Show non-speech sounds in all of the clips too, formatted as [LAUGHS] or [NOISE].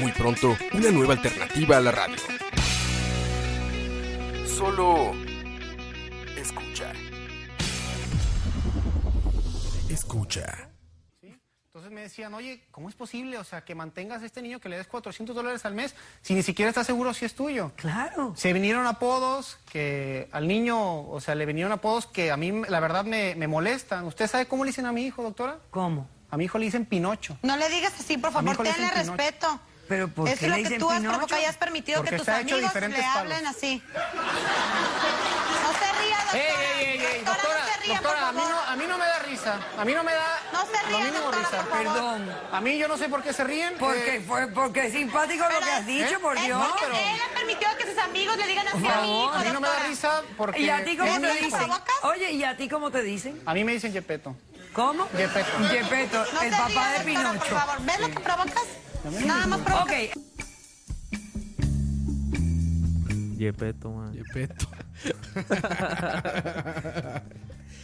Muy pronto, una nueva alternativa a la radio. Solo escucha. Escucha. Entonces me decían, oye, ¿cómo es posible? O sea, que mantengas a este niño que le des 400 dólares al mes si ni siquiera estás seguro si es tuyo. Claro. Se vinieron apodos que al niño, o sea, le vinieron apodos que a mí, la verdad, me, me molestan. ¿Usted sabe cómo le dicen a mi hijo, doctora? ¿Cómo? A mi hijo le dicen Pinocho. No le digas así, por A mi hijo favor, le tenle dicen Pinocho. respeto. Pero ¿por es qué lo le que dicen tú has Pinocho? provocado y has permitido Porque que tus está hecho de amigos diferentes le palos. hablen así. No se ría, doctora. doctora, no se ría, por doctora, a, mí favor. no, a mí no me da risa. A mí no me da No se lo ría, mínimo doctora, risa. por favor. Perdón. A mí yo no sé por qué se ríen. Porque, eh, fue- porque es simpático lo Pero que has es- dicho, por es Dios. porque Él ha permitido que sus amigos le digan así Por a mi hijo, a favor, mí no me da doctora. risa porque... ¿Y a ti cómo es mi te ¿Eres hijo. dicen? tapabocas? Oye, ¿y a ti cómo te dicen? A mí me dicen Yepeto. ¿Cómo? Gepetto. Gepetto, No el se papá ría, de doctora, Pinocho. Por favor, ¿ves lo que provocas? Nada más provocas. Ok, Yepeto, man.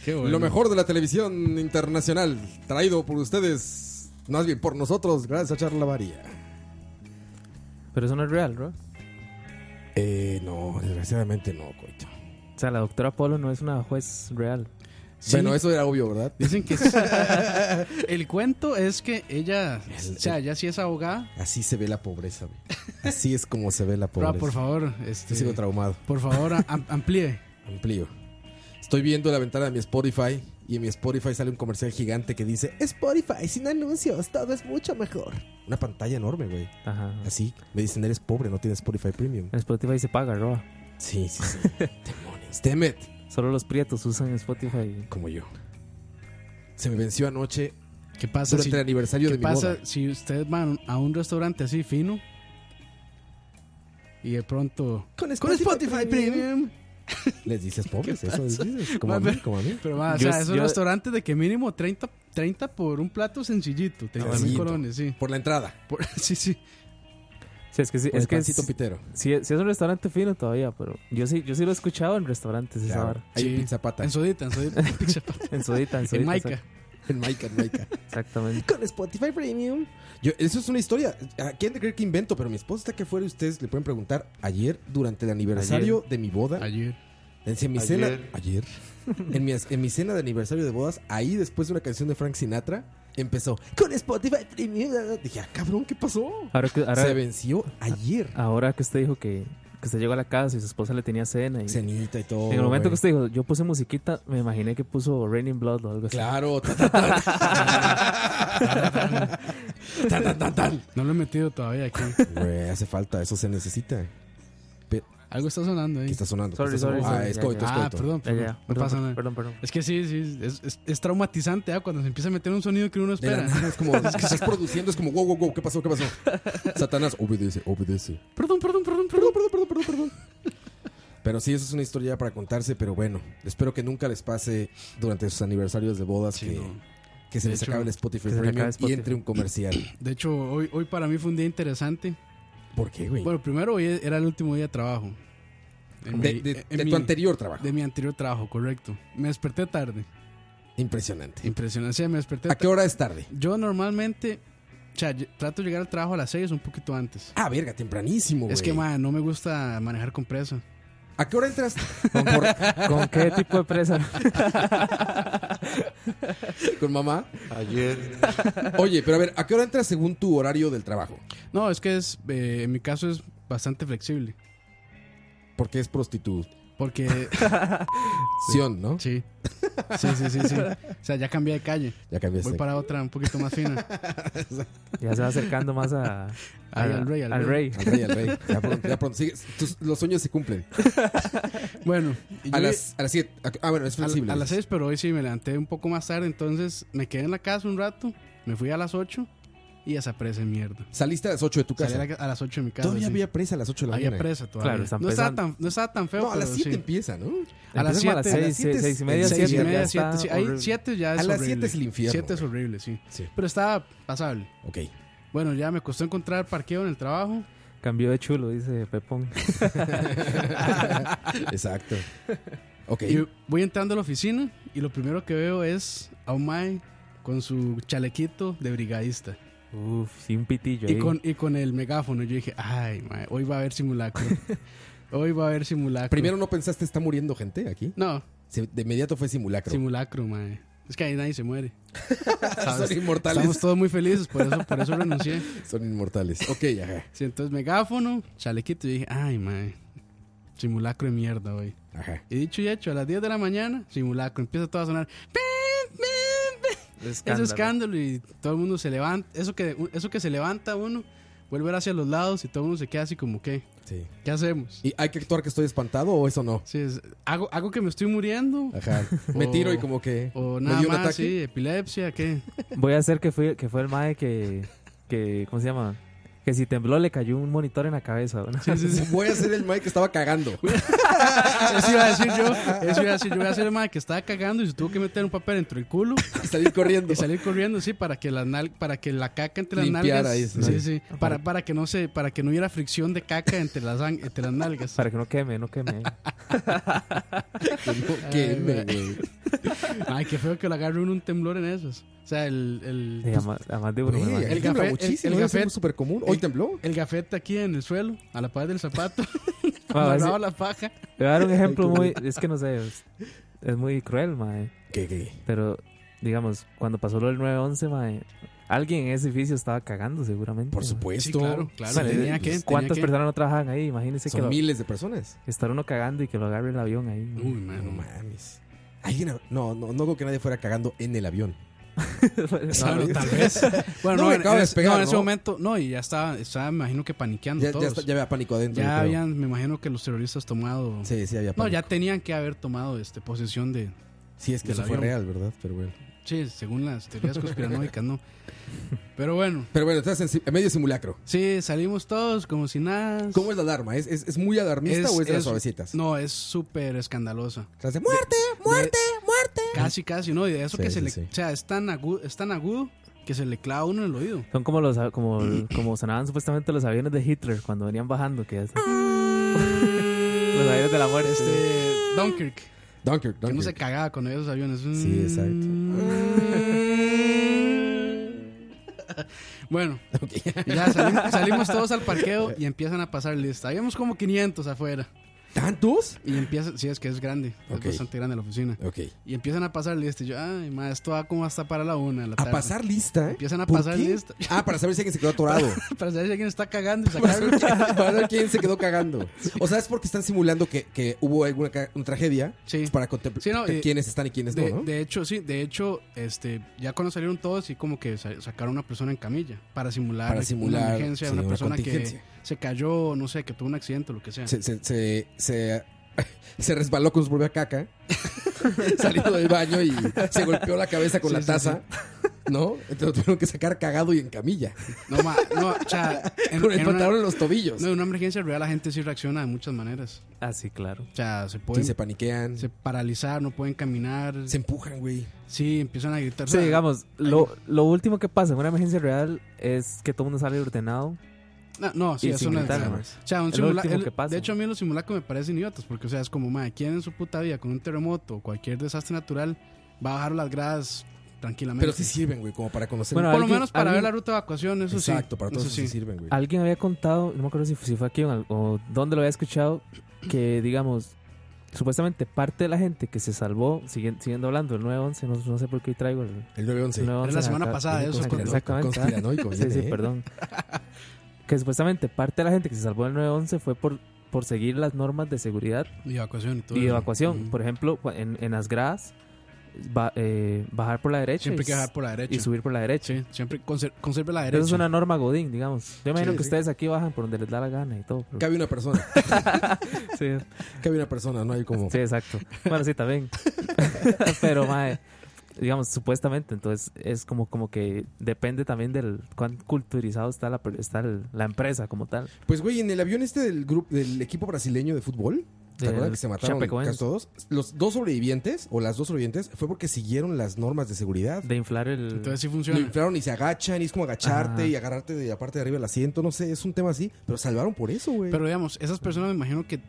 Lo mejor de la televisión internacional, traído por ustedes, más bien por nosotros, gracias a Charla María. Pero eso no es real, bro. Eh, no, desgraciadamente no, coito. O sea, la doctora Polo no es una juez real. Sí. Bueno, eso era obvio, ¿verdad? Dicen que sí. el cuento es que ella, o sea, ella sí es abogada. Así se ve la pobreza, güey. Así es como se ve la [LAUGHS] Pero, pobreza. ah, por favor, Yo sigo este, traumado. por favor, a- am- amplíe. Amplío. Estoy viendo la ventana de mi Spotify y en mi Spotify sale un comercial gigante que dice Spotify sin anuncios, todo es mucho mejor. Una pantalla enorme, güey. Ajá. Así me dicen, eres pobre, no tienes Spotify Premium. En Spotify se paga, bro. Sí, sí, [LAUGHS] sí. Demonios. Damn it. Solo los prietos usan Spotify. Como yo. Se me venció anoche ¿Qué pasa, durante si, el aniversario qué de mi pasa boda. si ustedes van a un restaurante así fino y de pronto... Con Spotify Premium. Les dices pobres, eso les dices. Como Ma, a mí, pero- como a mí. Pero va, o Yo- sea, esos yo- restaurantes de que mínimo 30, 30 por un plato sencillito, 30 mil Sencillito. colones, sí. Por la entrada. Por- [LAUGHS] sí, sí. Sí, es que sí, Por es el que pancito sí, pitero. sí- sí es un restaurante fino todavía, pero yo sí, yo sí lo he escuchado en restaurantes esa Claro. vara. Hay Sí. en Pizza Pata. En sodita, en sodita. en pizza pata, En Sudita, [LAUGHS] en Sudita. en Maica. En Maica, en Maica. exact- Exactamente. con Spotify Premium. Yo, eso es una historia. ¿A quién de creer que invento? Pero mi esposa está que fuera y ustedes le pueden preguntar. Ayer, durante el aniversario de mi boda, Ayer. en mi cena. Ayer. En mi, en mi cena de aniversario de bodas, ahí después de una canción de Frank Sinatra, empezó con Spotify Premium. Dije, ah, cabrón, ¿qué pasó? Ahora que, ahora, Se venció ayer. ahora que usted dijo que, que usted llegó a la casa y su esposa le tenía cena. Y, Cenita y todo. en el momento güey. que usted dijo, yo puse musiquita, me imaginé que puso Raining Blood o algo así. Claro. ta, ta, [LAUGHS] tan. Ta, ta, tan, tan. No lo he metido todavía aquí. Güey, hace falta, eso se necesita. Algo está sonando ahí. ¿Qué está sonando? ¿Qué Sorry, está sonando? sorry, ah, sorry, es ya, coito, es Ah, coito. perdón, Ya, perdón, ya. No Perdón, pasa nada. Perdón, perdón. Es que sí, sí, es, es- es traumatizante ¿ah? cuando se empieza a meter un sonido que uno no De la espera. nada, es como, es que estás produciendo, es como, wow, wow, wow, ¿qué pasó? [LAUGHS] ¿Qué pasó? Satanás, obedece, obedece. Perdón, perdón, perdón, perdón. Perdón, perdón, perdón, perdón, perdón. Pero sí, eso es una historia para contarse, pero bueno, espero que nunca les pase durante sus aniversarios de bodas Sí, que, no. que se De les hecho, acabe el Spotify que se les Premium acabe Spotify. y entre un comercial. De hecho, hoy, hoy para mí fue un día interesante. ¿Por qué, güey? Bueno, primero hoy era el último día de trabajo. En de mi- de- en de mi- tu anterior trabajo. De mi anterior trabajo, correcto. Me desperté tarde. Impresionante. Impresionante. Sí, me desperté ¿A qué hora es tarde? tarde. Yo normalmente, o sea, yo trato de llegar al trabajo a las 6 un poquito antes. Ah, verga, tempranísimo, güey. Es que, ma, no me gusta manejar con presa. ¿A qué [LAUGHS] hora entras? ¿Con, por- ¿Con qué tipo de presa? ¿Con mamá? Ayer. Oye, pero a ver, ¿a qué hora entras según tu horario del trabajo? No, es que es, eh, en mi caso es bastante flexible. Porque es prostitución, [LAUGHS] Porque, ¿no? sí. Sí, sí, sí, sí. O sea, ya cambié de calle. Ya cambiaste. Voy para otra un poquito más [LAUGHS] fina. Ya se va acercando más [LAUGHS] a, Ay, a- al rey, al rey. Al rey, al rey. Ya pronto, ya pronto. Sigue- tus- los sueños se cumplen. Bueno, y A yo- las, a las siete. A- Ah, bueno, es a- flexible. a las 6, pero hoy sí me levanté un poco más tarde. Entonces me quedé en la casa un rato. Me fui a las 8. y desaparece mierda. Saliste a las 8 de tu Salí casa. a, la- a las 8 de mi casa. Todavía sí. había presa a las 8 de la Había mañana. presa todavía. Claro, están no, estaba pensando. tan, no estaba tan feo. No, a las pero 7 sí. empieza, ¿no? A las Empieza como 7. siete, a las 6, siete 6, es- y media, en seis 7. y ya media, está sí, ahí horrible. 7 ya es A las horrible. siete es el infierno, 7 es güey. horrible, sí. Sí. Pero estaba pasable. [LAUGHS] Ok. Bueno, ya me costó encontrar parqueo en el trabajo. Cambió de chulo, dice Pepón. Exacto. Ok. Y voy entrando a la oficina y lo primero que veo es a un mae con su chalequito de brigadista. Uf, sí, un pitillo. Y ahí. con, y con el megáfono. Yo dije, ay, mae, hoy va a haber simulacro. [LAUGHS] hoy va a haber simulacro. Primero no pensaste, está muriendo gente aquí. No, Se- de inmediato fue simulacro. simulacro, mae. Es que ahí nadie se muere. [LAUGHS] Son inmortales. Estamos todos muy felices, por eso, por eso renuncié. Son inmortales. Ok, ajá. Sí, entonces megáfono, chalequito. Y dije, ay, mae, simulacro de mierda hoy. Ajá. Y dicho y hecho, a las 10 de la mañana, simulacro, empieza todo a sonar. "Pip, pip, pip". Escándalo. Ese escándalo y todo el mundo se levanta. Eso que, eso que se levanta uno, vuelve a ver hacia los lados y todo el mundo se queda así como, ¿qué? Sí. ¿Qué hacemos? ¿Y hay que actuar que estoy espantado o eso no? Sí, es- hago, hago que me estoy muriendo. Ajá. [LAUGHS] Me O- tiro y como que. O me nada dio un más, ataque. sí, epilepsia, ¿qué? Voy a hacer que fue, que fue el mae que, que. ¿Cómo se llama? Que si tembló le cayó un monitor en la cabeza. ¿no? Voy a ser el Mike que estaba cagando. [LAUGHS] Eso iba a decir yo. Eso iba a decir yo. Voy a ser el mae que estaba cagando y se tuvo que meter un papel entre el culo Y salir corriendo. y salir corriendo, sí, para que la, nal- para que la caca entre las Limpiara nalgas. eso, sí, sí. sí. Para, para, que no se, para que no hubiera fricción de caca entre las, an- entre las nalgas. [LAUGHS] Para que no queme, no queme. Que no Ay, queme, güey. Ay, qué feo que lo agarre uno un temblor en esos. O sea, el, el, Sí, a más- a más de uno. me Güey, imagino. el café- café, el- muchísimo, el es café- algo súper común. Hoy el- tembló. el gafete aquí en el suelo, a la par del [LAUGHS] zapato, Ah, amarrado sí. a la paja. Voy a [LAUGHS] dar un ejemplo Ay, qué muy. Es que no sé, es, es muy cruel, mae. ¿Qué, qué? Pero, digamos, cuando pasó lo del 9-11, mae, alguien en ese edificio estaba cagando, seguramente. Por mae. supuesto. Sí, claro, claro. Vale, tenía que. ¿Cuántas tenía que- personas no trabajan ahí? Imagínense que pues, lo- Son miles de personas. estar uno cagando y que lo agarre el avión ahí. mae. Uy, No mano. mames. Alguien. hab- No, no, no creo que nadie fuera cagando en el avión. [LAUGHS] No, Claro, tal [LAUGHS] vez. Bueno, No, no, me en, acabo de en ese- despegar, no, en ese ¿no? momento, no, y ya estaba, estaba me imagino que paniqueando Ya, todos. ya, está- ya había pánico adentro. Ya yo creo. habían, me imagino que los terroristas tomado. Sí, sí, había pánico. no, ya tenían que haber tomado este posesión de. Sí, es que del eso fue avión. real, ¿verdad? Pero bueno. Sí, según las teorías conspiranoicas, [LAUGHS] ¿no? Pero bueno, Pero bueno, estás en, si- en medio simulacro. sí, salimos todos como si nada. ¿Cómo es la alarma? ¿Es, es, es muy alarmista o es de las suavecitas? No, es súper escandalosa. O sea, hace, ¡Muerte! ¡Muerte! ¡Muerte! Casi, casi, ¿no? Y de eso Sí, que se sí, le. sí. O sea, es tan, agudo, es tan agudo que se le clava uno en el oído. Son como los como, como sonaban supuestamente los aviones de Hitler cuando venían bajando, que es- los aviones de la muerte. Este. Dunkirk. Dunkirk, Que no Dunkirk. se cagaba con esos aviones. Mm. Sí, [LAUGHS] Bueno, Ok. y ya salimos, salimos todos al parqueo y empiezan a pasar lista. Habíamos como 500 afuera. [LAUGHS] ¿Tantos? Y empieza, sí, es que es grande. Ok. Es bastante grande la oficina. Ok. Y empiezan a pasar lista. Y yo, ay, ma, esto va como hasta para la una de la A tarde. pasar lista. ¿eh? Empiezan a ¿Por pasar qué? lista. Ah, para saber si alguien se quedó [LAUGHS] atorado. Para saber si alguien está [LAUGHS] cagando y para, sacarlo. saber quién, para ver quién se quedó cagando. O sea, es porque están simulando que, que hubo alguna ca- una tragedia. pues, Sí. Para contemplar Sí, no, y- quiénes están y quiénes De, no, ¿no? de hecho, sí, de hecho, este, ya cuando salieron todos, sí como que sa- sacaron una persona en camilla para simular, Para simular, una emergencia de sí, una una persona que contingencia. se cayó, no sé, que tuvo un accidente o lo que sea. Se, se, se, se, [LAUGHS] se resbaló con su [LAUGHS] propia caca. saliendo del baño y se golpeó la cabeza con Sí, la sí, taza. ¿No? Entonces lo tuvieron que sacar cagado y en camilla. No, ma- no, o [LAUGHS] sea, en, con el en pantalón una, en los tobillos. no, en una emergencia real la gente sí reacciona de muchas maneras. Ah, sí, claro. O sea, se pueden Sí, se paniquean. se paralizar, no pueden caminar, Se empujan, güey. sí, empiezan a gritar. Sí, digamos, lo, lo último que pasa en una emergencia real es que todo el mundo sale ordenado. No, no, sí, y eso sin no es gritar, nada. nomás. O sea, un Es lo simula- último el- que pasa. De hecho, a mí los simulacros me parecen idiotas, porque, o sea, es como, madre, ¿quién en su puta vida con un terremoto o cualquier desastre natural va a bajar las gradas tranquilamente? Pero sí sirven, güey, como para conocer. Bueno, Por lo Alguien- menos para alguien- ver la ruta de evacuación, eso sí. Exacto, para todos eso sí. sí. sirven, güey. Alguien había contado, no me acuerdo si, si fue aquí o, en al- o dónde lo había escuchado, que digamos, supuestamente parte de la gente que se salvó, siguen- siguiendo hablando, el 9-11, no, no sé por qué hoy traigo el, El 911. el 9-11 Era la semana acá. pasada, eso es Conspirano- cuando- Exactamente. [LAUGHS] Conspiranoico, Sí, sí, viene, ¿eh? perdón. Que supuestamente parte de la gente que se salvó del 911 fue por, por seguir las normas de seguridad Y evacuación y todo. y eso. evacuación. Ujú. Por ejemplo, cua- en, en las gradas, ba- eh, bajar por la derecha Siempre y, hay que bajar por la derecha. y subir por la derecha. Sí, siempre conser- conserve la Eso derecha. es una norma Godín, digamos. Yo imagino Sí, que sí. ustedes aquí bajan por donde les da la gana y todo. pero- Cabe una persona. sí, Cabe una persona, no hay como. sí, exacto. Bueno, sí, también. [LAUGHS] pero, mae, digamos, supuestamente. Entonces es como, como que depende también del cuán culturizado está la, per- está el- la empresa como tal. Pues, güey, en el avión este del grupo del equipo brasileño de fútbol, ¿te Del acuerdas que se mataron Chapecoense. casi todos? Los dos sobrevivientes, o las dos sobrevivientes, fue porque siguieron las normas de seguridad. De inflar el... Entonces sí Lo funciona. inflaron y se agachan, y es como agacharte Ajá. y agarrarte de la parte de arriba del asiento, no sé, es un tema así, pero salvaron por eso, güey. Pero digamos, esas personas me imagino que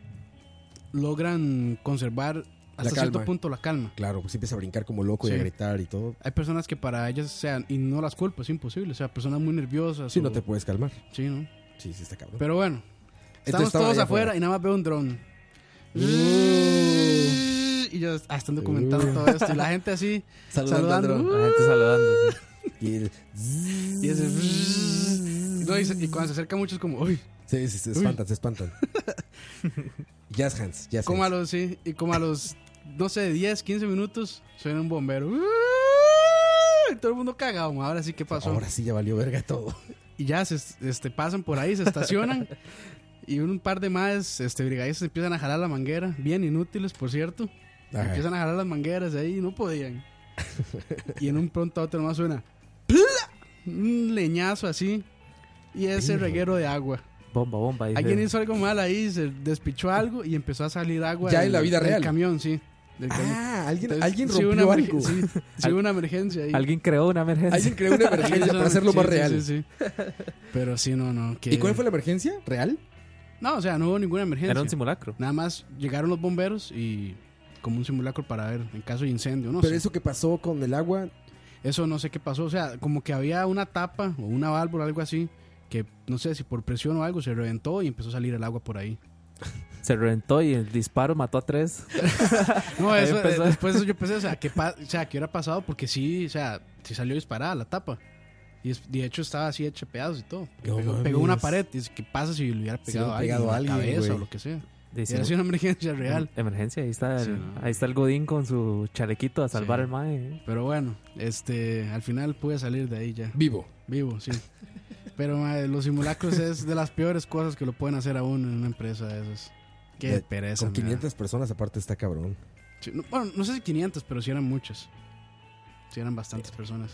logran conservar hasta La cierto calma. punto la calma. Claro, pues empieza a brincar como loco y Sí. a gritar y todo. Hay personas que para ellas sean, y no las culpo, es imposible. O sea, personas muy nerviosas. Sí, o- no te puedes calmar. Sí, ¿no? Sí, sí, está cabrón. Pero bueno, Entonces estamos estaban todos Este allá afuera afuera. y nada más veo un dron. Uh. Y ya ah, están documentando todo esto. Y la gente así, Saludando al saludando. dron. La gente saludando. sí. Y el- Y, ese, No, y se- y cuando se acerca mucho es como, uy, Sí, sí, se espantan, [LAUGHS] se espantan. Jazz hands, jazz como a hands. los, sí, y como a los, no sé, 10, 15 minutos, suena un bombero. [LAUGHS] Y todo el mundo cagado. ma, Ahora sí, ¿qué pasó? Ahora sí ya valió verga todo. Y ya se este, pasan por ahí, se [LAUGHS] estacionan. y un par de más este, brigadistas empiezan a jalar la manguera. Bien inútiles, por cierto. Ajá. Empiezan a jalar las mangueras de ahí y no [LAUGHS] podían. y en un pronto a otro más suena. Un leñazo así. Y ese reguero de agua. Bomba, bomba. dice. Alguien hizo algo mal ahí, se despichó algo y empezó a salir agua. Ya en la vida del real. camión, sí. del camión. Ah, alguien, Entonces, alguien sí, rompió una emergen- algo. Sí, sí, hubo una emergencia ahí. Alguien creó una emergencia. Alguien [LAUGHS] creó una emergencia para hacerlo más Sí, sí, sí, real. sí. Pero sí, no, no. que- ¿Y cuál fue la emergencia? ¿Real? No, o sea, no hubo ninguna emergencia. Era un simulacro. Nada más llegaron los bomberos y como un simulacro para ver en caso de incendio, no Pero sé. eso que pasó con el agua, Eso no sé qué pasó, o sea, como que había una tapa o una válvula, algo así, que no sé si por presión o algo se reventó y empezó a salir el agua por ahí. Se reventó y el disparo mató a tres. No, Ahí eso, eh, empezó. después de eso yo pensé, o sea, ¿qué, pa- o sea, ¿qué hubiera pasado? Porque sí, o sea, sí salió disparada la tapa. Y es- de hecho estaba así hecha pedazos y todo. No pegó, mames. pegó una pared. Y dice, ¿qué pasa si le hubiera Si pegado, hubiera pegado a a alguien? en la alguien, cabeza güey. o lo que sea. Dice, "Em, Hubiera sido una emergencia real. Emergencia, ahí está, el- Sí, no. ahí está el Godín con su chalequito a salvar Sí. al mae. eh. Pero bueno, este, al final pude salir de ahí ya. vivo. Vivo, sí. Pero madre, los simulacros es de las peores cosas que lo pueden hacer a uno en una empresa de esas. Qué De- pereza. Eh, me Con da. 500 personas aparte está cabrón. Sí, no- bueno, no sé si 500, pero sí eran muchas. Sí eran bastantes personas.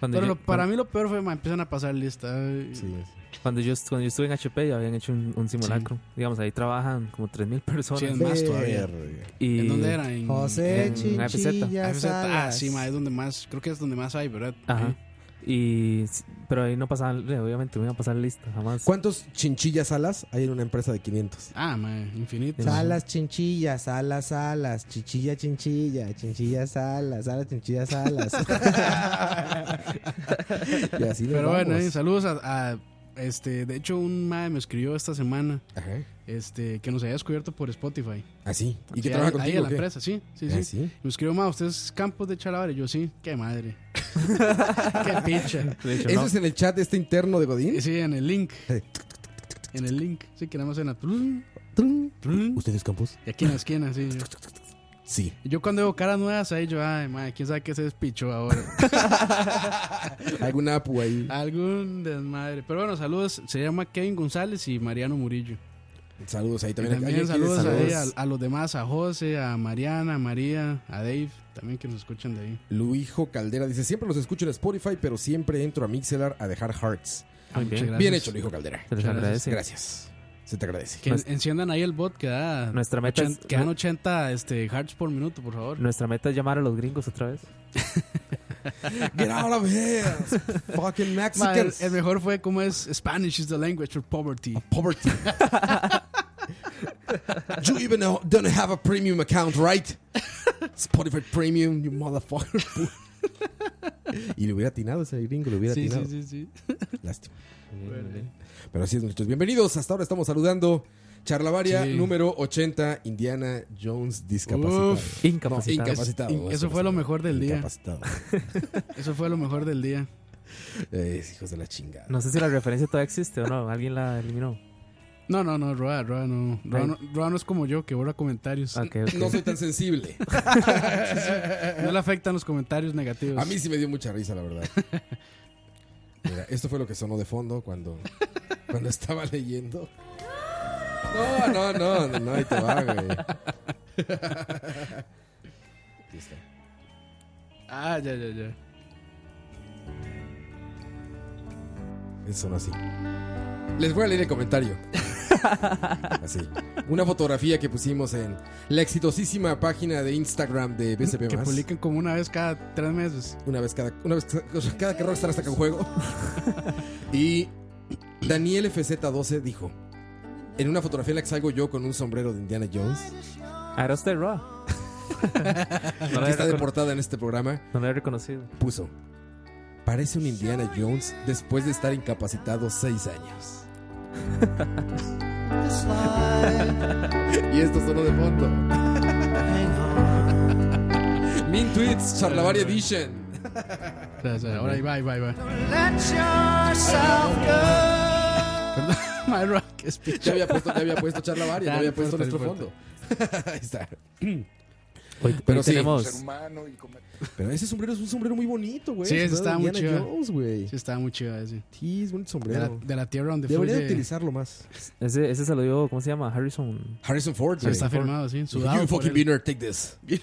Cuando, Pero yo, lo- para cuando, mí lo peor fue, ma, empiezan a pasar lista. ay. Sí. cuando yo, cuando yo estuve en HP ya habían hecho un, un simulacro. Digamos, ahí trabajan como 3.000 personas. Sí, en más todavía. Mm. Verga. y ¿En dónde era? En, en Chinchilla Ah, Ah, sí, ma, es donde más, creo que es donde más hay, ¿verdad? Ajá. Ahí. Y, pero ahí no pasaban, obviamente no iban a pasar lista, jamás. ¿Cuántos chinchillas alas hay en una empresa de 500? Ah, ma, infinito. Salas, chinchillas, alas, alas, chichilla, chinchilla, chinchillas, alas, alas, chinchillas, alas. [LAUGHS] y así nos Pero bueno, vamos. eh, saludos a, a, este, de hecho un mae me escribió esta semana, Ajá. este, que nos había descubierto por Spotify. Así. ¿Y Sí, que trabaja ahí- Ahí en contigo? o la qué? empresa, sí, sí, Ah, sí. sí. Me escribió, ma, ¿usted es Campos de Chalabar? Y yo, sí, qué madre. [LAUGHS] qué picha. De hecho, Eso no. es en el chat este interno de Godín. Y Sí, en el link. En el link. Sí, que nada más en la... trun, Trun. trun, ¿Ustedes campos? Y aquí en la esquina, sí. [LAUGHS] yo- Sí. Y yo cuando veo caras nuevas ahí, yo, ay, madre, quién sabe qué se despichó [LAUGHS] ahora. Alguna apu ahí. Ah. Algún desmadre. Pero bueno, saludos. Se llama Kevin González y Mariano Murillo. Saludos ahí Y también. también Alguien quiere saludos, ahí saludos. a, a los demás, a José, a Mariana, a María, a Dave, también que nos escuchan de ahí. Luijo Caldera dice, siempre los escucho en Spotify, pero siempre entro a Mixelar a dejar hearts. Ah, muchas bien. gracias. Bien hecho, Luijo Caldera. Se les Muchas agradece. Gracias. Se te [LAUGHS] agradece. Que enciendan ahí el bot que da. Nuestra meta es- 80 quedan 80 este, hearts por minuto, por favor. Nuestra meta es llamar a los gringos otra vez. Get out of here. Fucking Ma, el, Mexicans. el mejor fue como es Spanish is the language for Oh, poverty. Poverty. you even know- don't have a premium account, right? Spotify Premium, you [LAUGHS] motherfucker. y le hubiera atinado ese gringo, le hubiera Sí, atinado. sí, sí, sí. Lástima. Pero así es, muchachos. Bienvenidos. Hasta ahora estamos saludando Charlavaria Sí. número 80, Indiana Jones discapacitado. Uf. Incapacitado. No, incapacitado. Es- in- eso fue lo mejor del día. Incapacitado. Eso fue lo mejor del día. Eh, hijos de la chingada. No sé si la referencia todavía existe o no. Alguien la eliminó. No, no, no, Roa, Roa no. Roa no, Roa no es como yo, que borra comentarios. Ok, ok. No soy tan [LAUGHS] sensible. No le afectan los comentarios negativos. A mí sí me dio mucha risa, la verdad. Mira, esto fue lo que sonó de fondo cuando, cuando estaba leyendo. No, no, no, no, [LAUGHS] ahí te va, güey. Aquí está. Ah, ya, ya, ya. Eso no así. Les voy a leer el comentario. Así. Una fotografía que pusimos en la exitosísima página de Instagram de BCP Que publican como una vez cada tres meses. Una vez cada, una vez cada, cada que Rockstar saca un juego. y Daniel FZ12 dijo: En una fotografía en la que salgo yo con un sombrero de Indiana Jones, Ahora usted Raw. no, lo que había está recono- deportada en este programa, no lo había reconocido. puso: Parece un Indiana Jones después de estar incapacitado seis años. [LAUGHS] y esto solo de fondo. [LAUGHS] Min Tweets, Charlavaria Edition. O sea, o sea, ahora ahí va, ahí va, ahí va. Perdón, [LAUGHS] my rock es Ya picha. había puesto, ya había puesto Charlavaria, Ya, ya había no puesto importa, nuestro no fondo. [LAUGHS] Ahí está. Hoy, Pero hoy sí. tenemos. Pero ese sombrero es un sombrero muy bonito, güey. Sí, ese Es está de muy Indiana chido. Jones, güey. Sí, estaba muy chido ese. Sí, es bonito De la, sombrero. de la tierra donde Debería fluye- utilizarlo más. Ese, ese se lo dio, ¿cómo se llama? Harrison. Harrison Ford, Sí, güey. está firmado, sí. Sudado. You por fucking él. beaner, take this. [LAUGHS]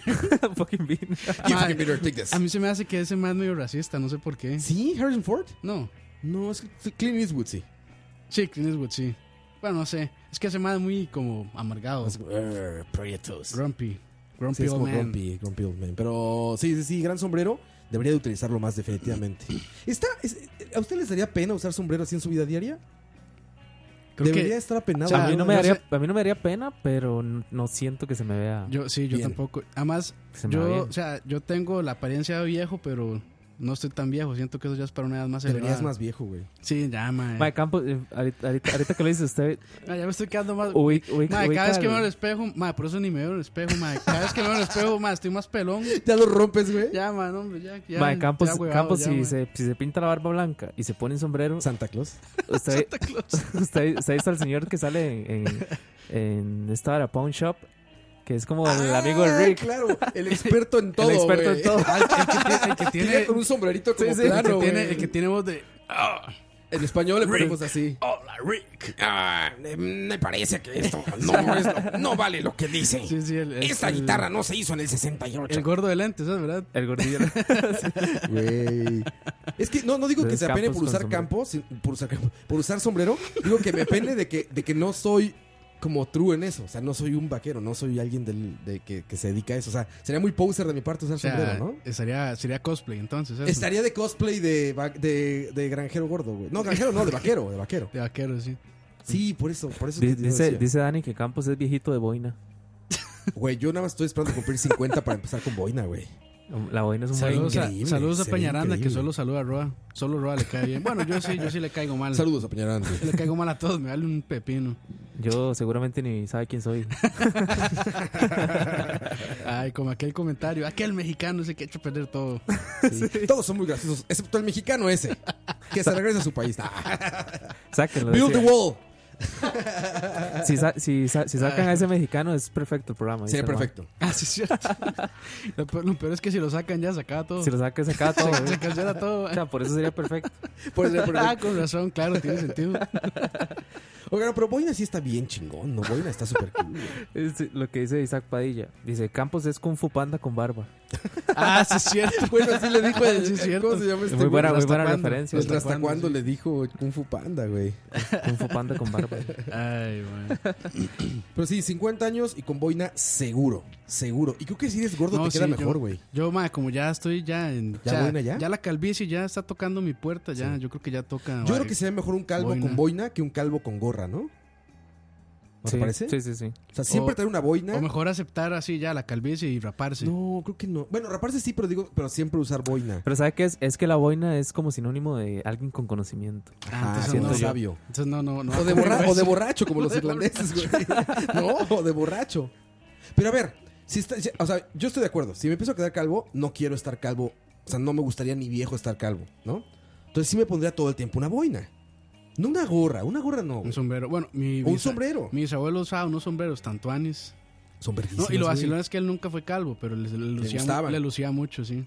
Fucking Bean. You fucking beaner, take this. A mí se me hace que ese man es medio racista, no sé por qué. ¿Sí? ¿Harrison Ford? No. No, es que Clint Eastwood, sí. Sí, Clint Eastwood, sí. Bueno, no sé. Es que ese man es muy como amargado. Es- Err, Prietos. Grumpy. Grumpy Sí, es old como man. grumpy, grumpy old man. Pero sí, sí, sí, gran sombrero. Debería de utilizarlo [CLEARS THROAT] más, definitivamente. Está, es- eh, ¿A usted les daría pena usar sombrero así en su vida diaria? Creo Debería que estar apenado. O sea, a, mí no yo me daría, sé- a mí no me daría pena, pero n- no siento que se me vea. yo sí, yo Bien. tampoco. Además, que se me vea yo, bien. o sea, yo tengo la apariencia de viejo, pero no estoy tan viejo. Siento que eso ya es para una edad más Deberías elevada. más viejo, güey. Sí, ya, mae. Mae, Campos, eh, ahorita, ahorita- ahorita que lo dice usted, Ah, ya me estoy quedando más. ubi- ubi- Mae, cada ubica vez que el- veo el espejo, mae, por eso ni me veo en el espejo, mae. Cada vez que me veo en el espejo, mae, estoy más pelón. Ya lo rompes, güey. Ya, mae, no, hombre, ya. ya Mae, Campos, ya, huevado, Campos ya, si, mae. se, si se pinta la barba blanca y se pone un [LAUGHS] sombrero, Santa Claus. usted, [LAUGHS] usted, usted está el señor que sale en, en, en esta hora, Pawn Shop, que es como el amigo de Ah, Rick. Claro, el experto en [LAUGHS] todo. el experto güey. en todo. Ah, el que tiene. Llega El que con tiene un sombrerito como Sí, sí, el que plano, tiene, güey. el que tiene voz de. En español le ponemos así. Hola, Rick. Ah, me parece que esto no, es lo- no vale lo que dice. Sí, sí, el, el- Esta el- guitarra no se hizo en el El 68. gordo de lentes, ¿sabes, verdad? El gordillo. Güey. Es que no, no digo que Entonces, se apene Campos por con usar sombrero. campo, sin- por usar campo, por usar sombrero. Digo que me apene de que, de que no soy como true en eso. O sea, no soy un vaquero, no soy alguien del, de, que, que se dedica a eso. O sea, sería muy poser de mi parte usar O sea, eh, sombrero, ¿no? sería, sería cosplay, entonces. eso. Estaría de cosplay de, va- de, de granjero gordo, güey. No, granjero no, de vaquero, de vaquero. De vaquero, sí. Sí, por eso, por eso. Di- te- te lo dice, decía. dice Dani que Campos es viejito de boina. Güey, yo nada más estoy esperando cumplir 50 para empezar con boina, güey. La boina es un buen. Saludos a, increíble, saludos a se ve Peñaranda, que increíble. solo saluda a Roa. Solo Roa le cae bien. Bueno, yo sí, yo sí le caigo mal. Saludos a Peñaranda. Le caigo mal a todos, me vale un pepino. Yo seguramente ni sabe quién soy. Ay, como aquel comentario. Aquel mexicano se que ha hecho perder todo. [LAUGHS] Sí. Todos son muy graciosos, excepto el mexicano ese, que se regresa a [LAUGHS] su país. Ah, Sáquenlo. Build the decía. wall. Si, sa- si, sa- si sacan a ese mexicano, es perfecto el programa. Sería dice el man. perfecto. Ah, sí, es cierto. Lo peor, lo peor es que si lo sacan ya, se acaba todo. Si lo sacan, se acaba todo. güey. Se cancela todo. O sea, por eso sería perfecto. ¿eh? Por el- por el- Ah, con razón, claro, tiene sentido. Oigan, pero Boina sí está bien chingón, ¿no? Boina está súper cool. güey. Es lo que dice Isaac Padilla. Dice, Campos es Kung Fu Panda con barba. Ah, sí, es cierto. [LAUGHS] [LAUGHS] Bueno, sí le dijo el... Sí, es cierto. ¿Cómo se llama este muy güey? buena, ¿hasta muy buena cuándo? referencia. El hasta cuándo, cuándo sí. le dijo Kung Fu Panda, güey. Kung Fu Panda con [LAUGHS] barba. Ay, man. Pero sí, 50 años y con boina seguro, seguro. Y creo que si eres gordo No, te queda sí, mejor, yo- güey. Yo, ma, como ya estoy ya en. ¿Ya buena ya? la calvicie ya está tocando mi puerta, ya. Yo creo que ya toca. Yo creo que sería mejor un calvo boina. con boina que un calvo con gorra, ¿no? ¿No Sí, te parece? Sí, sí, sí. O sea, siempre O- traer una boina. O mejor aceptar así ya la calvicie y raparse. No, creo que no. Bueno, raparse sí, pero digo, pero siempre usar boina. Pero ¿sabe qué es? Es que la boina es como sinónimo de alguien con conocimiento. Ah, Ah, entonces siendo no. sabio. Entonces no, no, no. O de, borra- [LAUGHS] o de borracho, como los irlandeses, güey. No, o de borracho. Pero a ver, si está- si- o sea, yo estoy de acuerdo. Si me empiezo a quedar calvo, no quiero estar calvo. O sea, no me gustaría ni viejo estar calvo, ¿no? Entonces sí me pondría todo el tiempo una boina. No una gorra, una gorra no. güey. Un sombrero. Bueno, mi. O un mis- sombrero. Mis abuelos usaban unos sombreros tantuanes. Son No, verguísimas, y lo güey. vacilón es que él nunca fue calvo, pero le, le lucía, gustaban. le lucía mucho, sí.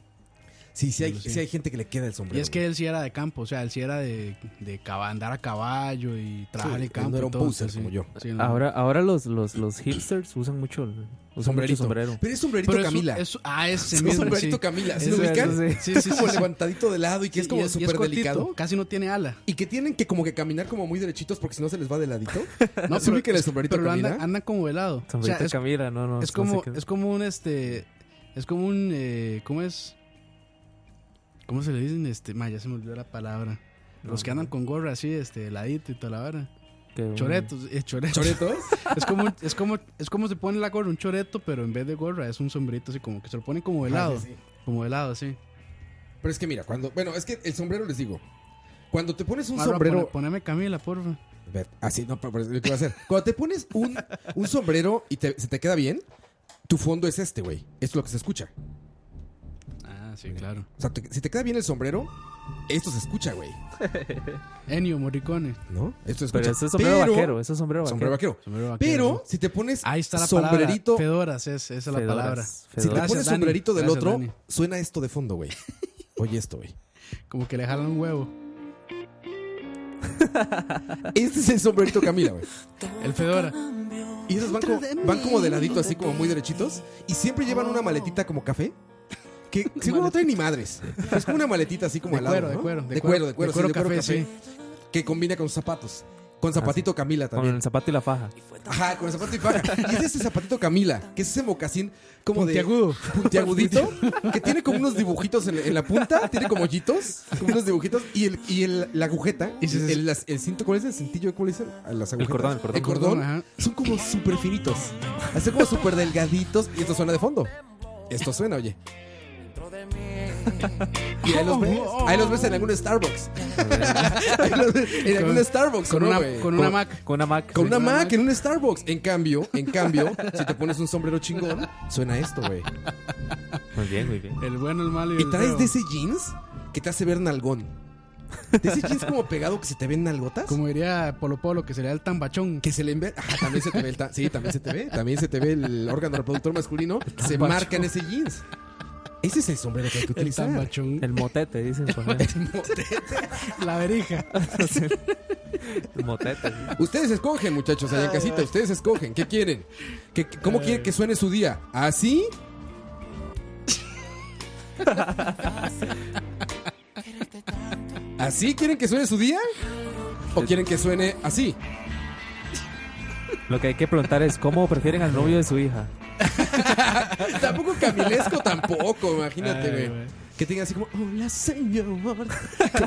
Sí, sí hay, Pero sí. sí hay gente que le queda el sombrero. Y es que él sí era de campo, o sea, él sí era de, de cava- andar a caballo y trabajar en Sí, él el campo. no era y un todo, poser sí. como yo. Sí, no. Ahora, ahora los, los, los hipsters usan mucho el usan mucho sombrerito. sombrero. Pero es sombrerito Pero es un- Camila. es- ah, ese Es un mismo. [LAUGHS] sombrerito sí. Camila. ¿Sí lo Ese, ubican? ese, Que sí, es sí, como sí, sí. levantadito de lado y que es Y como es- y es súper cortito, delicado. Casi no tiene ala. Y que tienen que como que caminar como muy derechitos porque si [LAUGHS] no se les va [LAUGHS] de ladito. No, ¿Sí ubican el sombrerito pero anda, Camila? anda como velado. O sea, Sombrerito es, Camila, no, no. es no sé como, qué- es como un este. Es como un. eh, ¿Cómo es? ¿Cómo se le dicen? Este, ma, ya se me olvidó la palabra. Los No, que andan no. con gorra así, este, heladito y toda la vara. que un- Choretos, eh, choretos. ¿Choretos? [LAUGHS] Es como, un- es como, es como se pone la gorra, un choreto, pero en vez de gorra es un sombrerito así como que se lo pone como velado. Ah, sí, sí. Como velado, así. Pero es que mira, cuando... Bueno, es que el sombrero les digo. Cuando te pones un Marra, sombrero... pone- poneme Camila, porfa. Ver, Así, no, pero, pero es lo que va a hacer. Cuando te pones un, un sombrero y te- se te queda bien, tu fondo es este, güey. Es lo que se escucha. Ah, sí, claro. O sea, te- si te queda bien el sombrero, esto se escucha, güey. Ennio Morricone. ¿No? Esto se escucha. Pero ese es sombrero Pero- vaquero, ese es sombrero vaquero. Sombrero vaquero. Sombrero vaquero, Pero sí. si te pones Ahí está la sombrerito, palabra. Fedoras, es, esa es la Fedoras, palabra. si te Gracias, pones Dani. sombrerito del Gracias, otro, Dani. suena esto de fondo, güey. Oye esto, güey. Como que le jalan un huevo. Este es el sombrerito Camila, güey. El Fedora. Y esos van como, van como de ladito, así como muy derechitos. Y siempre llevan una maletita como café. [LAUGHS] Que seguro no traen ni madres. Es como una maletita así como De al lado. cuero, ¿no? de cuero, de de cuero, cuero, de cuero, de cuero sí, de cuero café, Ah, café. Que combina con zapatos. Con zapatito Camila Con también. el zapato y la faja. Ajá, con el zapato y faja. Y es ese zapatito Camila, que es ese mocasín como Puntiagudo. de [LAUGHS] puntiagudito, que tiene como unos dibujitos en, en la punta, tiene como hoyitos, como unos dibujitos, y el, y el- la agujeta, Y si se- el, las- el cinto, ¿cuál es el cintillo? ¿Cómo le dicen? A Las agujetas. cordón, el cordón. El cordón, Ajá. son como súper finitos, así como súper delgaditos, y esto suena de fondo. Esto suena, oye. Y ahí los ves, ahí los ves en [LAUGHS] algún Starbucks. Ahí los ves en algún Con- Starbucks, Con ¿no, una, güey? con una Mac. Con una Mac. Con sí. una Mac en un Starbucks. En cambio, en cambio, si te pones un sombrero chingón, suena esto, güey. Muy bien, muy bien. El bueno, el malo y, Y el traes feo. de ese jeans que te hace ver nalgón. De ese jeans como pegado que se te ven nalgotas. Como diría Polo Polo, que sería el tambachón. Que se le ve. Ajá, también se te ve el. ta- Sí, también se te ve. También se te ve el órgano reproductor masculino. Se tambacho. marca en ese jeans. Ese es el sombrero que hay que El utilizar. tambachón. [LAUGHS] El motete, dicen. por ejemplo. La verija. El [LAUGHS] motete. sí. Ustedes escogen, muchachos, allá en casita. Ustedes escogen. ¿Qué quieren? ¿Qué- qué- ¿Cómo quieren que suene su día? ¿Así? ¿Así quieren que suene su día? ¿O quieren que suene así? Lo que hay que preguntar es cómo prefieren al novio de su hija. Tampoco camilesco, tampoco, imagínate, Ay, güey. güey. Que tenga así como, hola señor,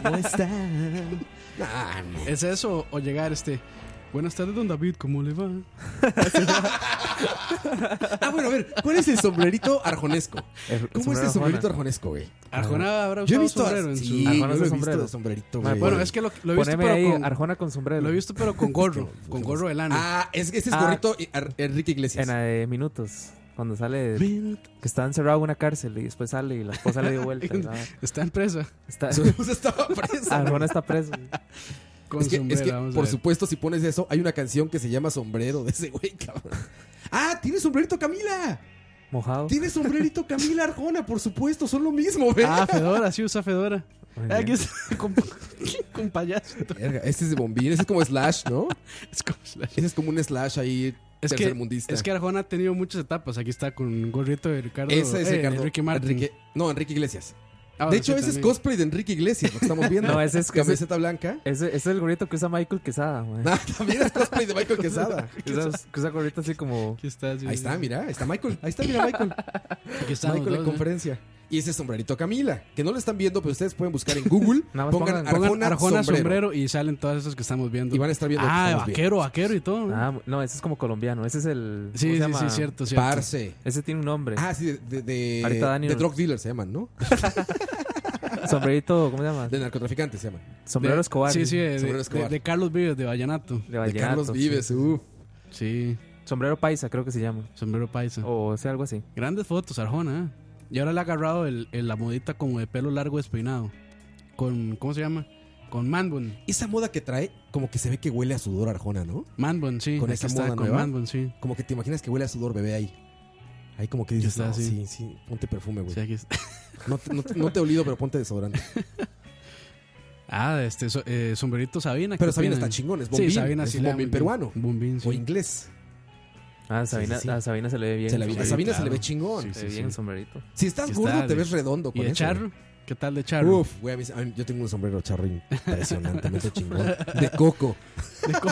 ¿cómo está? Nah, no. ¿Es eso o llegar este? Buenas tardes, don David, ¿cómo le va? Ah, bueno, a ver, ¿cuál es el sombrerito arjonesco? El- el ¿Cómo es sombrero el de sombrerito Juana. arjonesco, güey? Ah. Arjona habrá Yo he usado visto sombrero en su... sí, Arjona yo lo he es visto sombrero. de sombrerito, Ah, güey. Bueno, es que lo, lo he visto, Poneme ahí pero con, Arjona con sombrero. lo he visto pero [LAUGHS] con gorro, con gorro de lana. Ah, es, ese es Ah. gorrito y- Ar- Enrique Iglesias. En [LAUGHS] la de minutos. Cuando sale. de- que está encerrado en una cárcel y después sale y la esposa le dio [LAUGHS] vuelta. y nada. [LAUGHS] Está en presa. Está, Su esposa estaba presa. [LAUGHS] Arjona está preso. Ah, Con Es que, sombrero, es que, vamos a por ver. supuesto, si pones eso, hay una canción que se llama Sombrero de ese güey, cabrón. ¡Ah! ¡Tiene sombrerito Camila! Mojado. ¡Tiene sombrerito Camila Arjona! Por supuesto, son lo mismo, güey. Ah, Fedora, sí usa Fedora. Muy bien. Aquí está Ah, [LAUGHS] con, con payaso. Verga, Este es de bombín, ese es como slash, ¿no? Es como slash. Ese es como un slash ahí [LAUGHS] Es que, tercermundista. es que Arjona ha tenido muchas etapas. Aquí está con un gorrito de Ricardo. ese es eh, Ricardo. Enrique Martin. Enrique- no, Enrique Iglesias. Ah, bueno, de hecho, sí, ese es también. cosplay de Enrique Iglesias, lo que estamos [LAUGHS] viendo. No, ese es- Camiseta blanca. [LAUGHS] Ese, ese es el gorrito que usa Michael Quesada. güey. Ah, también es cosplay de Michael [LAUGHS] Quesada. Esas- Que usa gorrito así como. Aquí está, sí, Ahí sí, está, sí. mira, ahí está Michael. Ahí está, [LAUGHS] mira Michael. Aquí está. Michael en conferencia. Y ese sombrerito Camila, que no lo están viendo, pero ustedes pueden buscar en Google. [LAUGHS] Nada más pongan, pongan- Pongan Arjona, Arjona sombrero. sombrero. y salen todas esas que estamos viendo. Y van a estar viendo. ah, Estamos bien. vaquero, vaquero y todo. Ah, no, ese es como colombiano. Ese es el. ¿cómo sí, se sí, llama? sí, cierto, cierto. Parce. Ese tiene un nombre. Ah, sí, de, de, de- Ahorita Dani de nos- drug dealers se llaman, ¿no? Sombrerito, ¿cómo se llama? De narcotraficantes se llaman. Sombrero De- Escobar. Sí, sí, de, Sombrero de- Escobar. de Carlos Vives, de Vallenato. De, De vallenato, Carlos sí. Vives, uff. Sí, Sombrero Paisa, creo que se llama. sombrero paisa. O sea, algo así. Grandes fotos, Arjona. ¿eh? Y ahora le ha agarrado el, el- la modita como de pelo largo despeinado. Con, ¿cómo se llama? Con manbun. Esa moda que trae, como que se ve que huele a sudor Arjona, ¿no? Manbun, sí. Con aquí esa está, moda con nueva. manbun, sí. Como que te imaginas que huele a sudor bebé ahí. Ahí como que dices, Está "No, así. sí, sí, ponte perfume, güey. Sí, aquí está. No, te- no te- no te olido, pero ponte desodorante. [LAUGHS] Ah, este so- eh, sombrerito Sabina. ¿qué Pero Sabina opinan? está chingón, es Sí, bombín, Sabina es sí un le da bombín muy bien. peruano. Bombín, sí. O inglés. Ah, Sabina, sí, sí. a Sabina se le ve bien. Se la- el a sombrerito. Sabina se le claro. ve chingón. Sí, Se ve sí, bien el sí. sombrerito. Si estás Sí está, gordo, te de- ves redondo ¿Y con el eso, charro? ¿Qué tal de güey. charro? Uf, güey, a mí- a mí- yo tengo un sombrero charro impresionantemente chingón. De Coco. [LAUGHS] De coco.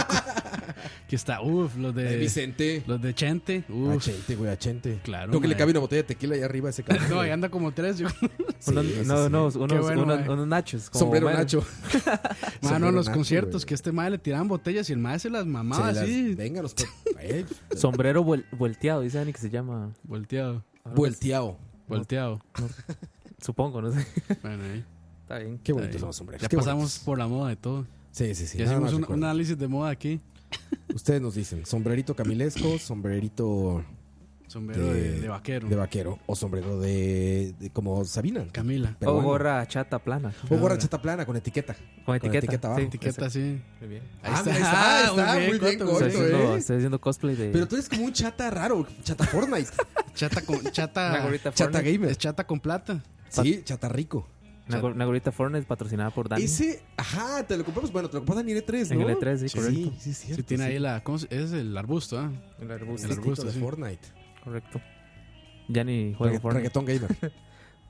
Aquí está, uff, los de, De Vicente. Eh, los de Chente. Uf, Achente, güey, achente. Claro, Creo que le mae. cabe una botella de tequila ahí arriba a ese cabrón. [LAUGHS] No, güey. ahí anda como tres. [LAUGHS] Yo. Sí, Unos- sí, no, sí. no, unos, bueno, unos- mae. unos nachos. como Sombrero Homero. Nacho. [LAUGHS] Mano, Sombrero en los nacho, conciertos güey. que este madre le tiraban botellas y el madre se Ah, las mamaba Se las- así. [LAUGHS] Venga, los. eh, Sombrero vuel- volteado, dice Dani que se llama. Volteado, Vuelteado. pues, [LAUGHS] volteado. Supongo, no sé. [LAUGHS] Bueno, ahí. Está bien. Qué Ahí. bonitos son los sombreros. Ya qué pasamos bonitos. por la moda de todo. Sí, sí, sí. ya nada hicimos más un, un recuerdo. análisis de moda aquí. Ustedes nos dicen sombrerito camilesco, sombrerito Sombrero de, de, de vaquero. de vaquero o sombrero de, de- como Sabina. Camila. O peruano. gorra chata plana. O gorra chata plana con etiqueta. Con etiqueta. etiqueta sí. abajo. Etiqueta así. Muy bien. Ahí Ah, está. [LAUGHS] mira, ahí está, Ah, muy bien, Coto, Coto, Estoy güey. Eso, haciendo, ¿eh? estoy haciendo cosplay de. Pero tú eres como un chata raro, chata Fortnite. Chata con, una chata, gorrita chata Fortnite. es gamer. chata con plata. Sí, chata rico. Una, gor- una gorrita Fortnite patrocinada por Dani. Ese, ajá, te lo compramos. Bueno, te lo compramos en E3, En ¿no? el E3, sí, Sí, correcto. sí, es cierto, Sí, tiene sí. ahí la. ¿cómo se- es el arbusto, [LAUGHS] ¿ah? El El arbusto. El arbusto, arbusto de sí. Fortnite. Correcto. Ya ni juego Regga- Fortnite. reggaetón gamer.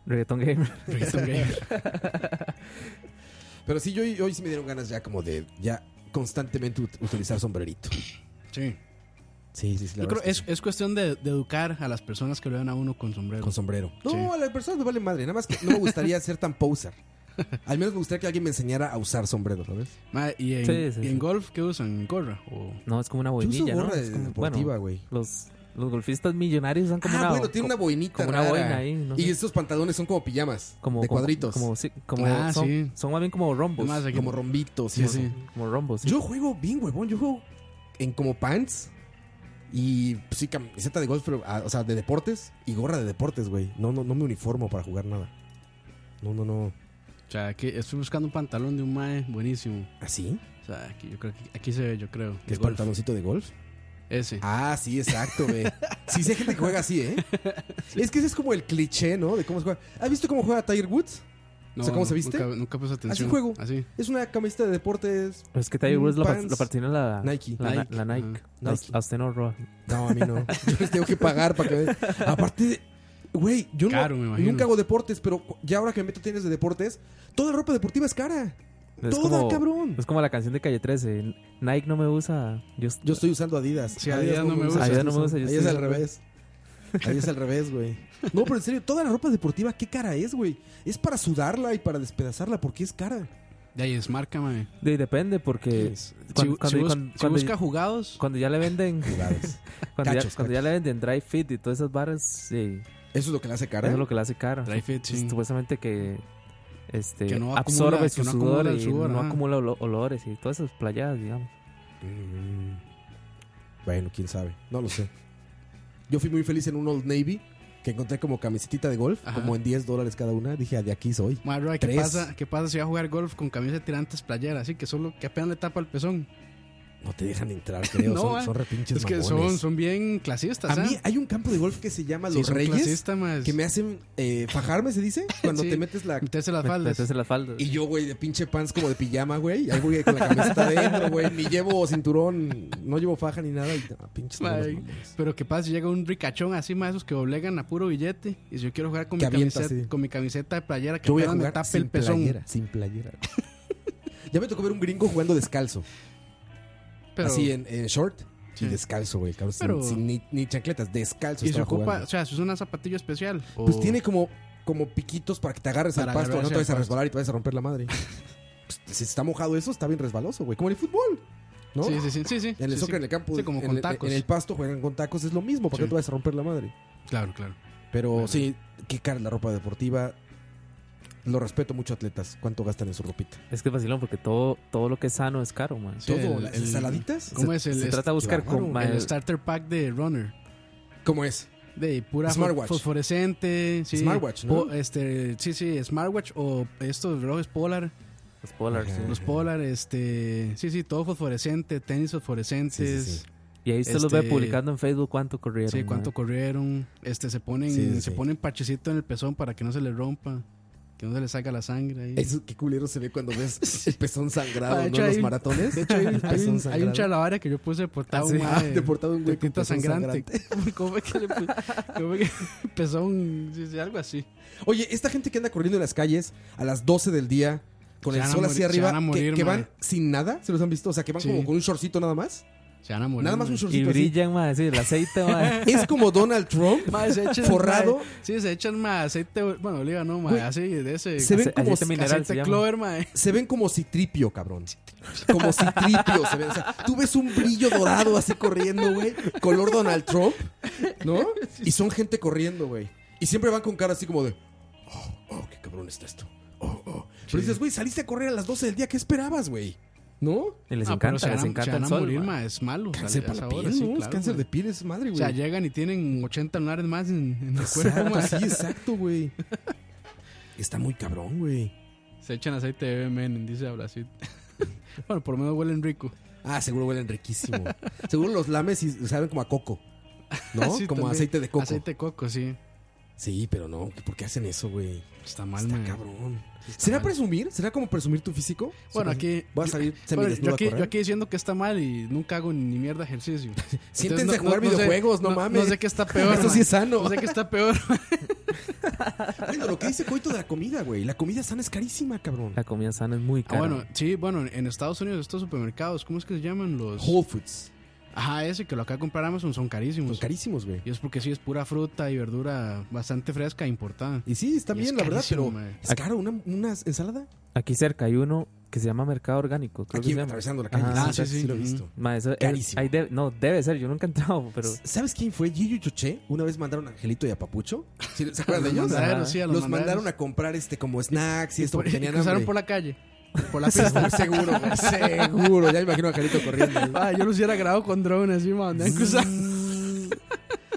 Reggaetón gamer. [LAUGHS] Reggaeton gamer. Pero sí, yo hoy, hoy sí me dieron ganas ya como de ya constantemente ut- utilizar sombrerito. Sí. Sí, sí, sí. la Yo verdad creo es, que sí. es cuestión de, de educar a las personas que lo vean a uno con sombrero. con sombrero. No, Sí. a la persona me vale madre. Nada más que no me gustaría ser tan poser. Al menos me gustaría que alguien me enseñara a usar sombrero, ¿sabes? Ma, ¿Y en, Sí, sí, y en sí. golf qué usan? ¿Gorra? O... Pues, No, es como una Yo uso boinilla, ¿no? gorra Es de- como- deportiva, bueno, güey. los, los golfistas millonarios usan como ah, una. bueno, tiene una boinita. como una rara. boina ahí, no Y sé. estos pantalones son como pijamas. como, de como- cuadritos. Como, Como, sí, como Ah, son, sí. son más bien como rombos. Además, aquí- rombitos. y Sí, eso. sí. Como rombos. sí. Yo juego bien, huevón. Yo juego en como pants. Y pues, sí, camiseta de golf, pero, ah, o sea, de deportes. Y gorra de deportes, güey. No, no, no me uniformo para jugar nada. No, no, no. O sea, aquí estoy buscando un pantalón de un mae buenísimo. ¿Así? O sea, aquí, yo creo que aquí se ve, yo creo. ¿Que de ¿Ah, es golf. pantaloncito de golf? Ese. Ah, sí, exacto, güey. Sí, sí hay gente que juega así, ¿eh? Es que ese es como el cliché, ¿no? De cómo se juega. ¿Has visto cómo juega Tiger Woods? o sea, ¿cómo ¿Ah, se viste? Ah, Nunca, nunca puse atención. juego. Así. Es una camiseta de deportes. Pero es que Tiger Woods la, pat- Pants. la patrocina la Nike. La la Nike. Nike. Ajá. A- Nike. A usted no roba. No, a mí no. Yo les tengo que pagar para que me... Aparte, de- güey, yo no- Caro, me imagino. nunca hago deportes, pero cu- ya ahora que me meto tienes de deportes, toda la ropa deportiva es cara. Es Toda, como, cabrón. Es como la canción de Calle 13. Nike no me usa. Yo, Yo estoy usando Adidas. Sí, Adidas no me usa. Adidas no me usa, yo Adidas estoy al usando- revés. Adidas al revés, güey. No, pero en serio, toda la ropa deportiva, qué cara es, güey. Es para sudarla y para despedazarla porque es cara. De ahí es marca, mae. de- depende porque Sí, cuando, si, cuando- si bus- cuando- si cuando- busca jugados, cuando ya le venden [LAUGHS] Jugadas. cuando, Cachos, ya, cuando ya cachos. le venden dry fit y todas esas barras, sí, Eso es lo que le hace eso cara. es lo que le hace cara. Dry fit, sí. Supuestamente que este Que no absorbe acumula- su que no sudor acumula el y sudor, no ajá. acumula olo- olores y todas esas playadas, digamos. Mm. Bueno, quién sabe. No lo sé. Yo fui muy feliz en un Old Navy que encontré como camisetita de golf, Ajá. como en 10 dólares cada una. Dije, "Ah, de aquí soy. Mae, Roy, ¿qué Tres. pasa, ¿qué pasa si va a jugar golf con camisa de tirantes playera? Así que solo que apenas le tapa el pezón. No te dejan entrar, creo. No, son, eh. son repinches Es que son, mamones. son bien clasistas. A ¿ah? mí hay un campo de golf que se llama Sí, Los son Reyes clasistas, mae. que me hacen eh, fajarme, se [LAUGHS] dice, cuando Sí. te metes la... Meterse las Me- faldas. meterse las faldas. Y yo, güey, de pinche pants como de pijama, güey. Ahí voy con la camiseta adentro, güey. Ni llevo cinturón, no llevo faja ni nada. Y, ah, pinches Ay, mamones. Pero qué pasa si llega un ricachón así, más esos que doblegan a puro billete. Y si yo quiero jugar con, mi, Que avienta, camiseta, sí. con mi camiseta de playera, que Yo voy a apenas jugar me tape sin el pezón. playera, sin playera. ya me tocó ver un gringo jugando descalzo. Pero, Así en, en short Sí. y descalzo, güey. cabrón, sin- Pero- sin ni, ni chancletas, descalzo y se estaba ocupa, jugando. o sea, si es una zapatilla especial. o- Pues tiene como, como piquitos para que te agarres Para al pasto, no agarrarse te al vayas a pasto. resbalar y te vayas a romper la madre. [LAUGHS] Pues, si está mojado eso, está bien resbaloso, güey. Como en el fútbol, ¿no? Sí, sí, sí. sí, sí, En el sí, soccer, sí. en el campo, Sí, como en, con el, tacos. en el pasto juegan con tacos, es lo mismo, porque Sí. no te vayas a romper la madre. Claro, claro. Pero Bueno. sí, qué cara la ropa deportiva. Lo respeto mucho, atletas. ¿Cuánto gastan en su ropita? Es que es vacilón porque todo, todo lo que es sano es caro, man. Sí, Todo, el- las el- ensaladitas. ¿Cómo se, es el- se es- trata de buscar Claro, con- ma, El el- starter pack de Runner. ¿Cómo es? De pura Smartwatch. fo- fosforescente. Sí, Smartwatch, ¿no? Po- este, sí, sí, smartwatch o estos relojes Polar. los Polar, sí. Ajá. Los Polar, este. Sí, sí, todo fosforescente, tenis fosforescentes. Sí, sí, sí. Y ahí usted los ve Este- publicando en Facebook cuánto corrieron. Sí, cuánto mae. corrieron. Este, se ponen, Sí, sí, se sí. ponen parchecito en el pezón para que no se le rompa, que no se le salga la sangre ahí. Eso, qué culero se ve cuando [LAUGHS] ves el pezón Ah, sangrado, de ¿no? hecho, En hay Los un- maratones. De hecho, [LAUGHS] hay, un- El hay pezón un, hay sangrado. un chalabaria que yo puse deportado, Ah, sí. mae, Ah, [LAUGHS] deportado un güey de con tinta pezón sangrante. [LAUGHS] ¿Cómo fue que le puse? ¿Cómo fue que- [LAUGHS] pezón? Sí, sí, algo así. Oye, esta gente que anda corriendo en las calles a las 12 del día con Se el van a sol morir- hacia se arriba, van a que- morir, que, van madre. sin nada, ¿se los han visto? O sea, que van Sí. como con un shortcito nada más. Se van a morir. Nada más un mae. Y shortcito así. brillan, mae, sí, el [LAUGHS] aceite, mae. [LAUGHS] Es como Donald Trump, Mae, se [LAUGHS] echan, Forrado. mae, sí, se echan más aceite, bueno, oliva no, mae, Güey, así de ese se ven Ace- como aceite mineral se aceite llama. clover, mae. se ven como citripio, cabrón. Como citripio, se ven. O sea, tú ves un brillo dorado así corriendo, güey. Color Donald Trump, ¿no? Y son gente corriendo, güey. Y siempre van con cara así como de, oh, oh, qué cabrón está esto. Oh, oh. Pero dices, güey, saliste a correr a las 12 del día, ¿qué esperabas, güey? ¿No? Y les Ah, pero encanta, les se van a- se encanta van el a sol. morir, mae. mae, es malo. Cáncer salir a para la esa hora, piel, sí, ¿no? Es claro, cáncer mae. de piel, es madre, O güey. sea, [LAUGHS] llegan y tienen 80 lunares más en, en el cuerpo, Exacto, mae. sí, exacto, güey. Está muy cabrón, güey. Se echan aceite de BMN, dice Abracid. [LAUGHS] bueno, por lo menos huelen rico. Ah, seguro huelen riquísimo. Seguro los lames y saben como a coco. [LAUGHS] ¿No? Ah, Sí, como también. aceite de coco. Aceite de coco, sí. Sí, pero no. ¿Por qué hacen eso, güey? Está mal, Está mae. cabrón. ¿Será mal. presumir? ¿Será como presumir tu físico? Bueno, Sí, aquí- Voy a salir Bueno, semidesnudo yo, aquí, a correr. yo aquí diciendo que está mal y nunca hago ni mierda [LAUGHS] ejercicio. Siéntense Entonces, a jugar sé- videojuegos, no, mames. No sé qué está [LAUGHS] peor. Eso sí mae. [LAUGHS] es sano. No sé qué está peor. [LAUGHS] Bueno, lo que dice Coito de la comida, güey. La comida sana es carísima, cabrón. La comida sana es muy Ah, cara. bueno, sí, bueno, en Estados Unidos estos supermercados, ¿cómo es que se llaman los? Whole Foods. Ajá, ese que lo acaba de comprar Amazon son carísimos. Son carísimos, güey. y es porque sí es pura fruta y verdura bastante fresca e importada. Y sí, está Y bien, es la verdad, pero carísimo, mae. es caro una, una ensalada. Aquí cerca hay uno que se llama Mercado Orgánico. Creo Aquí que se llama. atravesando la calle. Ajá. Ah, sí, sí. lo he Ujú. visto. Ma, eso- eh, Carísimo. ahí debe- no, debe ser, yo nunca he entrado, pero ¿Sabes quién fue? Gillo y Choché. Una vez mandaron a Angelito y a Papucho. ¿Sí, ¿Se acuerdan de ellos? mandaron, Mandaderos, sí, a Los, mandaderos. mandaron a comprar este como snacks y, esto porque por, tenían cruzaron hambre. por la calle. Por la [LAUGHS] pista. Seguro, [LAUGHS] seguro, güey, seguro. Ya me imagino a Angelito corriendo. ahí. Ah, yo los hubiera grabado con drones, sí, man. [LAUGHS] andan cruzando.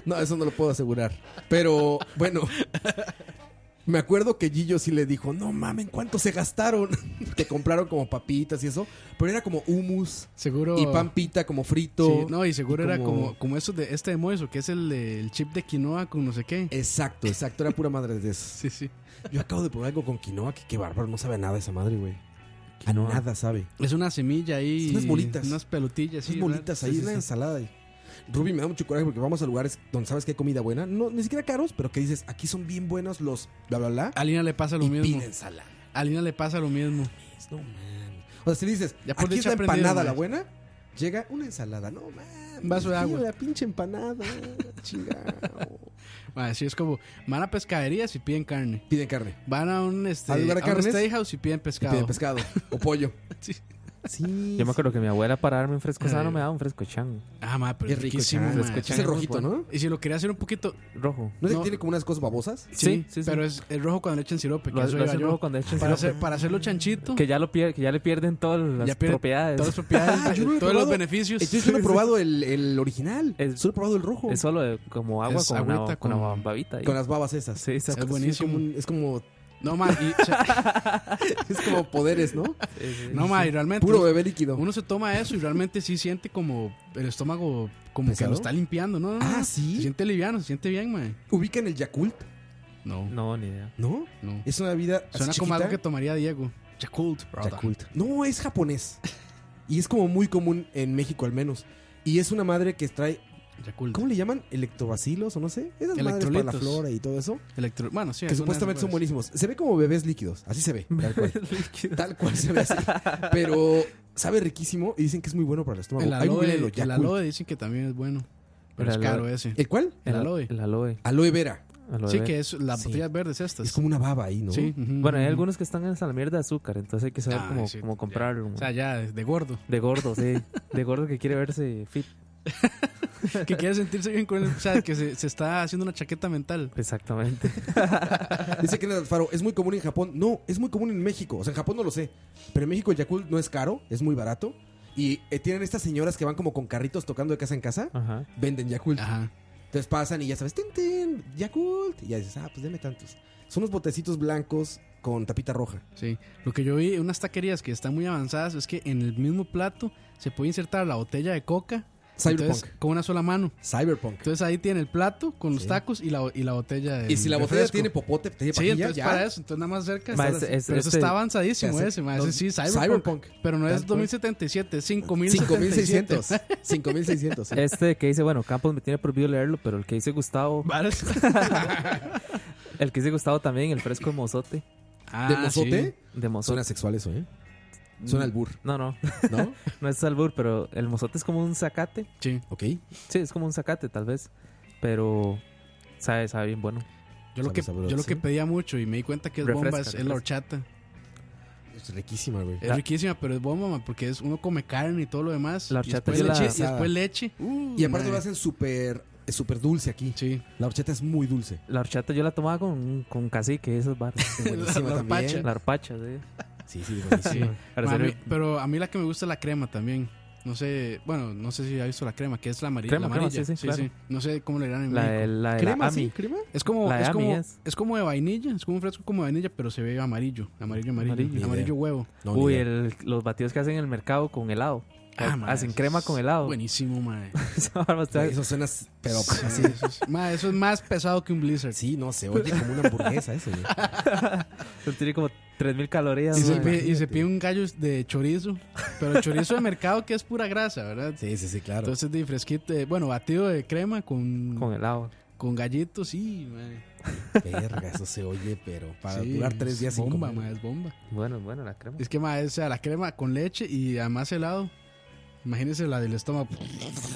No, eso no lo puedo asegurar. Pero bueno, me acuerdo que Gillo sí le dijo, no mamen, ¿cuánto se gastaron? [LAUGHS] Que compraron como papitas y eso, pero era como hummus Seguro. y pan pita como frito. Sí, no, y seguro y era como- como, como eso de este de Moiso, que es el, de- el chip de quinoa con no sé qué. Exacto, exacto, era pura madre de eso. Sí, sí. Yo acabo de probar algo con quinoa, que qué bárbaro, no sabe a nada esa madre, güey. A Quinoa. nada sabe. Es una semilla ahí. Unas bolitas. Unas pelotillas. Esas sí, bolitas ¿verdad? ahí, Sí, sí, una sí. ensalada. y- Ruby me da mucho coraje porque vamos a lugares donde sabes que hay comida buena, no, ni siquiera caros, pero que dices, aquí son bien buenos los bla bla bla. A Lina le pasa Ah, lo y mismo. piden ensalada. A Lina le pasa lo mismo. No mames. O sea, si dices, Ya por aquí es dicha la aprendieron, empanada la maestro. buena, llega una ensalada. No mames. Un vaso de tío, agua. La pinche empanada. [LAUGHS] chingado. Así Ah, es como, van a pescaderías y piden carne. Piden carne. Van a un este ¿Al lugar de a un carnes? steakhouse y piden Y pescado. piden pescado o pollo. [LAUGHS] Sí. Sí. yo me acuerdo que mi abuela para darme un fresco Ay. sano me daba un fresco chan Ah, ma, pero Es es rico, riquísimo, chan, ma. fresco, chan. Ese rojito, ¿no? Y si lo quería hacer un poquito, rojo. ¿No es que No. tiene como unas cosas [LAUGHS] babosas? Sí, sí, sí, sí. pero es, es rojo cuando le echan sirope. que Lo, eso lo iba hacen yo. rojo cuando echan para, sirope. hacer, para hacerlo chanchito, que ya lo pier- que ya le pierden todas las ya pierde propiedades. todas las propiedades, Ah, yo no lo he todos los probado. beneficios. Entonces [LAUGHS] yo no he probado el, el original. Es- solo he probado el rojo. Es solo de- como agua Es con, una, agüita con una con- babita ahí. Con las babas esas. Sí, esa- Es Sí, es como buenísimo. un- es como, No, ma, y, o sea, es como poderes, ¿no? sí, sí. [LAUGHS] no, ma, y realmente Puro uno, bebé líquido. uno se toma eso y realmente sí siente como el estómago como que ¿Pesado? lo está limpiando, ¿no? no, no, Ah, no. ¿sí? Se siente liviano, se siente bien, ma. Ubican el Yakult, No, No, no. ni [LAUGHS] idea. ¿no? Es una vida así Suena como algo que chiquita. tomaría Diego. Yakult, brother. Yakult. No, es japonés. Y es como muy común en México al menos. Y es una madre que trae, Yakult. ¿cómo le llaman? Electrobacilos o no sé. Esas madres para la Electrolitos. flora y todo eso. Electro... Bueno, sí. que algunas supuestamente son cosas. buenísimos. Se ve como bebés líquidos. Así se ve. Tal cual, [LAUGHS] Tal cual se ve así. Pero sabe riquísimo y dicen que es muy bueno para el estómago. El Hay un aloe, velero, el Yakult. aloe dicen que también es bueno. Pero El es caro aloe. ese. ¿El cuál? El aloe. El aloe. Aloe vera. aloe Sí, vera. que es las Sí. botellas verdes estas. Es como una baba ahí, ¿no? Sí. ujú, Bueno, hay ujú. algunos que están en esa mierda de azúcar, entonces hay que saber Ah, cómo, sí, cómo ya. comprarlo. O sea, ya, de, de [LAUGHS] gordo. De gordo, sí. De gordo que quiere verse fit. Que quiere sentirse bien con él. O sea, que se, se está haciendo una chaqueta mental. Exactamente. Dice que Alfaro, es muy común en Japón. No, es muy común en México. O sea, en Japón no lo sé. Pero en México el Yakult no es caro, es muy barato. Y eh, tienen estas señoras que van como con carritos tocando de casa en casa. Ajá. Venden Yakult. Ah. Ajá. Entonces pasan y ya sabes, tin, tin, Yakult. Y ya dices, ah, pues deme tantos. Son unos botecitos blancos con tapita roja. Sí. Lo que yo vi en unas taquerías que están muy avanzadas es que en el mismo plato se puede insertar la botella de coca Cyberpunk. Entonces, con una sola mano. Cyberpunk. Entonces ahí tiene el plato con los tacos y la, y la botella de. y si la botella tiene popote, tiene Sí, pajilla, entonces ya. para eso, entonces nada más cerca. Ma, está es- la- es- pero eso este- está avanzadísimo ¿qué hace? ese, ma, ese Don- sí, Cyberpunk. Cyberpunk. Pero no Tal es cual. 2077, 5077. [LAUGHS] 5600. 5600. sí. Este que dice, bueno, Campos me tiene prohibido leerlo, pero el que dice Gustavo, Varas. el que dice Gustavo también, el fresco mozote. Ah, Mm. ¿De mozote? De mozote. Suena sexual eso, ¿eh? Suena al burro, No, no, [LAUGHS] ¿no? no es albur, pero el mozote es como un zacate. Sí. Sí. ok. Sí, es como un zacate tal vez, pero sabe, sabe bien bueno. Yo lo, Sabe que, sabroso, yo lo que sí. pedía mucho y me di cuenta que es bomba Refresca, es, es la refresca. horchata. Es riquísima, güey. Es riquísima, pero es bomba, ma, porque es, uno come carne y todo lo demás. La y horchata después, yo la- leche, y después leche. Uh, Y aparte madre. lo hacen súper es súper dulce aquí. Sí. La horchata es muy dulce. La horchata yo la tomaba con, con cacique, esos [LAUGHS] bares. [LAUGHS] Buenísima la también. horpacha. la arpacha, sí. Sí, sí, buenísima. Para Ma, a hacer mí- pero a mí la que me gusta es la crema también. No sé, bueno, no sé si ha visto la crema, que es la amarilla. Crema, la crema, amarilla. sí, sí, claro. No sé cómo le dirán en la, de- México. la, de la ¿Crema, sí? AMI. ¿Crema? Es como, La de es, Ami como es. es como de vainilla, es como un fresco como de vainilla, pero se ve amarillo, amarillo, amarillo, Amarillo. amarillo, Ni idea. huevo. No, ni Uy, idea. el- los batidos que hacen en el mercado con helado. [LAUGHS] Ah, ma, hacen eso crema es con helado. Buenísimo, mae. Esa barba está- Eso suena, s- pero así. Eso, es, mae, eso es más pesado que un blizzard. Sí, no, se oye como una hamburguesa eso, güey. eso tiene como 3000 calorías. Y se, man. pide, y se pide un gallo de chorizo, pero el chorizo de mercado que es pura grasa, ¿verdad? Sí, sí, sí, claro. Entonces de fresquito, eh, bueno, batido de crema con, con con, helado. gallitos, sí, mae. [LAUGHS] Verga, eso se oye, pero para Sí, durar tres es días sin bomba, comer. mae, es bomba. Bueno, bueno, la crema. Es que mae, o sea, la crema con leche y además helado. Imagínense la del estómago.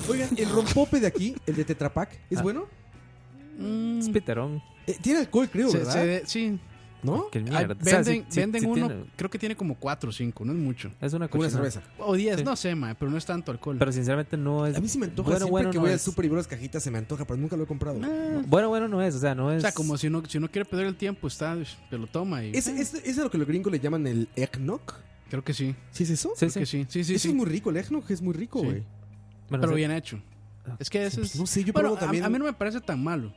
Oigan, el rompope de aquí, el de Tetrapac, ¿es Ah. bueno? Mm, Es piterón. Eh, tiene alcohol, creo, se- ¿verdad? se- sí, ¿No? Qué Ay, mierda. O sea, sí- venden sí- venden sí uno, tiene- creo que tiene como 4 o 5, no es mucho. es una Como una cochinada. cerveza. O 10, Sí. no sé, mae, pero no es tanto alcohol. Pero sinceramente no es. A mí sí me antoja Bueno, siempre bueno, que no voy al es. super y veo las cajitas, se me antoja, pero nunca lo he comprado. Bueno, bueno, no es. O sea, no es. o sea, como si uno, si uno quiere perder el tiempo, está, te lo toma y ¿Es, es, ¿Es a lo que los gringos le llaman el eggnog? creo que sí. ¿Sí es eso? Sí, Creo que sí. sí, sí, sí, Eso sí. es muy rico, el eggnog es muy rico, Sí. güey. Bueno, pero sí. bien hecho. Es que ese es Ah, pues, No sé, yo bueno, probé a- también. A, mí no me parece tan malo.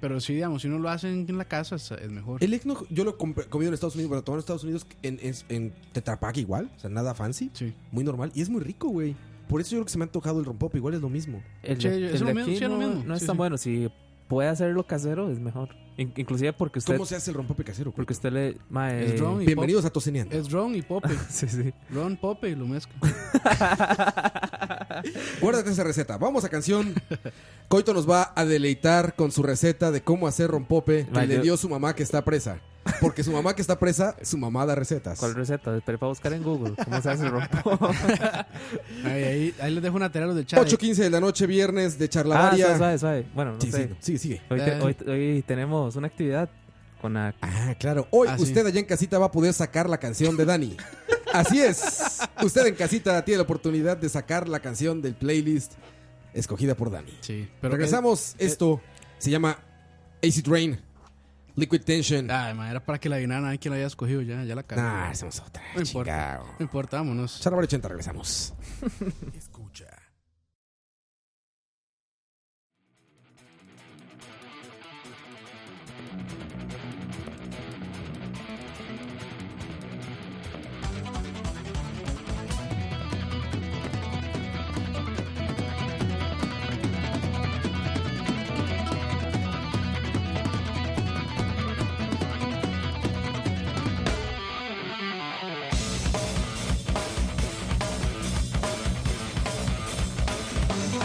Pero sí, digamos, si uno lo hace en la casa es, es mejor. El eggnog yo lo compré, comido en Estados Unidos, bueno, tomado en Estados Unidos en, en, en Tetra Pak igual, o sea, nada fancy, Sí. muy normal y es muy rico, güey. Por eso yo creo que se me ha antojado el rompope, igual es lo mismo. El Sí, de, es el lo de mismo, aquí sí, es lo no, mismo. no es Sí, tan sí. bueno. Si puede hacerlo casero, es mejor. In- inclusive porque usted. ¿Cómo se hace el rompope casero? Porque usted le. ma, Es eh, ron y Bienvenidos Ah, a Toceneando. Es Ron y [LAUGHS] Pope. Sí, sí. Ron, Pope y lo mezclo. Guárdate esa receta. Vamos a canción. Coito nos va a deleitar con su receta de cómo hacer rompope que Ma, le yo- dio su mamá que está presa. Porque su mamá que está presa, su mamá da recetas. ¿Cuál receta? Pero para buscar en Google. ¿Cómo se [LAUGHS] hace el Ah, rompo? Ahí, ahí, ahí les dejo una tarea a los del chat. 8.15 de la noche, ah, viernes de suave, charlavaria. suave, suave. Bueno, no Sí, sé. sí, no. sigue, sigue. Hoy, te- Eh. hoy- hoy tenemos una actividad con la Ah, claro. Hoy Ah, sí. usted allá en casita va a poder sacar la canción de Dani. Así es. Usted en casita tiene la oportunidad de sacar la canción del playlist escogida por Dani. Sí, pero Regresamos. Esto se llama Acid Rain, Liquid Tension. Ah, ma, era para que la adivinaran a ver quién la había escogido ya, ya la cagué. Nah, hacemos otra. No importa. chingao. No importa, vámonos. Charla [LAUGHS] 80, regresamos. Escucha. Acid rain,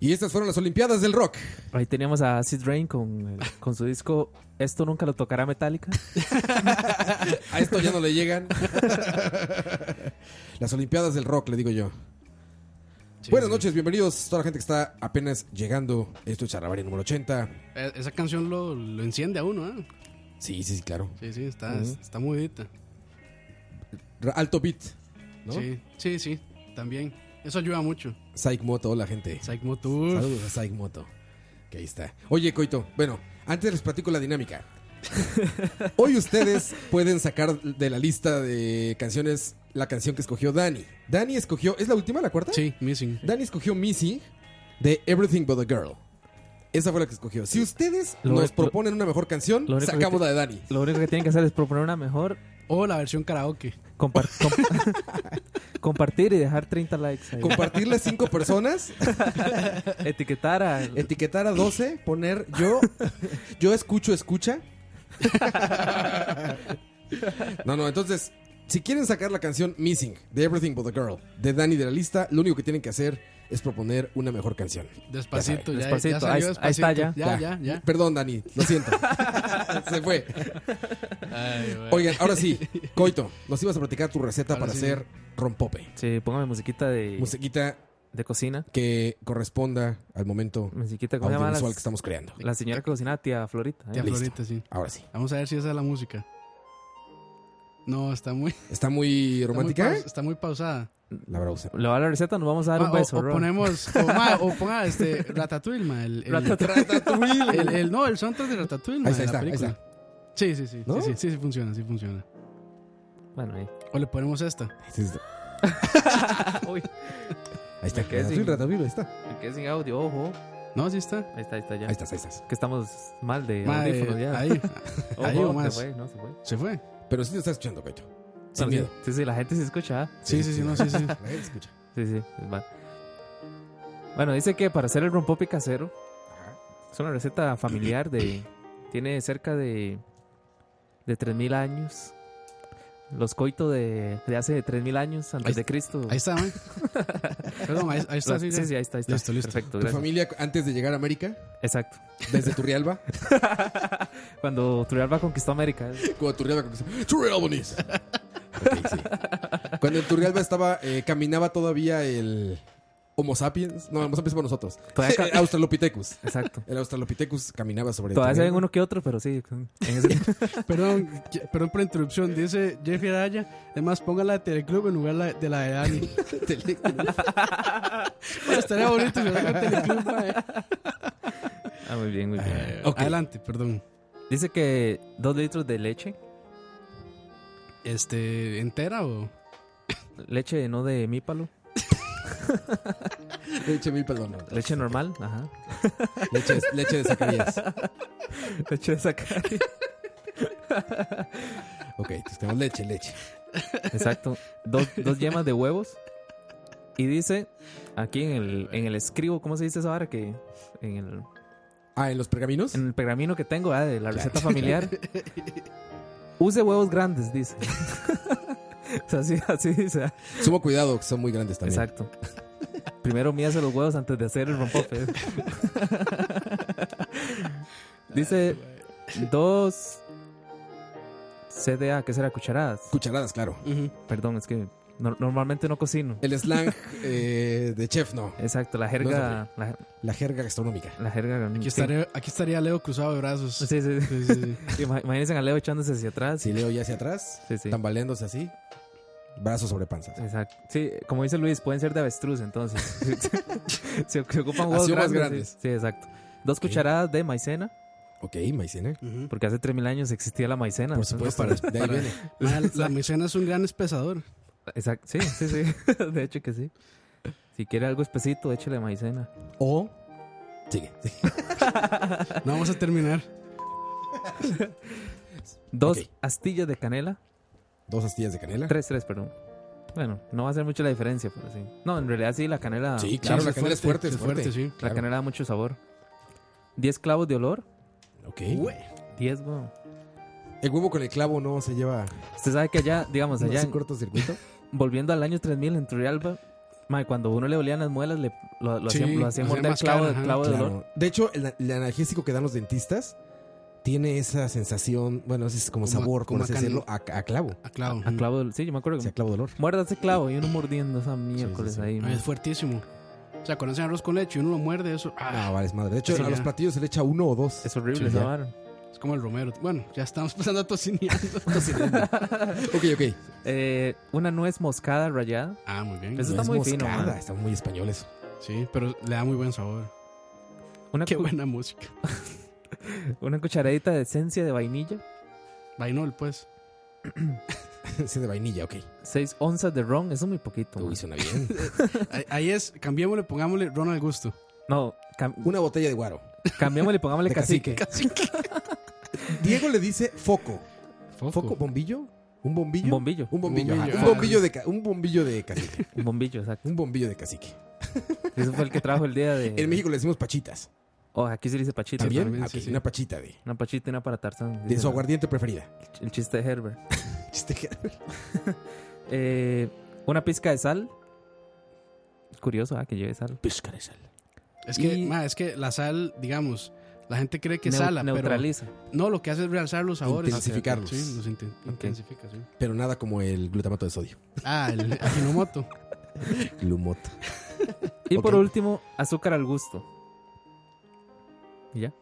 Y estas fueron las Olimpiadas del Rock. Ahí teníamos a Sid Rain con, eh, con su disco Esto nunca lo tocará Metallica. A esto ya no [LAUGHS] le llegan. las Olimpiadas del Rock, le digo yo. Buenas noches, bienvenidos a toda la gente que está apenas llegando. Esto es Charabaria número 80. Eh, Esa canción lo, lo enciende a uno, ¿eh? Sí, sí, sí, claro. Sí, sí, está, está movidita. Ra- Alto beat, ¿no? Sí, sí, sí, también. Eso ayuda mucho. Psych Moto, hola gente. Psych Mm. Motor. Saludos a Psych Moto. Que ahí está. Oye, Coito, bueno, antes les platico [LAUGHS] la dinámica. Hoy ustedes pueden sacar de la lista de canciones la canción que escogió Dani. Dani escogió, ¿es la última, la cuarta? Sí, Missing. Dani escogió Missy de Everything But a Girl. Esa fue la que escogió. Si ustedes Lo- nos lo- proponen una mejor canción, lo único que sacamos te- la de Dani. Lo único que tienen que hacer es proponer una mejor, O la versión karaoke. compar- [LAUGHS] com- [LAUGHS] compartir y dejar 30 likes. ahí. Compartirla a cinco personas, [LAUGHS] Etiquetar a... etiquetar a 12, poner yo, yo escucho, escucha. No, no, entonces, si quieren sacar la canción Missing de Everything But a Girl de Dani de la lista, lo único que tienen que hacer es proponer una mejor canción. Despacito, ya, Despacito, ya salió ahí- ahí está Despacito. Ya, Ya. ya, ya. Perdón, Dani, lo siento. Se fue. Ay, güey. Oigan, ahora sí, Coito, nos ibas a platicar tu receta Ahora para sí. hacer rompope. Sí, póngame musiquita de, Musiquita de cocina. que corresponda al momento Musiquita, ¿cómo se llama? audiovisual que Las- estamos creando. La señora que cocinaba, tía Florita. ¿eh? Tía listo. Florita, sí. Ahora sí. Vamos a ver si esa es la música. No, está muy. está ¿Está muy muy romántica? paus- Está muy, pausada. La brausa. Le va la receta, nos vamos a dar Ah, un o- beso, o, Ron. [LAUGHS] ponemos. O, ma, o ponga este. Ratatouille, ma. El, el, Ratatouille. el- el- no, el soundtrack de Ratatouille, ma. Ahí está, de la ahí está, película. ahí Sí, sí, sí, ¿No? sí. Sí, sí, sí, funciona, sí funciona. Bueno, ahí. [LAUGHS] O le ponemos esta. Sí, sí, está. Uy, Ahí Este está. Me quedé Ratatouille, sin- ratatouille, ahí está. me quedé sin audio, ojo. No, sí está. Ahí está, ahí está ya. Ahí estás, ahí estás. Que estamos mal de Ma, eh, audífonos ya. ahí. Ojo, ahí o se más. fue, no, se fue. Se fue. Pero sí te estás escuchando, Coito. Sin Bueno, miedo. sí, sí, sí, la gente se escucha. ¿ah? Sí, sí, sí, no, [LAUGHS] sí, sí. La gente escucha. Sí, sí, es mal. Bueno, dice que para hacer el rompope casero es una receta familiar [CLEARS THROAT] de... tiene cerca de... de 3.000 años. Los coitos de, de hace 3.000 años antes Ahí- de Cristo. Ahí está, ma. Perdón, ahí, ahí está. Las- Sí, sí, ya. sí, ahí está, ahí está. Listo, listo. Perfecto, Tu gracias. familia antes de llegar a América, Exacto. desde [LAUGHS] Turrialba, Cuando Turrialba conquistó América. [LAUGHS] es- cuando Turrialba comenzó, "Turrialba Nis". Ok, sí. Cuando en Turrialba estaba, eh, caminaba todavía el Homo sapiens. No, Homo sapiens para nosotros. Todavía ca- El Australopithecus. Exacto. El Australopithecus caminaba sobre Todavía se ven Turrialba. uno que otro, pero [LAUGHS] sí. En [LAUGHS] ese... Perdón, ye- perdón por la interrupción. Dice Jeffy Araya. Es más, ponga la de Teleclub en lugar la- de la de Dani. [LAUGHS] Pero estaría bonito si fuera con Teleclub, [LAUGHS] mae. Ah, muy bien, muy bien. Eh, ok. Adelante, perdón. Dice que dos litros de leche. Este, ¿entera o...? Leche no de mípalo. Leche mil, perdón. Leche normal. Ajá. [LAUGHS] Leche, leche de Zacarías. Leche de sacar. Ok, entonces tenemos leche, leche. Exacto. Dos, dos yemas de huevos. Y dice aquí en el, en el escribo, ¿cómo se dice esa vara? Que en el, Ah, ¿en los pergaminos? en el pergamino que tengo ah, de la receta familiar. Use huevos grandes, dice. [LAUGHS] O sea, así, así dice. ah. Sumo cuidado, que son muy grandes también. Exacto. Primero mídase los huevos antes de hacer el rompope. Dice dos CDA, ¿qué será? Cucharadas. Cucharadas, claro. Perdón, es que no- normalmente no cocino. El [LAUGHS] slang eh, de chef, no. Exacto, la jerga. la, La jerga gastronómica. la jerga. Aquí, sí. estaría, aquí estaría Leo cruzado de brazos. Sí, sí, sí. Sí, sí, sí. Ima- Imagínense a Leo echándose hacia atrás. Si leo ya hacia atrás, Sí, sí. tambaleándose así, brazos sobre panzas. Exacto. Sí, como dice Luis, pueden ser de avestruz, entonces. [LAUGHS] se, se ocupan huevos Así o grandes. más grandes. Sí, sí, exacto. Dos cucharadas de maicena, Ok, maicena. Ujú. porque hace 3.000 años existía la maicena. Por entonces- supuesto, de [LAUGHS] ahí viene. Mae, [LAUGHS] la maicena es un gran espesador. Exacto, sí, sí, sí. [LAUGHS] De hecho que sí. Si quiere algo espesito, échale maicena. O. Sigue. [LAUGHS] No vamos a terminar. Dos Ok. astillas de canela. Dos astillas de canela. Tres, tres, perdón. Bueno, no va a hacer mucho la diferencia, pero sí. No, en realidad sí, la canela. Sí, claro, Ah, Sí, la es canela es fuerte, fuerte, es es fuerte. fuerte, sí. La Claro. canela da mucho sabor. Diez clavos de olor. Ok. Diez, weón. El huevo con el clavo no se lleva. Usted sabe que allá, digamos, ¿No allá, [LAUGHS] hace cortocircuito? volviendo al año 3000 en Turrialba, Mae, cuando uno le olían las muelas, le, lo, lo Sí, hacían, lo hacían hacían morder más clavo, cara, de- ajá, clavo de Claro. dolor. De hecho, el, el analgésico que dan los dentistas tiene esa sensación, bueno, ese es como, Como a- sabor, por como a así can- decirlo, a, a clavo. A clavo. A clavo de- Sí, yo me acuerdo O que sea, clavo dolor. Muerda ese clavo y uno mordiendo esa miércoles sí. ahí. Ah, mae. es fuertísimo. O sea, cuando hacen arroz con leche y uno lo muerde, eso. Ah, ah, vale, es madre. De hecho, Sí, a los ya. platillos se le echa uno o dos. Es horrible Sí, esa ya. vara. es como el romero. Bueno, ya estamos [LAUGHS] pasando a [LAUGHS] tocineando. ok, ok. Eh, una nuez moscada rallada. ah, muy bien. Eso No está es muy fino, moscada, man. Está muy español eso. [LAUGHS] Sí, pero le da muy buen sabor. Una, [LAUGHS] Qué cu- buena música. una cucharadita de esencia de vainilla. Vainol, pues. sí, de vainilla, ok. 6 onzas de ron. Eso es muy poquito. man. Uy, suena bien. Ahí, ahí es, cambiémosle, pongámosle ron al gusto. No, cam- Una botella de guaro. cambiémosle y pongámosle De cacique. cacique. Diego le dice foco. Foco. ¿Foco? ¿Bombillo? ¿Un bombillo? Un bombillo. Un bombillo. Bombillo, ah. ajá. Un bombillo de, ca- un bombillo de cacique. Un bombillo, exacto. Un bombillo de cacique. Eso fue el que trajo el día de. En México le decimos pachitas. Oh, aquí se le dice pachita. ¿También? también, Ah, sí, ok, sí. Una pachita de, Una pachita y una para Tarzán. de dice su la- aguardiente preferida. [LAUGHS] El chiste de Herbert. Chiste que- Eh, una pizca de sal. Curioso, ah, que lleve sal. Pues Es que, Y- ma, es que la sal, digamos, la gente cree que es Neu- sala, pero neutraliza. no, lo que hace es realzar los sabores. Intensificarlos. Sí, los inten- intensifica, sí. Pero nada como el glutamato de sodio. Ah, el ajinomoto. Glumoto. Y por Ok. último, azúcar al gusto. Y ya.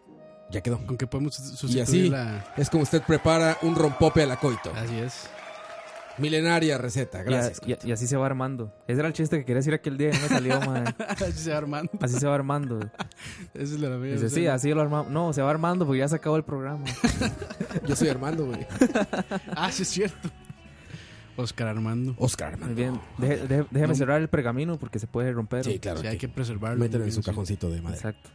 Ya quedó. Con que podemos sus- Y sustituir así la... es como usted prepara un rompope al acoito. Así es. [LAUGHS] Milenaria receta. Y a- Gracias. Y, a- y así se va armando. Ese era el chiste que quería decir aquel día y no me salió, [LAUGHS] madre. Así se va armando. Así se va armando. Esa es la vida. Dice, o sea, sí, ah. así lo armamos. No, se va armando porque ya se acabó el programa. Yo soy Armando, güey. Ah, sí es cierto. Oscar Armando. [LAUGHS] Oscar Muy Armando. bien. [LAUGHS] Deje- deje- déjeme cerrar el pergamino porque se puede romper. Sí, claro. O sea, hay hay que preservarlo. Mételo en porque su no sé. cajoncito de madera. Exacto.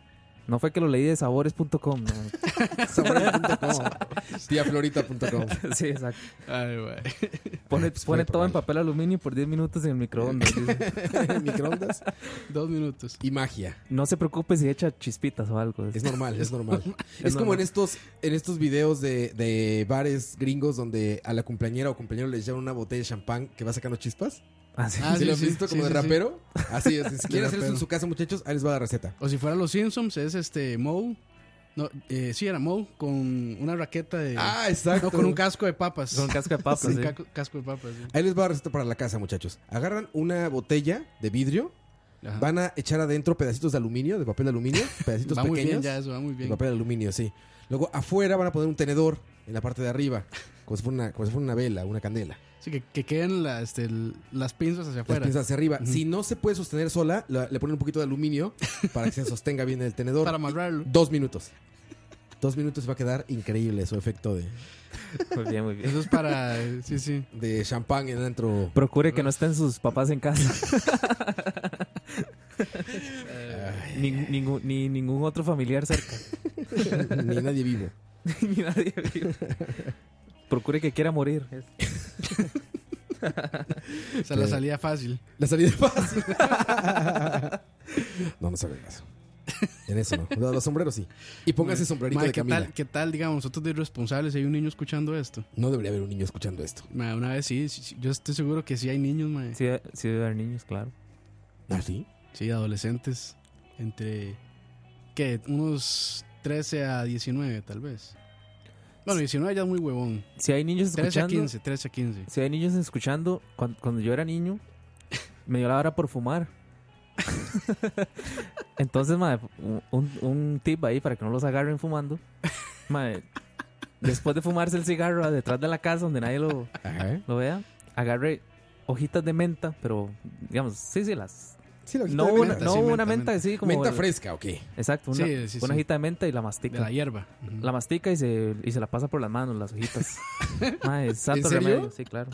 No fue que lo leí de sabores.com. ¿no? [LAUGHS] Saborita.com. [LAUGHS] Tiaflorita.com. Sí, exacto. Ay, güey. [LAUGHS] Pone, Pues voy pone a todo en probarlo. papel aluminio por 10 minutos en el microondas. [LAUGHS] dice. [LAUGHS] Microondas Dos minutos. y magia. No se preocupe si echa chispitas o algo. Es normal, es normal. Es, como normal. en estos, en estos videos de, de bares gringos donde a la cumpleañera o cumpleañero les llevan una botella de champán que va sacando chispas. [LAUGHS] Ah, sí. Ah, ¿Sí, sí, lo has sí, visto sí, como sí, de sí. rapero? Así es. Si quieren hacer eso rapero. en su casa, muchachos, ahí les va la receta. O si fueran los Simpsons, es este Moe. No, eh, sí, era Moe con una raqueta de. Ah, exacto. no, con un casco de papas. Con casca de papas. Con sí. caco- casco de papas. sí. Ahí les va la receta para la casa, muchachos. Agarran una botella de vidrio, Ajá. van a echar adentro pedacitos de aluminio, de papel de [LAUGHS] aluminio, pedacitos Va pequeños. muy bien ya eso, va muy de bien. papel de aluminio, sí. Luego afuera van a poner un tenedor en la parte de arriba, como si fuera una, como si fuera una vela, una candela. Sí, que, que queden la- este, el- las pinzas hacia Las afuera. pinzas hacia arriba. Si no se puede sostener sola, la- le ponen un poquito de aluminio para que se sostenga bien el tenedor. Para amarrarlo. Dos minutos. Dos minutos y va a quedar increíble su efecto de, Muy bien, muy bien. Eso es para. eh, Sí, sí. de champán en [LAUGHS] el antro. Procure que no estén sus papás en casa. Ni, ningún- ni ningún otro familiar cerca. [LAUGHS] Ni nadie vivo. Ni nadie vivo. Procure que quiera morir. O sea, la salida fácil. La salida es fácil. [LAUGHS] no, no saben eso. En eso no. No, Los sombreros sí. Y póngase sombrerito Madre, de ¿qué, Camila. tal, ¿Qué tal, digamos, nosotros de irresponsables? Hay un niño escuchando esto. No debería haber un niño escuchando esto. Madre, una vez sí, sí, sí, yo estoy seguro que sí hay niños, madre. Sí, sí debe haber niños, claro. ¿Ah, sí? Sí, adolescentes. Entre. ¿Qué? Unos 13 a 19, tal vez. Bueno, 19 ya es muy huevón. Si hay niños 13 a escuchando, 15, 13 a 15. si hay niños escuchando, cuan- cuando, yo era niño, me dio la hora por fumar. Entonces, madre, un, un tip ahí para que no los agarren fumando. Madre, después de fumarse el cigarro detrás de la casa donde nadie lo, Ajá. lo vea, agarre hojitas de menta, pero digamos, sí, sí, las. Sí, la No, de una, menta. no sí, menta, una menta, menta. sí, como. Menta el- fresca, ok. Exacto, una, Sí, sí, una sí. hojita de menta y la De mastica. la hierba. Ujú. La mastica y se, y se la pasa por las manos, las [LAUGHS] hojitas. Mae, es santo serio? remedio, sí, claro.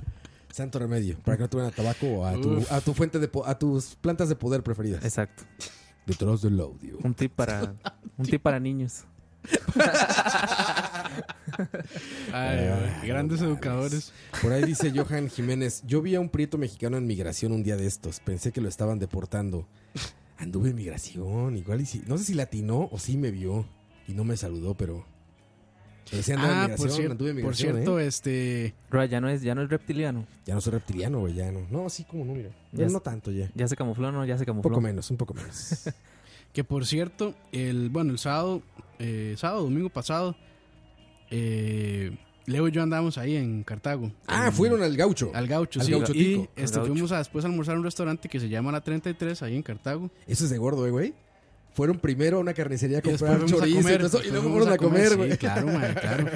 Santo remedio. Para que no tuvieran a tabaco o a tu, Uf. a tu fuente de po- a tus plantas de poder preferidas. Exacto. Detrás del audio. Un tip para, un tip para niños. Ay, Ah, güey, grandes no mames. educadores. Por ahí dice Johan Jiménez, yo vi a un prieto mexicano en migración un día de estos, pensé que lo estaban deportando. Anduve en migración, igual y si, no sé si latino o sí me vio y no me saludó, pero Pero sí anduve en Ah, por, migración, cier- anduve en por migración, cierto, ¿eh? este. Roa, ya no es, ya no es reptiliano. Ya no soy reptiliano, güey, ya no. No, sí, como no, mira. Ya Ya no es- tanto, ya. Ya se camufló, no, ya se Un camufló. poco menos, un poco menos. [LAUGHS] Que por cierto, el, bueno, el sábado, eh, sábado, domingo pasado, eh, Leo y yo andamos ahí en Cartago. ah, En- fueron al gaucho. al gaucho, al sí. Gaucho y Tico. este, Al Gaucho. fuimos a después a almorzar a un restaurante que se llama La 33 ahí en Cartago. Eso es de gordo, eh, güey. Fueron primero a una carnicería Y a después comprar fuimos a chorizo comer. y, todo eso, y después luego fuimos fueron a comer, güey. Sí, claro, mae, [LAUGHS] claro.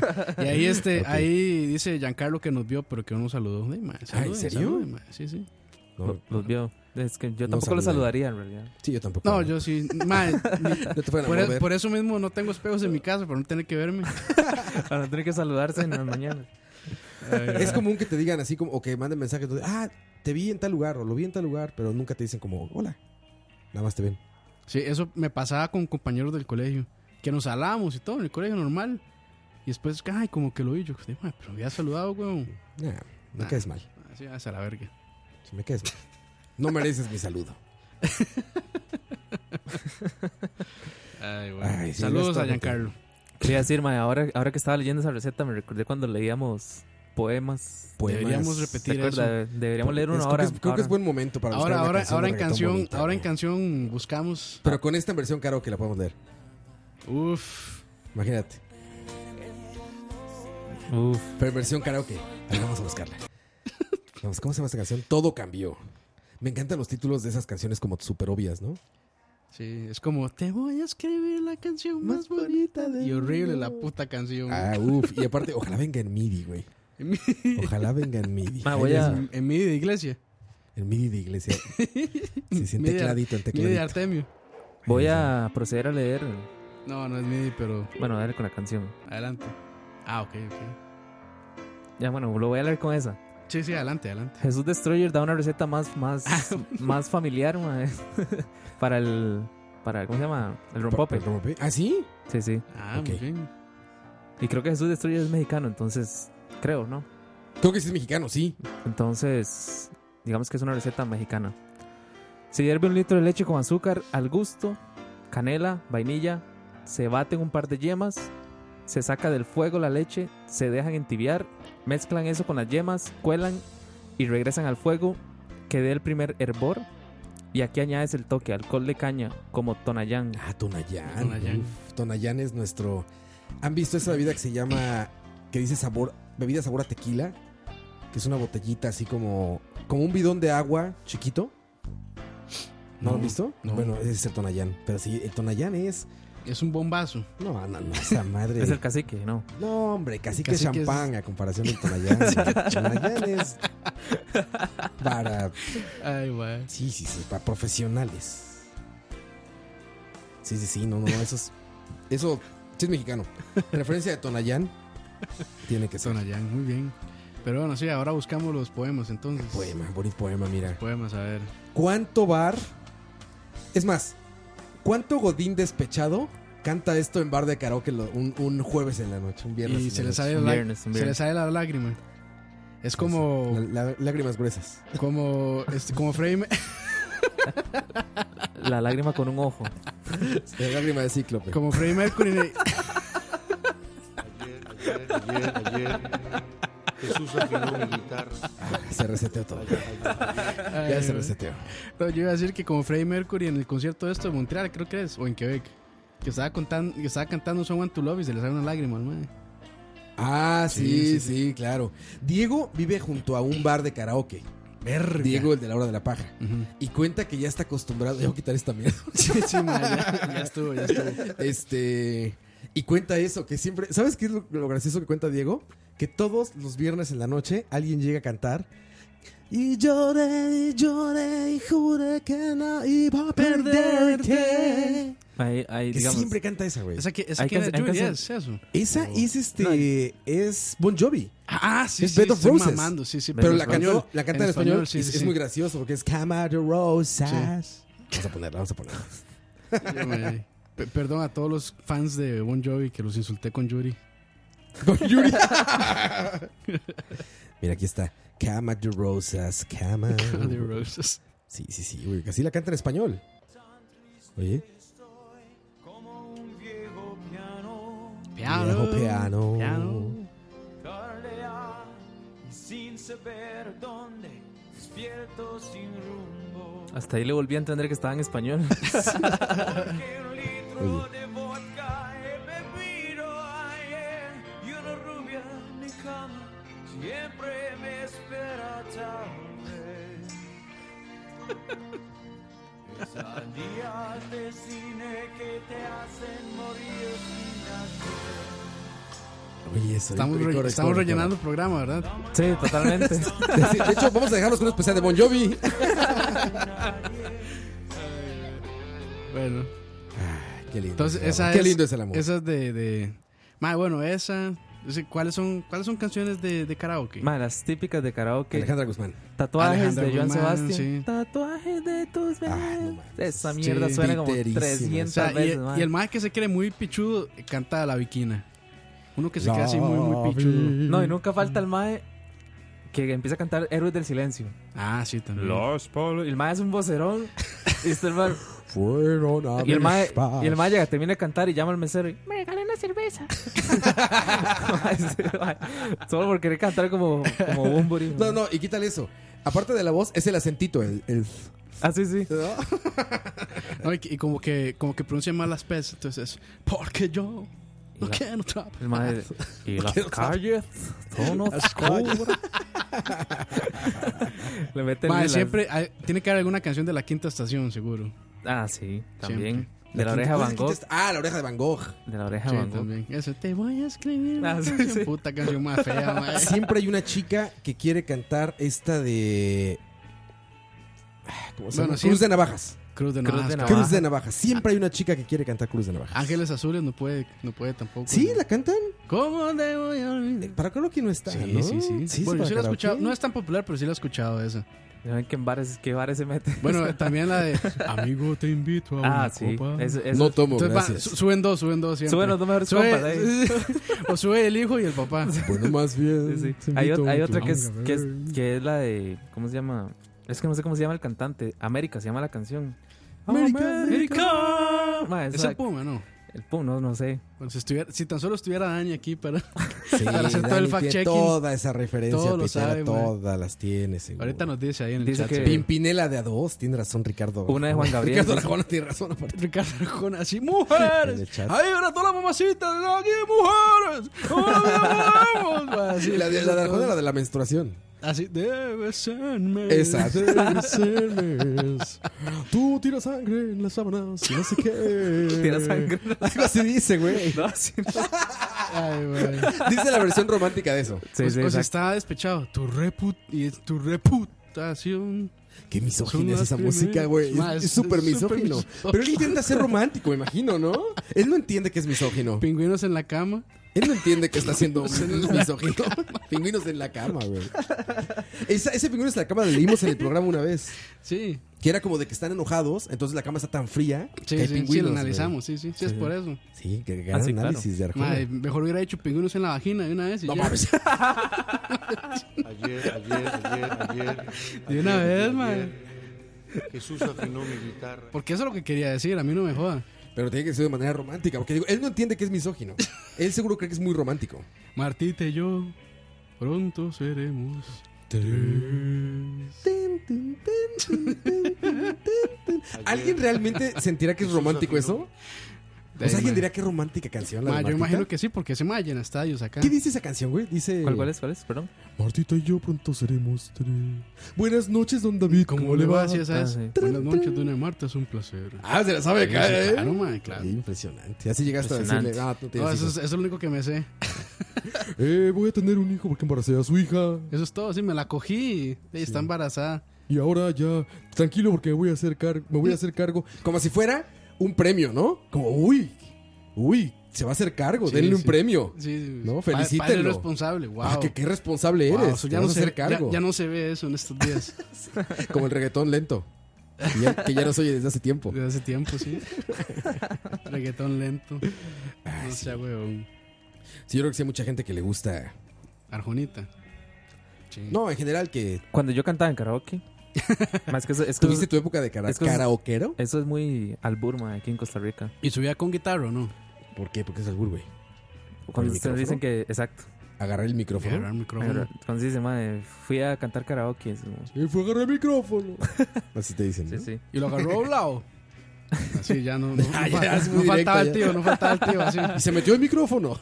Y ahí, este, Ok. ahí dice Giancarlo que nos vio, pero que no nos saludó. Ay, mae, saluden, ¿en serio? saluden, mae, sí, sí. Lo- No, los vio. Es que yo No tampoco lo saluda. saludaría en realidad. sí, yo tampoco. No, yo sí. mae, ni- [LAUGHS] No te fueron a por, e, morder. por eso mismo no tengo espejos en mi casa, para no tener que verme. Para no tener que saludarse en las mañanas. [LAUGHS] Es común que te digan así como, o que manden mensajes donde, ah, te vi en tal lugar o lo vi en tal lugar, pero nunca te dicen como, hola. Nada más te ven. Sí, eso me pasaba con compañeros del colegio, que nos hablábamos y todo en el colegio normal. Y después, ay, como que lo vi yo, "Sí, ma, pero había saludado, Ah, weón. Nah, me Nah. caes mal. Así, hacia la verga. Si me caes mal. No mereces mi saludo. Ay, sí, no Saludos está a Giancarlo. Quería decir, mae, ahora, ahora que estaba leyendo esa receta, me recordé cuando leíamos poemas. Poemas. Deberíamos ¿Te repetir acuerdas? eso. Deberíamos leer uno Pues Es- creo ahora. que es- Creo que ahora. es buen momento para buscar Ahora, una ahora, ahora en de canción, reggaetón bonita, ahora en ¿no? canción buscamos. Pero con esta en versión karaoke la podemos leer. Uf. Imagínate. Uf, Pero en versión karaoke. Ahí vamos a buscarla. Vamos, ¿cómo se llama esta canción? Todo cambió. Me encantan los títulos de esas canciones como súper obvias, ¿no? Sí, es como te voy a escribir la canción más bonita de y horrible la puta canción. Ah, uff. Y aparte, ojalá venga en MIDI, güey. Ojalá venga en MIDI. Ma, Ah, voy a- En, en medio de iglesia. En MIDI de iglesia. Sí, sí, en Medio de- tecladito, en medio de tecladito. Artemio. voy a proceder a leer. No, no es midi, pero Bueno, dale con la canción. adelante. Ah, ok, ok. Ya, bueno, lo voy a leer con esa. Sí, sí, adelante, adelante. Jesús Destroyer da una receta más, [LAUGHS] más, más familiar, mae, [LAUGHS] Para el. Para, ¿Cómo se llama? El rompope. Rompope. Ah, sí. Sí, sí. Ah, Ok. muy bien. Y creo que Jesús Destroyer es mexicano, entonces. Creo, ¿no? Creo que sí es mexicano, sí. Entonces, digamos que es una receta mexicana. Se hierve un litro de leche con azúcar al gusto, canela, vainilla, se baten un par de yemas, se saca del fuego la leche, se dejan entibiar, mezclan eso con las yemas, cuelan y regresan al fuego, que dé el primer hervor. Y aquí añades el toque, alcohol de caña, como Tonayán. Ah, Tonayán. Tonayán. Uf, Tonayán es nuestro. ¿Han visto esa bebida que se llama. que dice sabor. bebida sabor a tequila? Que es una botellita así como. como un bidón de agua chiquito. ¿No, lo han No, visto? no. Bueno, ese es el Tonayán. Pero sí, el Tonayán es. Es un bombazo. No, no, no, esa madre. Es el cacique, ¿no? No, hombre, casi que es Cacique es- champán a comparación del Tonayán. El Tonayán es. para. Ay, güey. Sí, sí, sí, para profesionales. Sí, sí, sí, no, no, [LAUGHS] eso es. Eso sí es mexicano. Referencia de Tonayán. Tiene que ser. Sonayán, muy bien. Pero bueno, sí, ahora buscamos los poemas entonces. Poema, bonito poema, mira. Poemas, a ver. ¿Cuánto bar? Es más, ¿cuánto Godín despechado canta esto en bar de karaoke lo- un, un jueves en la noche? Un viernes. Pues en Y la se le noche? sale Un la, viernes, un se le viernes. sale la lágrima. Es como La- la- [LAUGHS] lágrimas gruesas. como este, como [LAUGHS] Freddy La lágrima con un ojo. La lágrima de cíclope. como Freddie Mercury en- Ayer, ayer, ayer, Jesús afinó mi guitarra. Se reseteó todo. ay, Ya se güey. reseteó. No, yo iba a decir que como Freddie Mercury en el concierto de esto de Montreal, creo que es o en Quebec, que estaba contando que estaba cantando Someone to Love y se le sale una lágrima al mae. Ah, sí, Sí, sí, sí, claro. Diego vive junto a un bar de karaoke. Diego, el de la hora de la paja. Y cuenta que ya está acostumbrado. Debo quitar esta mierda. [LAUGHS] Sí, sí, mae, ya, ya estuvo, ya estuvo. Este. Y cuenta eso, que siempre. ¿Sabes qué es lo, lo gracioso que cuenta Diego? Que todos los viernes en la noche alguien llega a cantar. Y lloré, y lloré, y juré que no iba a perderte. Ahí, ahí, Que digamos. siempre canta esa, güey. Esa que Oh. esa Hay que era can- hay Julia, canción- es eso. Esa es este. Es Bon Jovi. Ah, sí, Es sí, Bed of estoy Roses. mamando, sí, sí, Pero En la español. cantó, la canta en español, sí, y sí, es sí. muy gracioso porque es Cama de Rosas. Vamos a ponerla, vamos a ponerla. Yo, mae, pe- Perdón a todos los fans de Bon Jovi que los insulté con [LAUGHS] Yuri. [LAUGHS] Con Yuri. [LAUGHS] Mira, aquí está. Cama de [LAUGHS] Rosas, Cama. Ah, De Roses. Sí, sí, sí, güey. Así la canta en español. Oye. Piano. Viejo piano. Piano. Hasta ahí le volví a entender que estaba en [LAUGHS] español. Oye, oye, eso. Estamos, bien re- rico, estamos rico, rico. rellenando el programa, ¿verdad? Sí, [LAUGHS] totalmente. [LAUGHS] Sí, [LAUGHS] De hecho, vamos a dejarlos con un especial de Bon Jovi. Bueno. Ah, Qué lindo. Entonces, es el esa amor. es. Qué lindo es el amor. Esa es de. de ma, bueno, esa. ese- ¿Cuáles son, ¿Cuáles son canciones de, de karaoke? Ma, las típicas de karaoke. Alejandra Guzmán. Tatuajes Alejandra de Joan Guzmán, Sebastián. sí. Tatuajes de tus Ah, no venas. mames. Esa mierda Sí. suena como Piterísima. 300 O sea, y, veces, y ma. el más que se cree muy pichudo eh, canta la viquina. Uno que se cree así Love muy, muy pichudo. No, y nunca falta el mae que empieza a cantar Héroes del Silencio. Ah, sí, también. Los Pablo. Y el mae es un [LAUGHS] vocerón. y, está el mae- Fueron a y el ver mae, paz. y el mae llega, termina de cantar y llama al mesero. [LAUGHS] Y, [LAUGHS] Me regalan una cerveza. Mae, ese mae, Solo por querer cantar como, como Bumburi. mae. No, no, y quítale eso. Aparte de la voz, es el acentito. El, [LAUGHS] el- Ah, sí, sí. ¿no? No, y, y como que como que pronuncia mal las pes, entonces es porque yo no quiero trap. El mae, Pues, Ah, [LAUGHS] y las calles son oscuras. Le meten Ma, las- siempre hay- tiene que haber alguna canción de la quinta estación, seguro. Ah, sí, también. De la La oreja quinta- ¿cuál es Van la Gogh. quinta? Ah, la oreja de Van Gogh. De la oreja Sí, Van Gogh. también. Eso te voy a escribir. Ah, una sí, canción. sí. Puta canción más fea, ma. Siempre hay una chica que quiere cantar esta de. Ah, ¿Cómo se Bueno, llama? Cruz siempre- de Navajas. Cruz de Cruz Navajas. de cabrón. Cruz de Navajas. Siempre hay una chica que quiere cantar Cruz de Navajas. Ángeles Azules no puede no puede tampoco. ¿Sí? ¿La cantan? ¿Cómo te voy a olvidar? Para que no está. Sí, ¿no? sí, sí, Bueno, para yo sí la he karaoke. escuchado. No es tan popular, pero sí la he escuchado esa. Ya ven que en bares, qué bares se mete. Bueno, también la de Amigo, te invito a una ah, sí. copa. Eso, eso- No tomo, Entonces va, gracias. su- suben dos, suben dos siempre. Suben los dos mejores compas ahí. [LAUGHS] eh. o sube el hijo y el [LAUGHS] papá. Bueno, más bien. Sí, sí. te Hay, invito ot- a hay un otra que es, club. que, es, que es la de. ¿Cómo se llama? Es que no sé cómo se llama el cantante. América se llama la canción. América, Ma, Es esa- el Puma, ¿no? el pum, no, no sé. Bueno, si, estuviera- si tan solo estuviera Dani aquí para... Sí, Para hacer todo el Dani tiene fact-checking. Toda esa referencia, Todo lo Pitera, sabe, man. todas las tiene, [LAUGHS] seguro. Ahorita nos dice ahí en el Dice chat. que- Pimpinela de a dos, tiene razón Ricardo. Una de Juan Gabriel. Ricardo Arjona tiene razón. aparte. Ricardo Arjona, así, En el ¡mujeres! chat. ¡Ahí ahora todas las mamacitas! ¡Aquí, mujeres! ¡Ahora vamos! [LAUGHS] va, Así, La de, la de Arjona, la de la menstruación. Así, debe serme. Esa. debe serme. Tú tiras sangre en las sábanas, no sé qué. Tira sangre. Algo así dice, güey. No, sí, Ay, güey. Dice la versión romántica de eso. [LAUGHS] sí, o, sí, o si exacto. está despechado. Tu reput... Y es tu reputación... Qué misógina es esa Son las música, güey. primeras. Es- Es súper Es súper misógino. misógino. Pero él intenta ser romántico, me imagino, ¿no? Él no entiende que es misógino. Pingüinos en la cama. Él no entiende que está haciendo [LAUGHS] misógino. [LAUGHS] pingüinos en la cama, güey. Esa- ese pingüinos en la cama lo leímos en el programa una vez. Sí, Que era como de que están enojados, entonces la cama está tan fría sí, que hay sí, sí, pingüinos. lo güey. analizamos, sí, sí, sí, es por eso. Sí, que gran Ah, sí, claro. análisis de Arjona. Madre, mejor hubiera hecho pingüinos en la vagina de una vez. y No ya. mames. [LAUGHS] Ayer, ayer, ayer, ayer. De una ayer, vez, ayer, man. Jesús afinó mi guitarra. Porque eso es lo que quería decir, a mí no me joda. Pero tiene que ser de manera romántica, porque digo, él no entiende que es misógino. Él seguro cree que es muy romántico. Martita y yo, pronto seremos. ¿Alguien realmente sentirá que es romántico eso? O sea, alguien dirá que romántica canción la Ma, de yo Martita? imagino que sí, porque se malla en estadios acá. ¿Qué dice esa canción, güey? Dice ¿Cuál, cuál es? ¿Cuál es? Perdón. Martita y yo pronto seremos tres. Buenas noches, don David. ¿Cómo, le va? Así es, Ah, ¿sabes? sí. Buenas noches, Dona Marta, es un placer. Ah, se la sabe acá, Sí, ¿eh? claro, ma, claro. Sí, Impresionante. Así llegaste a decirle, Impresionante. ah, no No, tienes eso, hijos. es, eso es lo único que me sé. Eh, voy a tener un hijo porque embaracé a su hija. Eso es todo, sí, me la cogí. y Está embarazada. Y ahora ya, tranquilo porque me voy a hacer, car- me voy a hacer cargo. Como si fuera un premio, ¿no? Como, uy, uy, se va a hacer cargo, Sí, denle un sí. premio. Sí, sí. No, Pa- padre felicítenlo. responsable, wow. Ah, que qué responsable eres. Wow, eso te ya, no vas a se, hacer ya- cargo. ya no se ve eso en estos días. Como el reggaetón lento. Que ya, que ya no soy desde [LAUGHS] hace tiempo. De hace tiempo, [LAUGHS] sí. Reggaetón lento. no sea huevón. Sí, yo creo que sí hay mucha gente que le gusta. Arjonita. Sí. No, en general que Cuando yo cantaba en [LAUGHS] karaoke. Más que eso, es que tuviste tu época de cara es que- karaoquero. eso es muy albur, ma, aquí en Costa Rica. ¿Y subía con guitarra o no? ¿Por qué? Porque es albur, güey. Cuando el ustedes dicen que, exacto. Agarré el Agarrar micrófono. el micrófono. Cuando se dice, madre, fui a cantar karaoke. es como- Y fue agarré el micrófono. Así te dicen. Sí, ¿no? sí. Y lo agarró doblado. Así ya [LAUGHS] no. No, Ah, no ya, fa- es muy no faltaba el directo, tío, no faltaba el tío. [LAUGHS] Así. Y se metió el micrófono.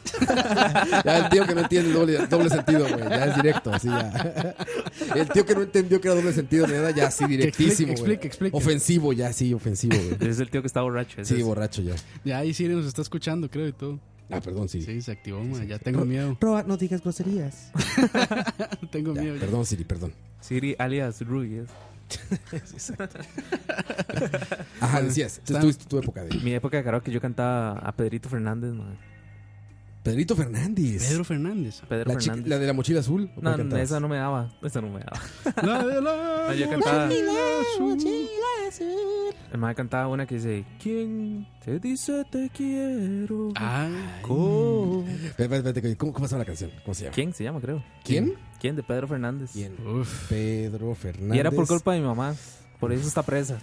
ya el tío que no entiende el doble, doble sentido, güey. Ya es directo, así ya. el tío que no entendió que era doble sentido ni nada, ya así directísimo. güey. explique, explique. Ofensivo, ya sí, ofensivo, güey. Es el tío que está borracho. es Sí, ese. borracho ya. Ya ahí Siri nos está escuchando, creo, y todo. Ah, perdón, Siri. Sí, se activó, ma, ya tengo miedo. [LAUGHS] Roa, no digas groserías. Tengo Ya, miedo. ya. perdón, Siri, perdón. Siri alias Ruiz. Ajá, decías, tú tuviste tu época de Mi época de karaoke yo cantaba a Pedrito Fernández, madre. Pedrito Fernández. Pedro [LAUGHS] Fernández. Pedro la, chica- Fernández. la de la mochila azul. ¿o No, cuál no, cantabas? esa no me daba. Esa no me daba. La de la [LAUGHS] No, yo cantaba- mochila azul. El madre cantaba una que dice: ¿Quién te dice te quiero? Ah, ¿Cómo? Espérate, espérate, espérate, ¿cómo, cómo se llama la canción? ¿Cómo se llama? ¿Quién se llama, creo? ¿Quién? ¿Quién? De Pedro Fernández. ¿Quién? Uf. Pedro Fernández. Y era por culpa de mi mamá. Por eso está presa.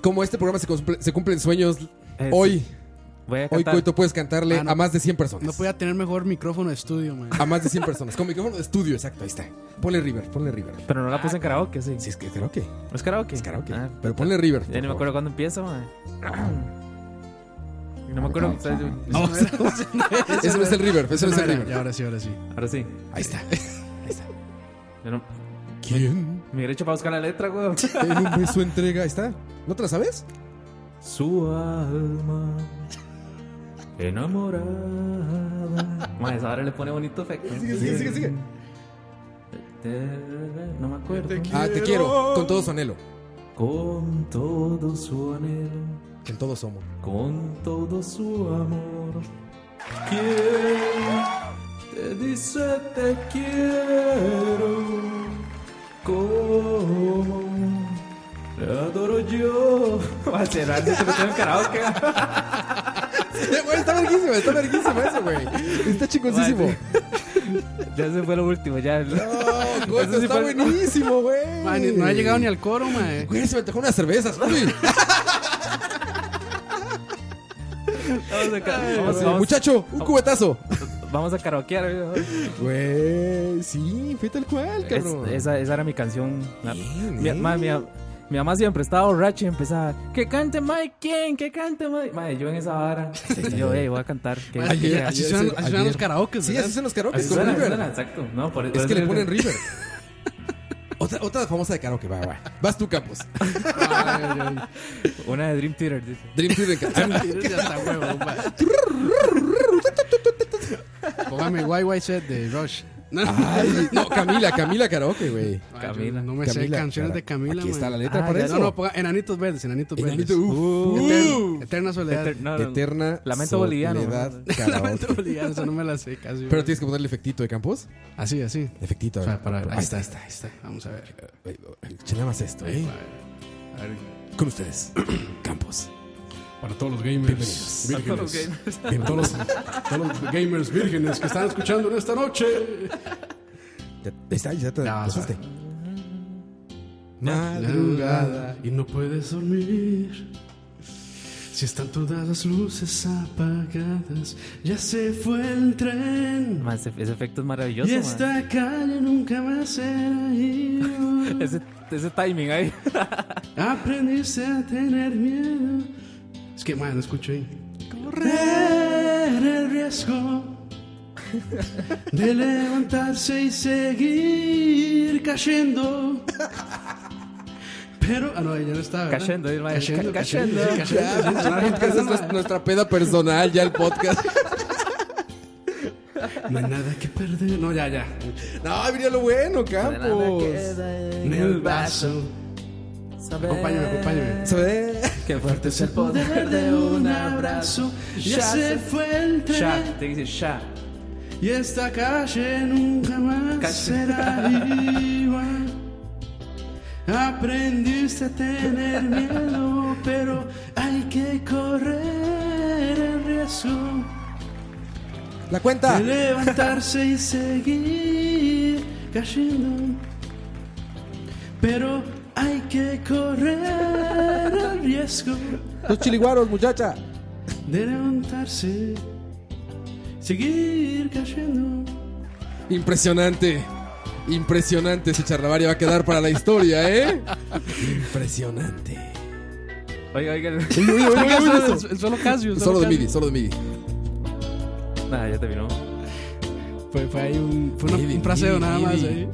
Como este programa se, cumple- se cumplen sueños, Eh, hoy, sí. Voy a hoy cantar. Coito puedes cantarle Ah, no. a más de 100 personas. no podía tener mejor micrófono de estudio, man. A más de 100 personas. Con micrófono de estudio, exacto, ahí está. Ponle River, ponle River. Pero no la puse en karaoke, sí. Si es que creo que. ¿No es karaoke? Ah, Es karaoke. Ah, Pero ponle River. ya ni me acuerdo cuándo empieza, [CLEARS THROAT] madre. No me acuerdo. No, [LAUGHS] Eso no es el River, eso no es el era. Ya, River. ahora sí, ahora sí. Ahora sí. Ahí está. Yo no- ¿Quién? Mi derecho para buscar la letra, weón. En un beso entrega. Ahí está. ¿No te la sabes? Su alma enamorada. Más ahora le pone bonito efecto. Sigue, sigue, sigue, sigue. No me acuerdo. Ah, te quiero. Con todo su anhelo. Con todo su anhelo. En todo somos. con todo su amor. ¿Quién te dice te quiero? ¿Cómo te adoro [LAUGHS] yo? Va a ser antes que en karaoke. [LAUGHS] Güey, está verguísima, está verguísima eso, güey. Está chingoncísimo. Ya se fue lo último, ya. No, Eso sí Coito, Oh, está fue- buenísimo, güey. Man, ni- no ha llegado ni al coro, man. Güey, se me antojó unas cervezas. Uy. Vamos a, ca- vamos, Sí, vamos- Muchacho, un cubetazo. vamos a karaokear. amigo. Güey, sí, fue tal cual, Es- cabrón. esa, esa era mi canción. La- Bien, mi, bien. ma- mi- mi mamá siempre estaba borracha y empezaba, que cante Mike, ¿quién? Que cante Mike. Mae, yo en esa vara. y yo, hey, voy a cantar. que- Man, Ayer, que- así ayer, suenan, ayer. así suenan los karaoke, Sí, así son los karaoke Así con suena, River. así suena, exacto. No, por- por Es que le eso- ponen River. [LAUGHS] Otra, otra famosa de karaoke, va, va. Vas tú, Campos. Una de Dream Theater, dice. Dream Theater cantando. Ya está huevo, man. Póngame YY Set de Rush. No, Ay, no, Camila, Camila karaoke, güey. man, Camila. yo No me sé Ah, Camila, canciones de cara- Camila, Aquí está man. la uh, letra Ah, para ya, eso. No, no, ponga Enanitos Verdes, Enanitos Verdes. Enanito, uf, Eterna, Eterna Soledad. Eter- no, no, Eterna Lamento boliviano. soledad ¿no? karaoke. Lamento boliviano, eso no me la sé casi. Pero tienes que ponerle efectito de Campos. Así, así. Efectito. O sea, para ver. Ahí está, ahí está. ahí está. Vamos a ver. Eh, eh, Chelamos esto, ¿eh? A ver. Con ustedes, [CLEARS THROAT] Campos. Para todos los gamers Todos vírgenes. los Bien, Todos los, todos los gamers vírgenes que están escuchando en esta noche. Ya, está, ya te No, pasaste. Madrugada y no puedes dormir. Si están todas las luces apagadas, ya se fue el tren. Ma, ese, ese efecto es maravilloso. Y ma. esta calle nunca más será [LAUGHS] igual. Ese, ese timing ahí. Aprendiste a tener miedo. Es que, man, no escucho ahí. Correr el riesgo de levantarse y seguir cayendo. Pero, ah, no, ahí ya no estaba. ¿verdad? Cayendo, ahí, man. cayendo, Ca- cayendo. sí, cayendo, sí, sonaba. [LAUGHS] Esa es nuestra- nuestra peda personal, ya el podcast. [LAUGHS] No hay nada que perder. No, ya, ya. No, mira lo bueno, Campos. En el vaso. Acompáñame, acompáñame. Se ve. Qué fuerte es el Poder de un abrazo. Ya se fue el tren. Sha, te dice sha. Y esta calle nunca más Calle. será [LAUGHS] igual. Aprendiste a tener miedo, pero hay que correr el riesgo La cuenta. de levantarse y seguir cayendo. Pero hay que correr el riesgo Los chiliguaros, muchacha. de levantarse, seguir cayendo. Impresionante. Impresionante ese charlavaria va a quedar para la historia, ¿eh? Impresionante. Oiga, oiga. el- [LAUGHS] Oiga, solo- el, solo Casio. el Solo de Casio. MIDI, solo de MIDI. Nah, ya terminó. Fue, fue ahí un, fue una- Midi, un fraseo midi, nada más. ¿eh? midi. ahí.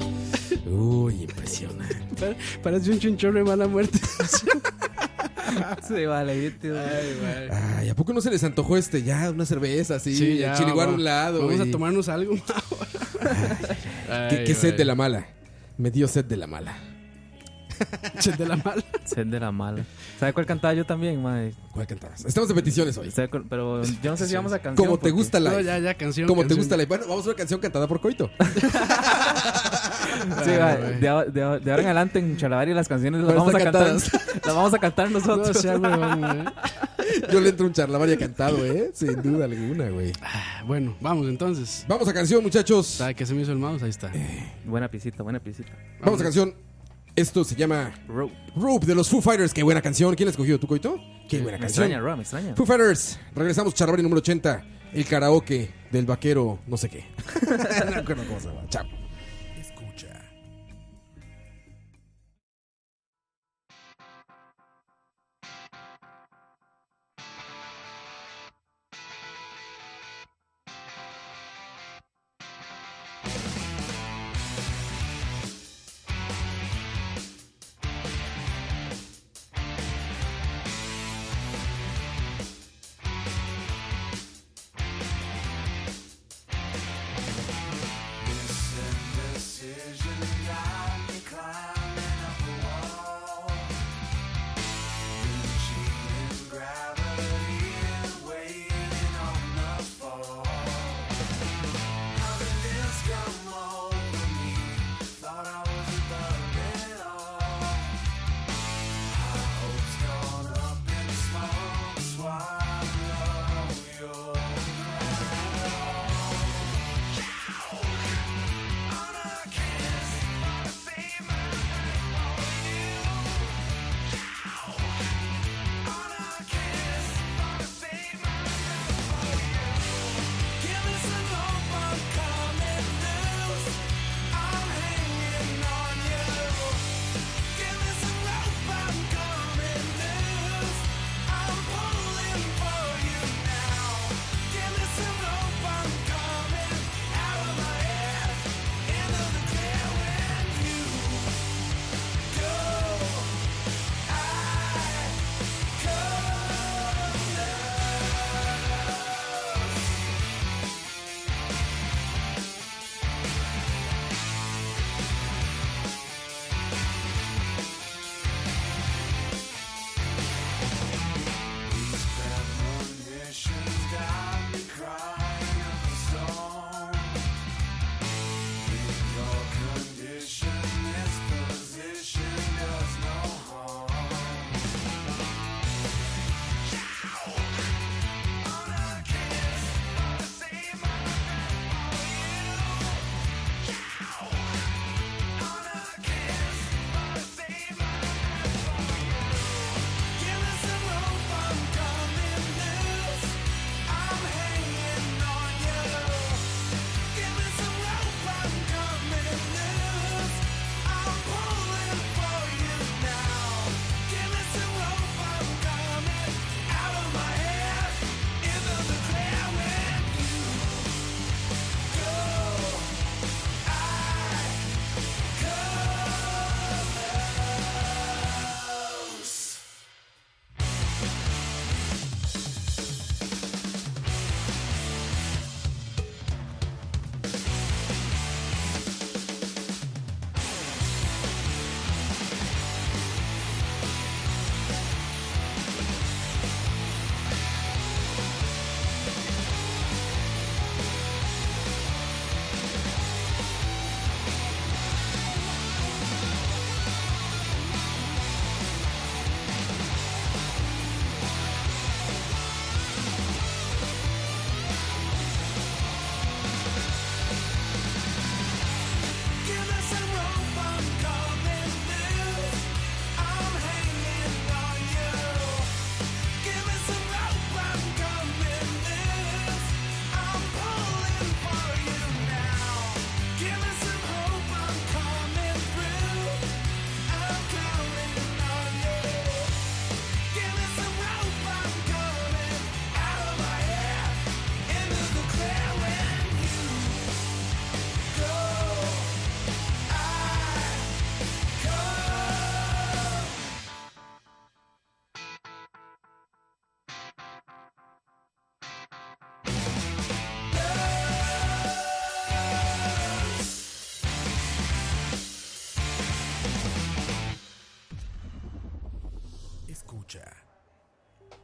Uy, impresionante. Pa- Parece un chinchorro de mala muerte. [LAUGHS] Ah, Se va la Ay, ¿a poco no se les antojó este? Ya, una cerveza así, sí, ya, chiliguar a va. un lado. Vamos y- a tomarnos [LAUGHS] algo. Qué, qué sed de la mala. Me dio sed de la mala. Che, de la mala. Sed de la mala. ¿Sabe cuál cantaba yo también, madre? ¿Cuál cantabas? Estamos de peticiones hoy. ¿Sabe cuál? Pero yo no sé si vamos a canción. Como te porque- gusta la. No, ya, ya, canción. Como te canción. gusta la. Bueno, vamos a una canción cantada por Coito. [LAUGHS] [LAUGHS] Sí, va, de, a- de a- de ahora en adelante en Chalabaria las canciones las Van a vamos a estar cantar. cantadas. [LAUGHS] Las vamos a cantar nosotros. [LAUGHS] No sea huevón, eh. Yo le entro un charlavaria cantado, ¿eh? Sin duda alguna, güey. Ah, Bueno, vamos entonces. Vamos a canción, muchachos. ¿Sabe qué se me hizo el mouse? Ahí está. buena pisita, buena pisita. Vamos a canción. Esto se llama Rope. Rope de los Foo Fighters. Qué buena canción. ¿Quién la escogió? ¿Tú, Coito? Qué buena Me canción. extraña, Rob, me extraña. Foo Fighters. Regresamos, charlavaria número 80. El karaoke del vaquero, no sé qué. [LAUGHS] no me acuerdo cómo se llama. Chao. Escucha. Listen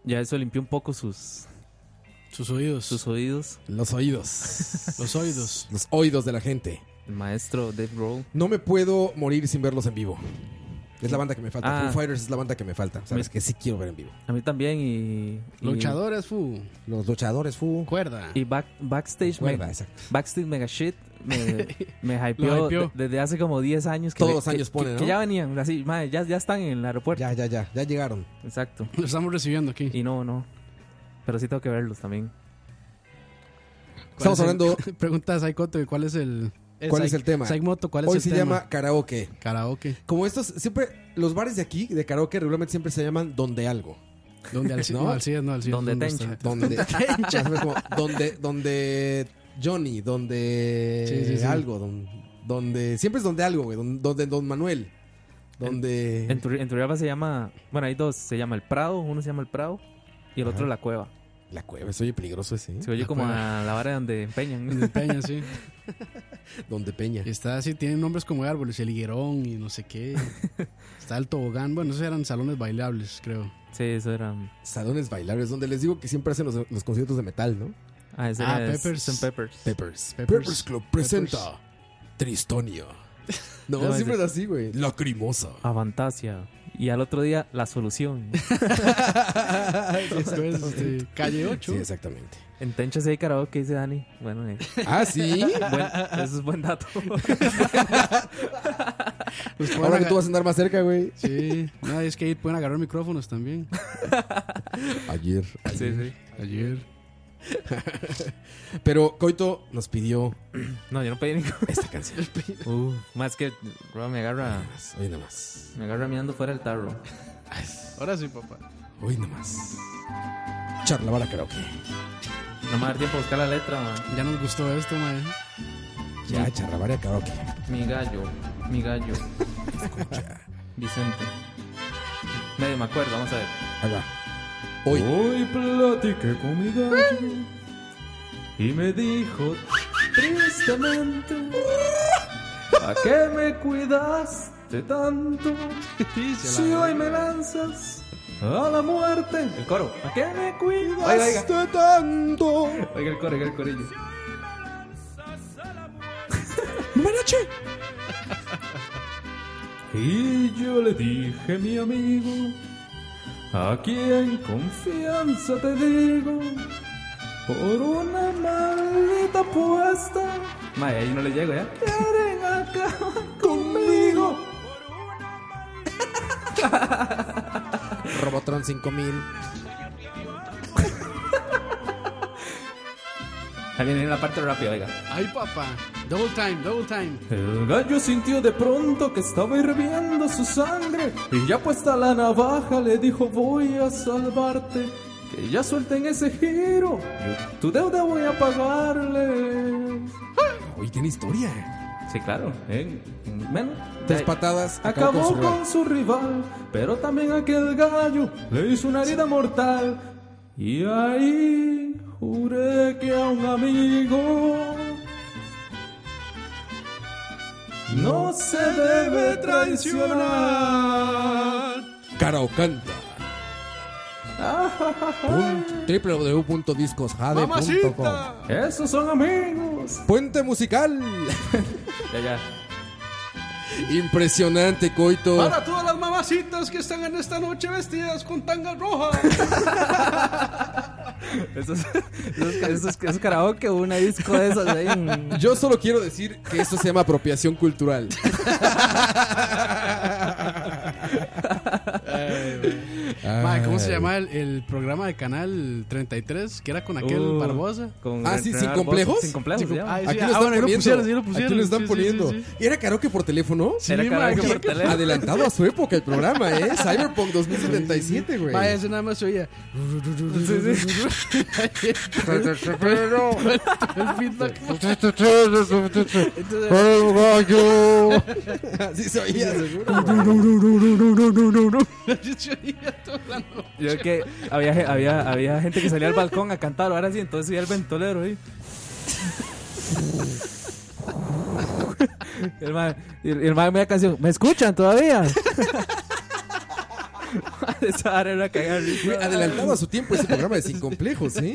Ya eso limpió un poco sus, Sus oídos. sus oídos. Los oídos. los oídos. Los oídos de la gente. El maestro Dave Grohl. No me puedo morir sin verlos en vivo. Es la banda que me falta. Ah. Foo Fighters es la banda que me falta. Sabes que sí quiero ver en vivo. A mí también y... y- Mm. Luchadores, fu. Los luchadores Foo. Cuerda. Y back- backstage, me- Cuerda, exacto. backstage Mega Shit [LAUGHS] me, me Lo hypeó hypeó. de- desde hace como 10 años. Que Todos le- los años que- ponen, que ¿no? ya venían, así, madre, ya, ya están en el aeropuerto. Ya, ya, ya. Ya llegaron. Exacto. Lo estamos recibiendo aquí. Y no, no. Pero sí tengo que verlos también. ¿Cuál Estamos es el- hablando. Pregunta a Saikoto, ¿cuál es el. ¿Cuál Sai- es el tema? Saikmoto, [LAUGHS] ¿cuál es Hoy el se tema? llama karaoke. Karaoke. Como estos, siempre. Los bares de aquí, de karaoke, regularmente siempre se llaman donde algo. Donde Alcides, [LAUGHS] ¿No? no, Alcides, no, Alcides. Donde es un Tencha. restaurante. Donde. como, donde. Donde. Johnny. Donde. Sí, sí, sí. Algo. don- donde. Siempre es donde algo, güey. don- Donde Don Manuel. Donde. En, Tur- en Turrialba se llama... Bueno, hay dos. Se llama El Prado. Uno se llama El Prado. Y el otro La Cueva. La cueva, se oye peligroso ese. ¿eh? Se oye La como Cueva. a la vara donde empeñan. [LAUGHS] Donde Peña, sí. Donde Peña. Y está así, tienen nombres como de árboles, el higuerón y no sé [LAUGHS] qué. Está el tobogán. Bueno, esos eran salones bailables, creo. [LAUGHS] sí, eso era... Salones bailables, donde les digo que siempre hacen los, los conciertos de metal, ¿no? Ah, eso Ah, era Peppers. Sgt. Peppers. Peppers. Peppers, Peppers. Club presenta Tristonia. No, No, siempre ese- es así, güey. Ah, Lacrimosa. Avantasia. Y al otro día, La [LAUGHS] Solución. Después, este, calle 8. Sí, exactamente. en Tencha sí hay karaoke, dice Dani. Bueno, eh, Ah, [LAUGHS] sí. buen- eso es buen dato. Pues pueden Ahora que aga- tú vas a andar más cerca, güey. Sí, no, es que ahí pueden agarrar micrófonos también. [LAUGHS] Ayer. [LAUGHS] sí, sí. Ayer. Pero Coito nos pidió No, yo no pedí [LAUGHS] ningún. esta canción. Uh, más que bro, me agarra, Hoy nada más. me agarra mirando fuera del tarro. Ahora sí, papá. Hoy nada más. Charlavara karaoke. No me da tiempo a buscar la letra, man. Ya nos gustó esto, mae. Ya, charlavara karaoke. Mi gallo, mi gallo. Vicente. Medio me acuerdo, vamos a ver. Ahí va. Hoy. Hoy platiqué con mi gallo y me dijo tristemente ¿A qué me cuidaste [LAUGHS] tanto? Si hoy me lanzas a la muerte El coro ¿A qué me cuidaste tanto. Oiga el coro, oiga el corillo Marache. Y yo le dije, mi amigo, aquí en confianza te digo, por una maldita apuesta. Mae, ahí no le llego, ¿ya? Quieren acabar conmigo. Robotron 5000. Ahí viene la parte rápida, oiga. Ay, papá. Double time, double time. El gallo sintió de pronto que estaba hirviendo su sangre y ya puesta la navaja le dijo voy a salvarte. Que ya suelten ese giro, yo tu deuda voy a pagarle. Hoy tiene historia. Sí, claro. En, en- bueno, Tres ya- patadas. Acabó su rival. con su rival, pero también aquel gallo le hizo una herida mortal. Y ahí juré que a un amigo no se debe traicionar. Karaokanta. www.discoshade.com Esos son amigos. Puente musical. [LAUGHS] Ya, ya. Impresionante, Coito. Para todas las mamacitas que están en esta noche vestidas con tanga roja. Eso es, karaoke una disco de esas ahí Yo solo quiero decir que esto se llama apropiación [LAUGHS] cultural. Mae, ¿cómo se llama el, el programa de Canal 33? Que era con aquel Barbosa. Con Ah, sí, ¿sin complejos? Sin complejos, Sin com- Uh, se llama. Ay, sí, Aquí ah, lo están bueno, ahí lo poniendo. pusieron, sí lo pusieron. Aquí lo están Sí, sí, poniendo. sí, sí. ¿Y era karaoke por teléfono? Era Sí, karaoke mae, por teléfono. Adelantado a su época el programa, [LAUGHS] ¿eh? Cyberpunk 2077, güey. Mae, [LAUGHS] ese nada más se oía. El feedback. Entonces, Así se oía, seguro. [LAUGHS] se oía toda la noche. Yo creo que había, ge- había, había gente que salía al balcón a cantar, ahora sí, entonces subía el ventolero ahí. [LAUGHS] Y el mae- y el- y el mae media canción, ¿me escuchan todavía? [LAUGHS] Esa vara era cagar. Güey, adelantaba su tiempo ese programa de Sin Complejos, ¿eh?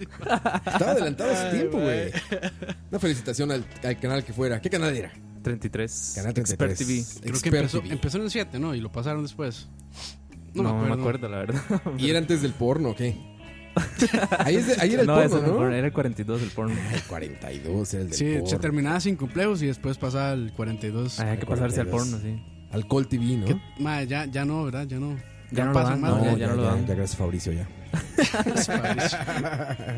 Estaba adelantado a su tiempo, güey. Una felicitación al, al canal que fuera. ¿Qué canal era? 33. Canal 33. Expert TV. Creo que Expert empezó, TV. empezó en el 7, ¿no? Y lo pasaron después. No, me, acuerdo. la verdad. ¿Y era antes del porno [LAUGHS] o qué? Ahí, es de- ahí era el no, ese porno, era el ¿no? Ah, porno, era el 42 el porno. El 42 era el del Sí, porno. se terminaba sin complejos y después pasaba el 42. Ay, hay que pasarse al porno, sí. Alcohol TV, ¿no? Ma, ya, ya no, ¿verdad? Ya no. Ya no lo dan, pasan más, no, ya- ya lo dan. ya gracias a Fabricio ya. [LAUGHS]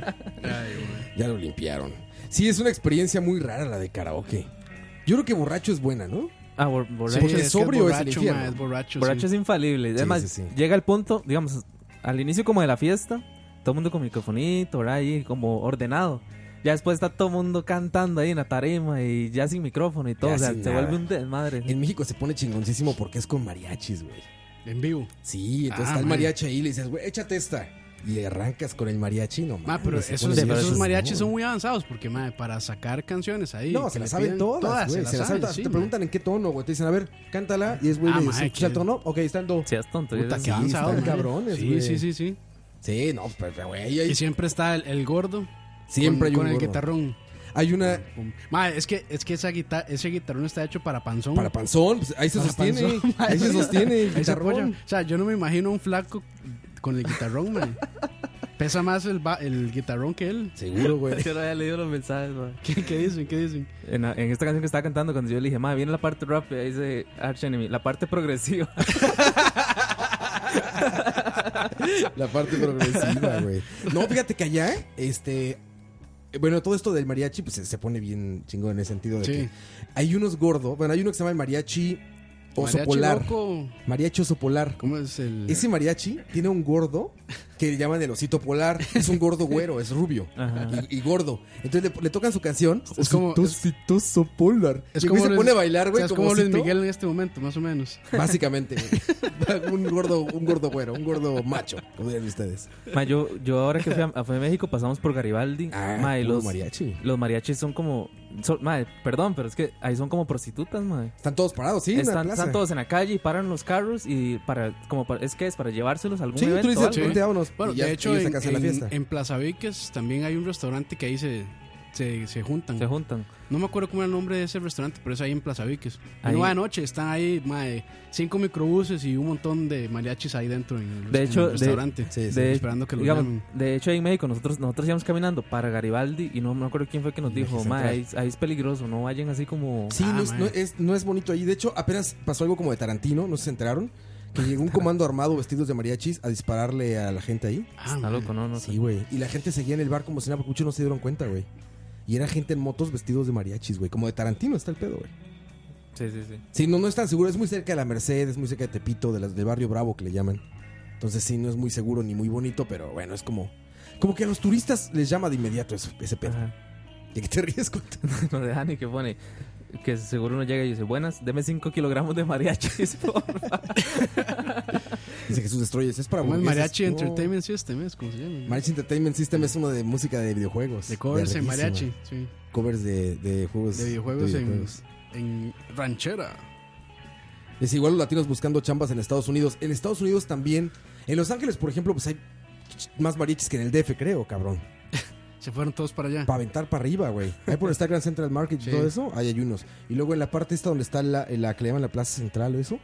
Ya lo limpiaron. Sí, es una experiencia muy rara la de karaoke. Yo creo que borracho es buena, ¿no? Ah, bor- borracho. Porque que sobrio es el borracho, infierno. ma, es borracho. Borracho sí. es infalible. Además, sí, sí. llega el punto, digamos, al inicio como de la fiesta, todo el mundo con microfonito, ¿verdad? ahí como ordenado. Ya después está todo el mundo cantando ahí en la tarima y ya sin micrófono y todo. Ya o sea, sin se nada. vuelve un desmadre. En México se pone chingoncísimo porque es con mariachis, güey. En vivo. Sí, entonces Ah, está el man. mariachi ahí y le dices, güey, échate esta. Y le arrancas con el mariachi, no Ma, mames, pero se esos, pone pero esos eso chingón. es mariachis son muy avanzados porque, ma, para sacar canciones ahí. No, que se le las saben piden- todas, se güey. las Se saben, las saben todas. sí, Te ma. preguntan en qué tono, güey. Te dicen, a ver, cántala. Y es, güey, Ah, de- ma, ¿se que- escucha el tono? Ok, está en do. Seas tonto. Puta, ya- qué avanzado, ma. cabrones, Sí, güey. sí, sí, sí. Sí, no, pero, güey, ahí Y siempre está el, el gordo. con, siempre hay un con el gordo. guitarrón. Hay una Ma, es que, es que esa guita- ese guitarrón está hecho para panzón. para panzón, pues, ahí se Para sostiene. panzón, ma. [LAUGHS] Ahí se sostiene [LAUGHS] el Ahí se apoya. guitarrón. O sea, yo no me imagino un flaco con el guitarrón, man. Pesa más el, ba- el guitarrón que él. [LAUGHS] Seguro, güey. Yo no había leído los mensajes, man. ¿Qué, qué dicen? ¿Qué dicen? En, la- en esta canción que estaba cantando, cuando yo le dije, madre, viene la parte rap, y ahí dice Arch Enemy, la parte [LAUGHS] progresiva. La parte progresiva, güey. No, fíjate que allá, este. Bueno, todo esto del mariachi, pues se- se pone bien chingón en el sentido de Sí. que hay unos gordos. Bueno, hay uno que se llama el mariachi oso Mariachi polar. Loco. Mariachi oso polar. ¿Cómo es el...? Ese mariachi tiene un gordo que le llaman el osito polar. Es un gordo güero, es rubio Ajá. y, y gordo. Entonces le, le tocan su canción. Es como- Osito, osito, oso polar. es y el güey se Luis- pone a bailar, o güey. sea, es como como Luis osito. Miguel en este momento, más o menos. [LAUGHS] Básicamente, güey. un gordo, un gordo güero, un gordo macho, como dirían ustedes. Ma, yo, yo ahora que fui a, fui a México pasamos por Garibaldi. Ah, ma, y puro los, mariachi. los mariachis son como. son- ma, perdón, pero es que ahí son como prostitutas, madre. Están todos parados, sí, en la Están, plaza. están todos en la calle y paran los carros y para como para- es que es para llevárselos a algún Sí, tú evento. le o dices, algo. "Vente, vámonos", Bueno, y ya de hecho, ellos se en, cancelan la en- fiesta. en Plaza Viques también hay un restaurante que ahí se, se, se juntan. Se juntan. No me acuerdo cómo era el nombre de ese restaurante, pero es ahí en Plaza Viques. Ahí- No, anoche están ahí, mae, cinco microbuses y un montón de mariachis ahí dentro en el, De en hecho, el de- restaurante. Sí, sí, de, esperando que lo digamos, llamen. de hecho, ahí en México nosotros nosotros íbamos caminando para Garibaldi y no me acuerdo quién fue que nos Y dijo, dejes ma, entrar". ahí, ahí es peligroso, no vayan así como... Sí, Ah, no, es, man. no es- no es bonito ahí. De hecho, apenas pasó algo como de Tarantino, no sé si se enteraron. Que llegó un comando armado vestidos de mariachis a dispararle a la gente ahí. Ah, Está mae. loco, no, no sé. Sí, güey. Y la gente seguía en el bar como si nada, porque muchos no se dieron cuenta, güey. Y era gente en motos vestidos de mariachis, güey. Como de Tarantino está el pedo, güey. Sí, sí, sí. Sí, no, no es tan seguro. Es muy cerca de la Merced, es muy cerca de Tepito, de las del barrio Bravo que le llaman. Entonces sí, no es muy seguro ni muy bonito, pero bueno, es como... Como que a los turistas les llama de inmediato eso, ese pedo. Ajá. [LAUGHS] ¿De qué te ríes, Coto? No de Dani que pone que seguro uno llega y dice, buenas, deme 5 kilogramos de [LAUGHS] mariachis, porfa". [LAUGHS] Dice Jesús Destroyes, es para ¿Cómo es hamburguesas. Mariachi No. Entertainment System? ¿Es como se llama? Mariachi Entertainment System es uno de música de videojuegos. de covers en larguísima. mariachi, sí. Covers de, de juegos. De videojuegos, de en- videojuegos. En, ranchera. Es igual los latinos buscando chambas en Estados Unidos. En Estados Unidos también. En Los Ángeles, por ejemplo, pues hay más mariachis que en el DF, creo, cabrón. Se fueron todos para allá. Para aventar para arriba, güey. Ahí por estar Grand Central Market Sí. y todo eso, ahí hay unos. Y luego en la parte esta donde está la, en la que le llaman la Plaza Central o eso,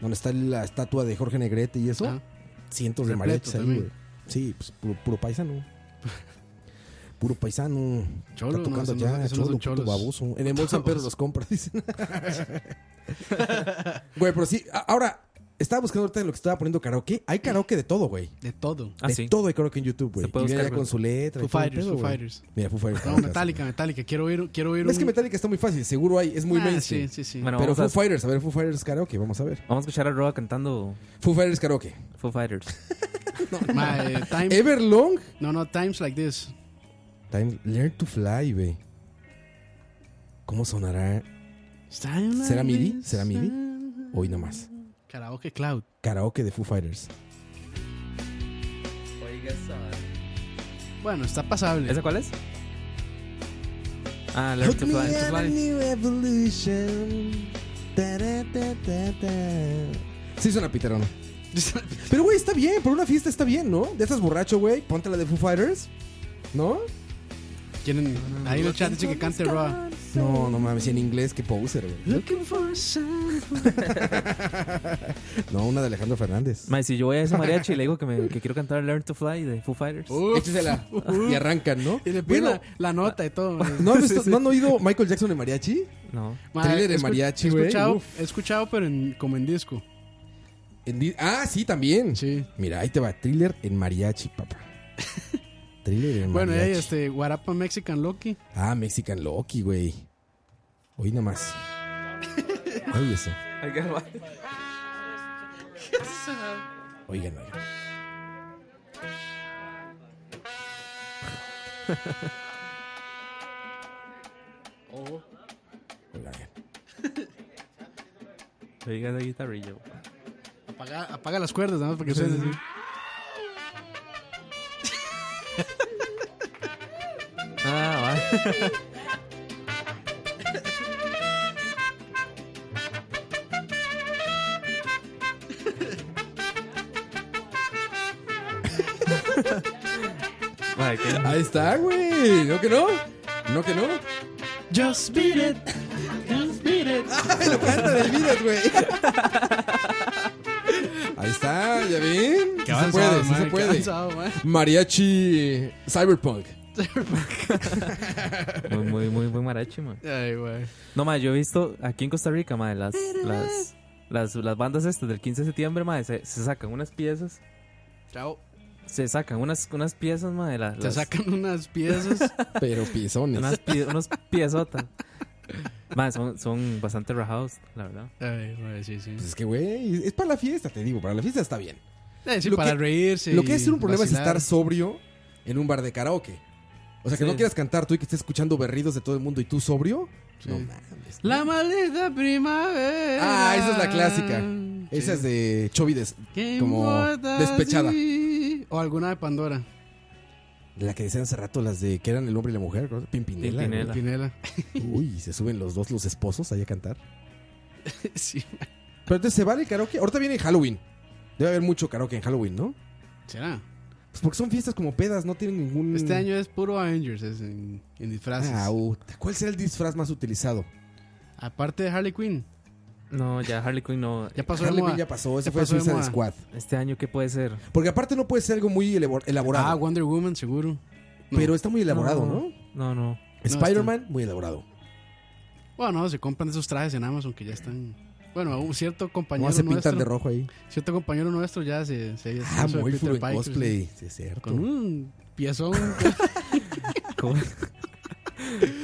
donde está la estatua de Jorge Negrete y eso, Ah, cientos de Repleto mariachis ahí, también. güey. Sí, pues puro, puro paisano. [LAUGHS] Puro paisano. Cholo, no, está tocando eso no- ya, eso no cholo, son puto cholos. baboso. En el Mall San Pedro los compra, [LAUGHS] dicen. Güey, pero sí, a- ahora, estaba buscando ahorita lo que estaba poniendo karaoke. Hay karaoke de todo, güey. de todo. Ah, de sí. todo hay karaoke en YouTube, güey. Se puede Y viene buscar, ya con güey. su letra. y Foo todo el Fighters, pedo, Foo güey. Fighters. Mira, Foo Fighters. No, claro, Metallica, Metallica. Quiero oír, quiero oír No, es que un- Metallica está muy fácil, seguro hay, es muy Ah, mainstream. sí, sí, sí. Bueno, Pero vamos, Foo a, Fighters, a ver, Foo Fighters karaoke, vamos a ver. vamos a escuchar a Roa cantando Foo Fighters karaoke. Foo Fighters. [LAUGHS] Ma, [LAUGHS] eh, time- Em- Everlong. no, no, Times Like This. Time, learn to fly, güey. ¿Cómo sonará? Time like ¿Será MIDI? this. ¿Será MIDI? Hoy nomás. Karaoke Cloud. Karaoke de Foo Fighters. Bueno, está pasable. ¿Esa cuál es? Ah, Learn to Hook me Fly. Learn to on a Fly. new evolution. Ta, ra, ta, ta, ta. Sí suena piterón. Pero, güey, está bien. Por una fiesta está bien, ¿no? De esas borracho, güey. Ponte la de Foo Fighters. ¿No? [LAUGHS] Quieren, ahí en el chat dice que cante Roa. No, no mames. Y en inglés, qué poser, güey. Looking for some- [LAUGHS] No, una de Alejandro Fernández. Mae, si yo voy a ese mariachi y le digo que, me, que quiero cantar Learn to Fly de Foo Fighters. Uf. Échasela. Y arrancan, ¿no? Y le piden Bueno, la, la nota y [LAUGHS] todo. mae. [LAUGHS] ¿no, han visto- Sí, sí. ¿No han oído Michael Jackson en mariachi? No. Mae, trailer de he escu- mariachi, he güey, escuchado- uf. He escuchado, pero en, como en disco. En di- ah, sí, también. Sí. Mira, ahí te va. Thriller en mariachi, [LAUGHS] papá. Thriller en Bueno, mariachi. ahí este, Guarapa Mexican Loki. Ah, Mexican Loki, güey. Oí nada más. Oye eso. Oigan, oigan. Oigan, oigan. Oiga la guitarrilla. güey. Apaga, apaga las cuerdas, nada más para que ustedes. Ah, va. Mae, qué- Ahí está, güey. ¿No que no? ¿No que no? Just beat it. Ay, lo canta del Midas, güey. Ahí está, ya ven. Sí se puede, sí se puede. Mariachi Cyberpunk. Muy, muy, muy buen marachi, man. Ay, güey. No, ma, yo he visto aquí en Costa Rica, ma, las, las, las, las bandas estas del 15 de septiembre, ma, se, se sacan unas piezas. Chao. Se sacan unas, unas piezas, ma, de la- Te las- sacan unas [LAUGHS] piezas. Pero pisones. Unas, pie- unos piezotas. ma, son, son bastante rajados, la verdad. Ay, güey, sí, sí. Pues es que, güey, es para la fiesta, te digo. Para la fiesta está bien. Eh, sí, Lo para que- reírse. Lo que es ser un problema es vacilar. estar sobrio en un bar de karaoke. O sea, que Sí. no quieras cantar tú y que estés escuchando berridos de todo el mundo y tú sobrio. pues Sí. No mames. La maldita primavera. Ah, esa es la clásica. Sí. Esa es de Chovides. ¿Qué como importa despechada. si- O alguna de Pandora. La que decían hace rato, las de que eran el hombre y la mujer. ¿no? Pimpinela. güey. Pimpinela. [LAUGHS] Pinela. Uy, se suben los dos, los esposos, ahí a cantar. sí. Pero entonces se vale el karaoke. Ahorita viene Halloween. Debe haber mucho karaoke en Halloween, ¿no? ¿Será? Pues porque son fiestas como pedas, no tienen ningún. Este año es puro Avengers es en, en disfraces. Mm. Ah, puta. ¿Cuál será el disfraz más utilizado? Aparte de Harley Quinn. No, ya Harley Quinn no. Ya pasó Harley de moda. Quinn ya pasó, ese Ya fue pasó de Suicide moda. Squad. Este año, ¿qué puede ser? Porque aparte no puede ser algo muy elabor- elaborado. Ah, Wonder Woman, seguro. no. Pero está muy elaborado, ¿no? No, no. Spider-Man, muy elaborado. Bueno, no, se compran esos trajes en Amazon que ya están. Bueno, a un cierto compañero No se nuestro. pintan de rojo ahí. Cierto compañero nuestro ya se. se Ah, hizo de muy Peter en Parker, sí. cosplay. Sí, es cierto. Con un piezón. [LAUGHS] Como,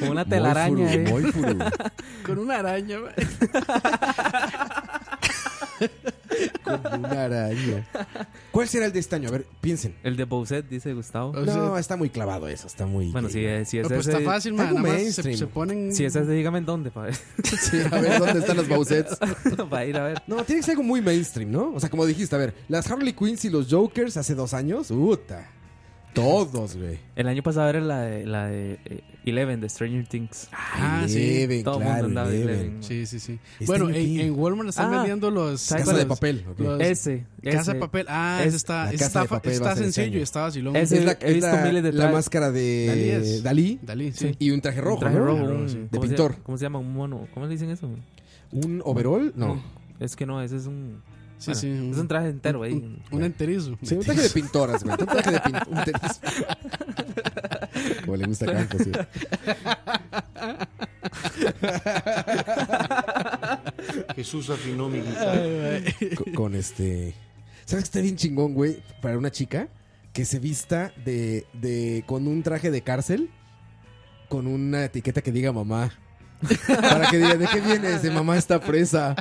como una Muy telaraña. furu, eh. Muy [LAUGHS] furu. con una araña, güey. Con una araña. ¿Cuál será el de este año? A ver, piensen. El de Bowset, dice Gustavo. O sea, No, está muy clavado eso, está muy. Bueno, eh. si, es- si no, es pero está ese. fácil, algo man. Nada más se, mainstream. se ponen. Si es ese, dígame en dónde, [LAUGHS] para Sí, a ver, ¿dónde están los Bowsets? [LAUGHS] para ir a ver. No, tiene que ser algo muy mainstream, ¿no? O sea, como dijiste, a ver, las Harley Quinns y los Jokers hace dos años, puta. Todos, güey. El año pasado era la de, la de eh, Eleven, de Stranger Things. Ah, sí. Eleven, Todo el mundo claro, andaba de Eleven. Eleven. Sí, sí, sí. Este bueno, año en, aquí. en Walmart están Ah, vendiendo los. Casa Casa de los- papel. ok. los- Ese. Casa ese. de papel. Ah, Es- ese está, la ese Casa está, de fa- Papel va a está ser este sencillo año. y está vacilón. Ese- Es la, He es visto la- miles de la trajes. máscara de Dalí Dalí, es. Dalí, sí. Sí. y un traje rojo, traje ¿no? rojo, Rojo, un- sí. De ¿cómo se- pintor. ¿Cómo se llama? Un mono. ¿Cómo le dicen eso? ¿Un overall? No. Es que no, ese es un. Sí, bueno, sí, Es un traje entero ahí. Un, un [LAUGHS] enterizo. Sí, un traje [LAUGHS] de pintoras, güey. Un traje de pintoras. Como le gusta a Campos, güey. Jesús afinó mi guitarra. Co- con, este. ¿Sabes que está bien chingón, güey? Para una chica que se vista de, de con un traje de cárcel con una etiqueta que diga mamá. Para que diga, ¿de qué vienes? De mamá está [LAUGHS] presa.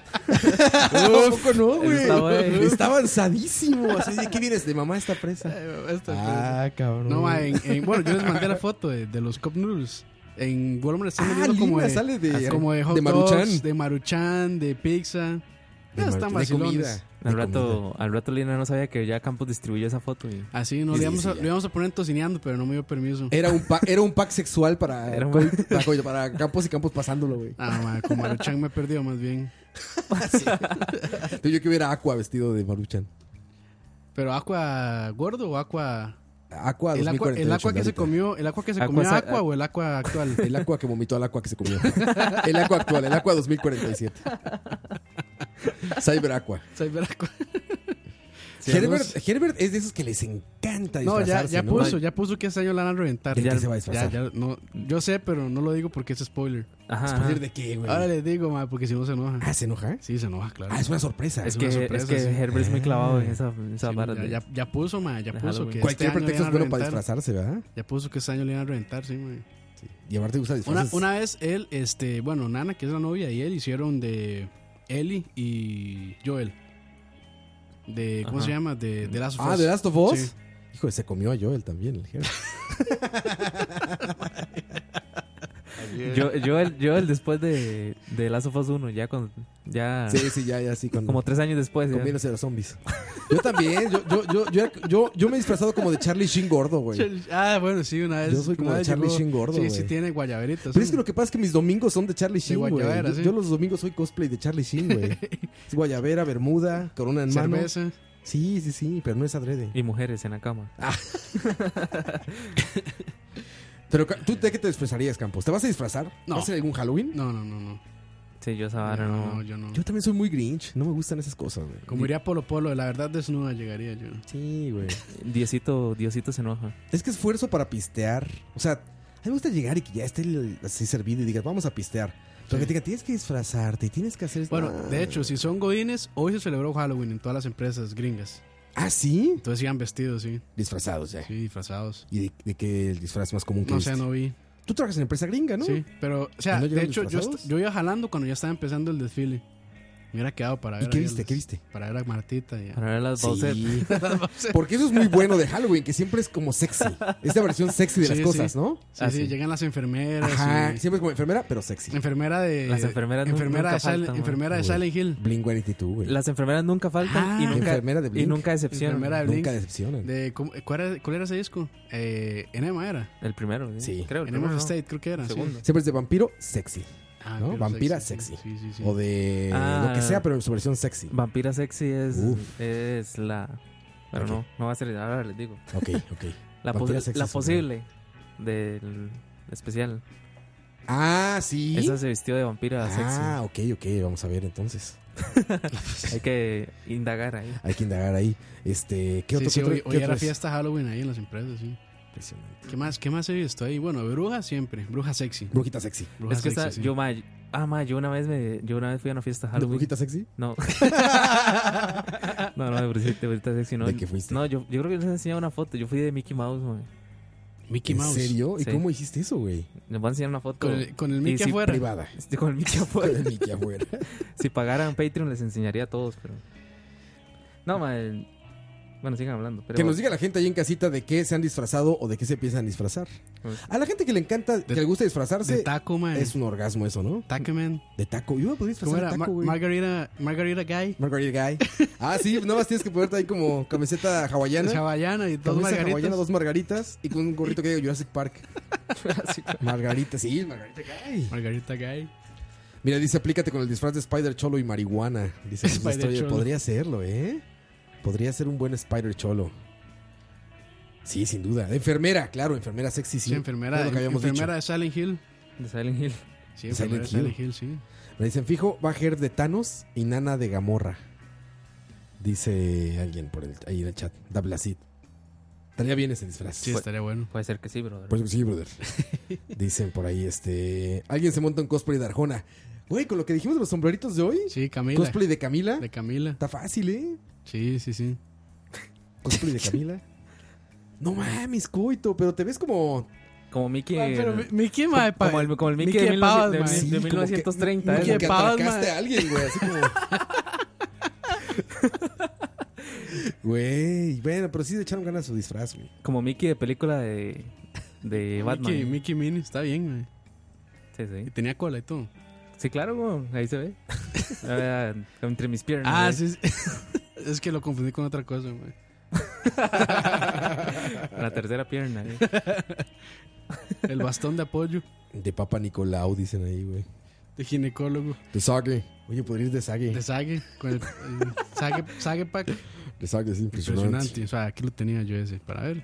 Tampoco no, güey. Está bueno. Está avanzadísimo. Así, ¿de qué vienes? De mamá está presa. Ah, cabrón. no, ma, en, en- bueno, yo les mandé la foto de, de los Cup Noodles. En Walmart están Ah, vendiendo como linda, de, sale de- como de hot de dogs, Maruchan. de maruchan, de pizza. De Ya mar- están de vacilones. comida. Al De comida. rato, al rato Lina no sabía que ya Campos distribuyó esa foto y Así, Ah, no, Sí, le íbamos, sí, a, ya. Eh. le íbamos a poner en tocineando, pero no me dio permiso. Era un, pack, era un pack sexual para, [LAUGHS] Era un- coi- para, coi- para Campos y Campos pasándolo, güey. Ah, ma, con maruchan me he perdido más bien. Yo que hubiera Aqua vestido de Maruchan. Pero agua gordo o agua. Aqua El agua, 2048, el agua que se Lalita. comió, el agua que se Aqua comió sa- agua ah. o el agua [LAUGHS] actual. El agua que vomitó al agua que [LAUGHS] se comió. El agua actual, el agua 2047. Cyber Aqua. Cyber Aqua. Herbert, Herbert es de esos que les encanta No, disfrazarse. ya, ya ¿no? puso, ya puso que ese año la van a reventar. ¿De qué se va a ya, disfrazar? ya, no, yo sé, pero no lo digo porque es spoiler. Ajá, ¿A ajá. partir de qué, güey? Ahora les digo, ma, porque si no se enoja. Ah, ¿se enoja? Sí, se enoja, claro. Ah, es una sorpresa. Es es que, una es sorpresa, que sí. Eh, Herbert es muy clavado en esa, en esa Sí, vara ya, de- ya- ya puso, ma, ya de puso Halloween. que Cualquier este año pretexto le iban es a bueno para reventar. disfrazarse, ¿verdad? Ya puso que este año le iban a reventar, sí, ma. Y aparte usa Una, disfraces. una vez él, este, bueno, Nana, que es la novia, y él hicieron de Ellie y Joel. De, ¿cómo Ajá. se llama? De, de Last of Ah, Us. ¿de Last of Us? Sí. Hijo, se comió a Joel también, el Herbert. Ayer. [LAUGHS] Yo, yo, el, yo el después de, de Last of Us 1, ya con. Ya, Ah. Sí, sí, ya, ya, sí. Con, Como tres años después. ya. comiéndose a los zombies. Yo también. Yo, yo, yo, yo, yo, yo me he disfrazado como de Charlie Sheen gordo, güey. Charlie- [LAUGHS] Ah, bueno, sí, una vez. Yo soy como una de vez Charlie llegó- Sheen gordo, Sí, güey. sí, tiene guayaberitas. Pero es sí. que lo que pasa es que mis domingos son de Charlie Sheen, güey. guayabera, Yo, sí. yo los domingos soy cosplay de Charlie Sheen, [LAUGHS] güey. Es guayabera, bermuda, corona en mano. Cerveza. Sí, sí, sí, pero no es adrede. Y mujeres en la cama. Pero ca- tú de qué te disfrazarías, Campos? ¿Te vas a disfrazar? No. ¿Vas a hacer algún Halloween? No, no, no, no. Sí, yo esa vara no, no. yo no. Yo también soy muy Grinch, no me gustan esas cosas, güey. Como iría Polo Polo, la verdad desnuda llegaría yo. Sí, güey. Diosito, Diosito se enoja. Es que esfuerzo para pistear. O sea, a mí me gusta llegar y que ya esté el- así servido y digas, vamos a pistear. Pero que te diga, tienes que disfrazarte y tienes que hacer... Bueno, Ah. de hecho, si son godines, hoy se celebró Halloween en todas las empresas gringas. ¿Ah, sí? Entonces iban vestidos, sí, Disfrazados, ya. sí, disfrazados. ¿Y de, de qué el disfraz más común que No viste? sé, no vi. Tú trabajas en empresa gringa, ¿no? Sí, pero, o sea, ¿No de llegaron hecho, yo, disfrazados? est- yo iba jalando cuando ya estaba empezando el desfile. Me hubiera quedado para ¿Y ver. qué ahí a viste? las- ¿Qué viste? Para ver a Martita. y a- Para ver las voces. Sí. [LAUGHS] Porque eso es muy bueno de Halloween, que siempre es como sexy. Es la versión sexy de las Sí, cosas, sí. ¿no? Sí, Ah, sí, sí. llegan las enfermeras. Ajá, y- siempre es como enfermera, pero sexy. Enfermera de. Las enfermeras nu- enfermera nunca de, Silent- faltan, enfermera de güey. Silent Hill. Blink 182, güey. Las enfermeras nunca faltan y Ah, nunca, enfermera de y Blink. nunca decepcionan. Enfermera de Blink. Nunca decepcionan. De, ¿cómo- cuál, era, cuál era ese disco? Eh, Enema era. El primero, sí. Sí. Creo, el Enema primero, of no. State, creo que era. sí. Segundo. Siempre es de vampiro, sexy. Ah, ¿no? pero Vampira sexy. Sí, sí, sí. O de Ah. lo que sea, pero en su versión sexy. Vampira Sexy es, Uf. es la. Pero Ok. no, no va a ser. Ahora les digo. Ok, [LAUGHS] ok. La, Vampira posi- Sexy la es una- posible del especial. Ah, sí. Esa se vistió de vampira Ah, ok, ok. Vamos a ver entonces. pues. sexy. Hay que indagar ahí. Hay que indagar ahí. Este, Sí, ¿qué otro? sí, qué otro- hoy, qué hoy otro era es? fiesta Halloween ahí en las empresas, sí. Impresionante. ¿Qué más, qué más he visto ahí? Bueno, bruja siempre, bruja sexy. Brujita sexy. Bruja es que está, sexy, sí. yo, ma, ah, ma, yo una vez me, yo una vez fui a una fiesta ¿De Halloween. brujita sexy? [LAUGHS] No. no, no, de brujita, brujita sexy, no. ¿De qué fuiste? No, yo, yo creo que les he enseñado una foto. Yo fui de Mickey Mouse, ma. Mickey ¿En Mouse. serio? ¿Y Sí. cómo hiciste eso, güey? Les voy a enseñar una foto. Con el, con el Y Mickey sí, afuera. [LAUGHS] Privada. [LAUGHS] Este, con el Mickey afuera. Ni que afuera. si pagaran Patreon les enseñaría a todos, pero. No, ma. el- Bueno, sigan hablando. Pero Que nos diga la gente ahí en casita de qué se han disfrazado o de qué se piensan disfrazar. Pues- A la gente que le encanta, que le gusta disfrazarse, De taco, man. eh, es un orgasmo eso, ¿no? Taco, man. De taco. Yo me podría ¿Cómo disfrazar de era? Pues taco, Mar- güey. Margarita, Margarita Guy. Margarita Guy. Ah, sí, nomás tienes que ponerte ahí como camiseta hawaiana. Es hawaiana y dos Camisa hawaiana, margaritas. dos margaritas y con un gorrito que diga Jurassic Park. Margarita, sí, Margarita Guy. Margarita Guy. Mira, dice, aplícate con el disfraz de Spider Cholo y marihuana. Dice, Jesús Spider Estrella. Cholo. podría serlo, ¿eh? Podría ser un buen Spider Cholo. Sí, sin duda. Enfermera, claro, enfermera sexy, sí. Sí, enfermera, Es lo que habíamos enfermera de Silent Hill. De Silent Hill. Sí, De enfermera de Silent Silent Hill, sí. dicho. Me dicen, fijo, va Herb de Thanos y Nana de Gamorra. Dice alguien por el, ahí en el chat. Dablacid. Estaría bien ese disfraz. Sí, estaría bueno. Puede ser que sí, brother. Pues sí, [LAUGHS] brother. Dicen por ahí, este. Alguien se monta un cosplay de Arjona. Güey, con lo que dijimos de los sombreritos de hoy, Sí, Camila. cosplay de Camila. De Camila. Está fácil, ¿eh? Sí, sí, sí. [LAUGHS] Cosplay de Camila. no mames, coito, pero te ves como. Como Mickey. Ah, pero el- mi- Mickey, mae, pa- Eh, como, el, como el Mickey, de, mil- Pavas, de- mae. de Sí, como que- 1930. Como ¿eh? que Pavas, atracaste madre. a alguien, güey. Así como. [LAUGHS] Güey, bueno, pero sí le echaron ganas a su disfraz, güey. Como Mickey de película de, de Batman. [LAUGHS] eh. Mickey, Mickey Mini, está bien, güey. Sí, sí. Y tenía cola y todo. Sí, claro, güey, ahí se [LAUGHS] ve. La verdad, Entre mis piernas. Ah, güey. sí, sí. [LAUGHS] es que lo confundí con otra cosa, güey. La tercera pierna. güey. El bastón de apoyo De Papa Nicolau, dicen ahí, güey. de ginecólogo. De Sage. Oye, podrías ir de Sage. De Sage. Con el, el Sage, Sage Pack. Exacto, es impresionante. Impresionante. O sea, aquí lo tenía yo ese para ver.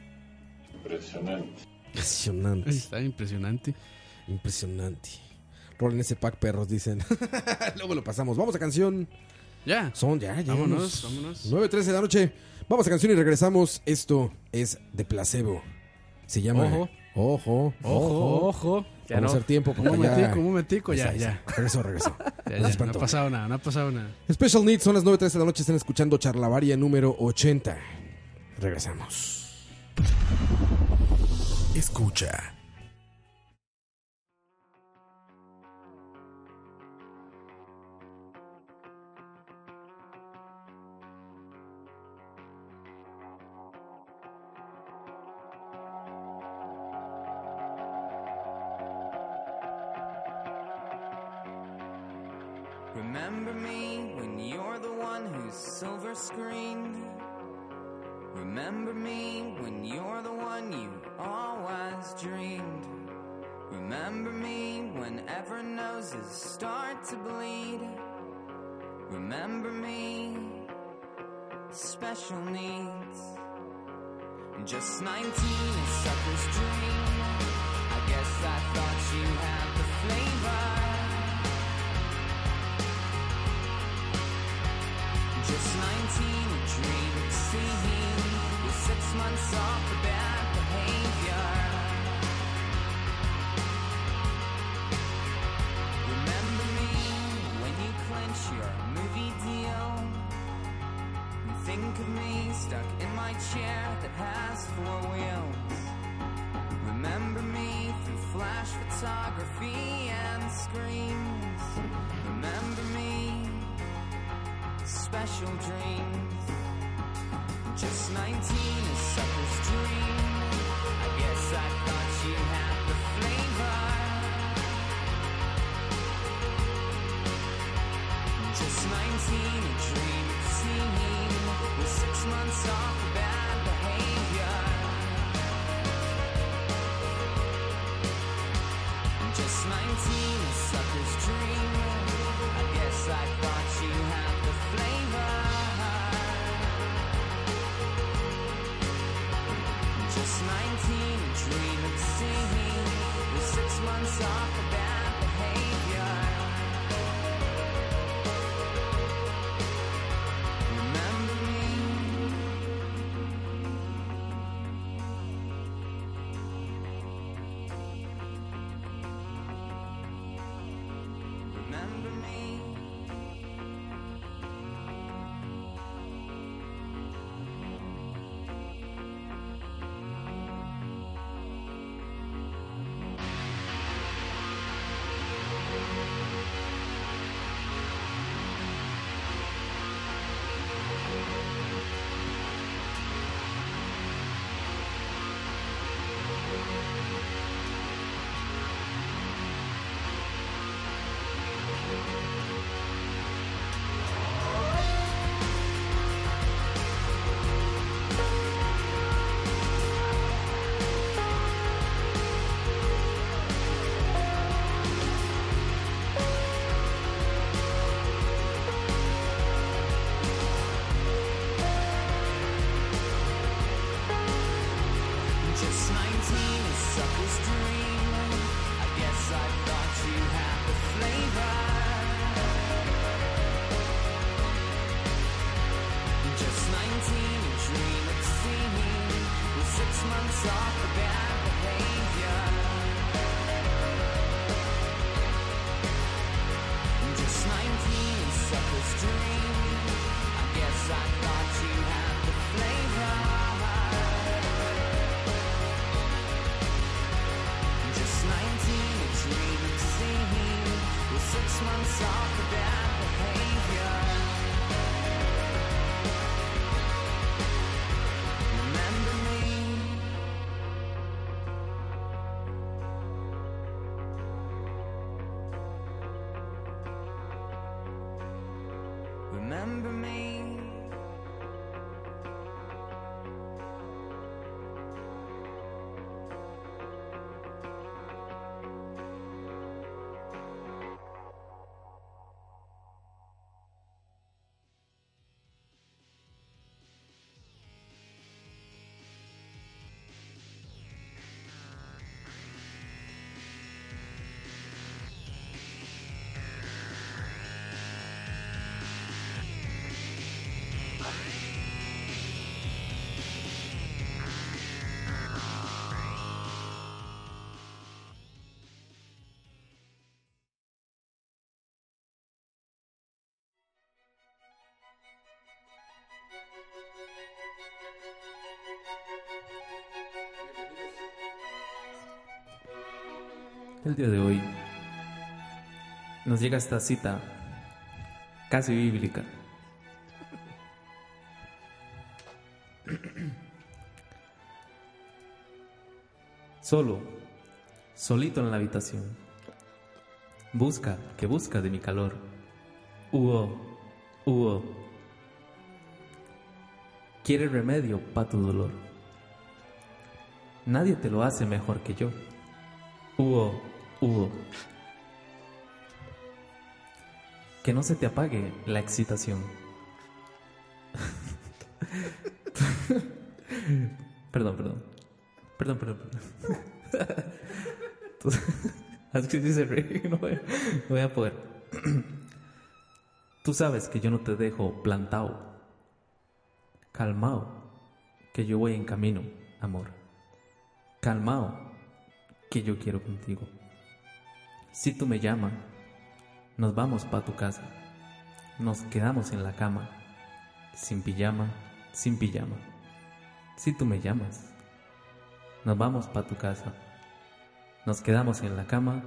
Impresionante. Impresionante. Está impresionante. Impresionante. Rolen ese pack, perros, dicen. [LAUGHS] Luego lo pasamos. Vamos a canción. Ya. Son ya, ya. Vámonos, vámonos. 9.13 de la noche. Vamos a canción y regresamos. Esto es de placebo. Se llama. Ojo. Ojo. Ojo, ojo. Ya Vamos a hacer tiempo porque ¿Cómo ya- metico? ¿Cómo metico? Pues Ya, Esa, ya. esa. Regreso, regreso. Ya, No ya, No ha espanto. pasado nada, no ha pasado nada. Special Needs son las 9.13 de la noche. Están escuchando Charlavaria número 80. Regresamos. Escucha. Remember me when you're the one who's silver screened. Remember me when you're the one you always dreamed. Remember me whenever noses start to bleed. Remember me, special needs. Just 19, a sucker's dream. I guess I thought you had the flavor. Just 19, a dream it seemed. With six months off for bad behavior. Remember me when you clench your movie deal. And think of me stuck in my chair that has four wheels. Remember me through flash photography and screams. Remember me special dreams. Just 19, a sucker's dream. I guess I thought you had the flavor. Just 19, a dream it seemed. With six months off of bad behavior. Just 19, a sucker's dream. I guess I thought you had the flavor. Just 19, a dream of singing. With six months off of bad behavior. Remember me. Remember me. Just 19, a sucker's dream. I guess I thought you had the flavor. Just 19, a dream of seeing with six months off of bad behavior. Just 19, a sucker's dream. I guess I thought you had the flavor. Just 19, a dream of seeing with six months off of bad behavior. Remember me. Remember me. el día de hoy nos llega esta cita casi bíblica. Solo, solito en la habitación. Busca, que busca de mi calor. Hugo, Hugo. Quiere remedio pa' tu dolor. Nadie te lo hace mejor que yo. Hugo, Hugo. Que no se te apague la excitación. [LAUGHS] perdón, perdón. Perdón, perdón, perdón. [LAUGHS] Entonces, es que si se ríe, no voy, no voy a poder. [CLEARS THROAT] Tú sabes que yo no te dejo plantado. Calmao, que yo voy en camino, amor. Calmao, que yo quiero contigo. Si tú me llamas, nos vamos pa' tu casa. Nos quedamos en la cama, sin pijama, sin pijama. Si tú me llamas, nos vamos pa' tu casa. Nos quedamos en la cama,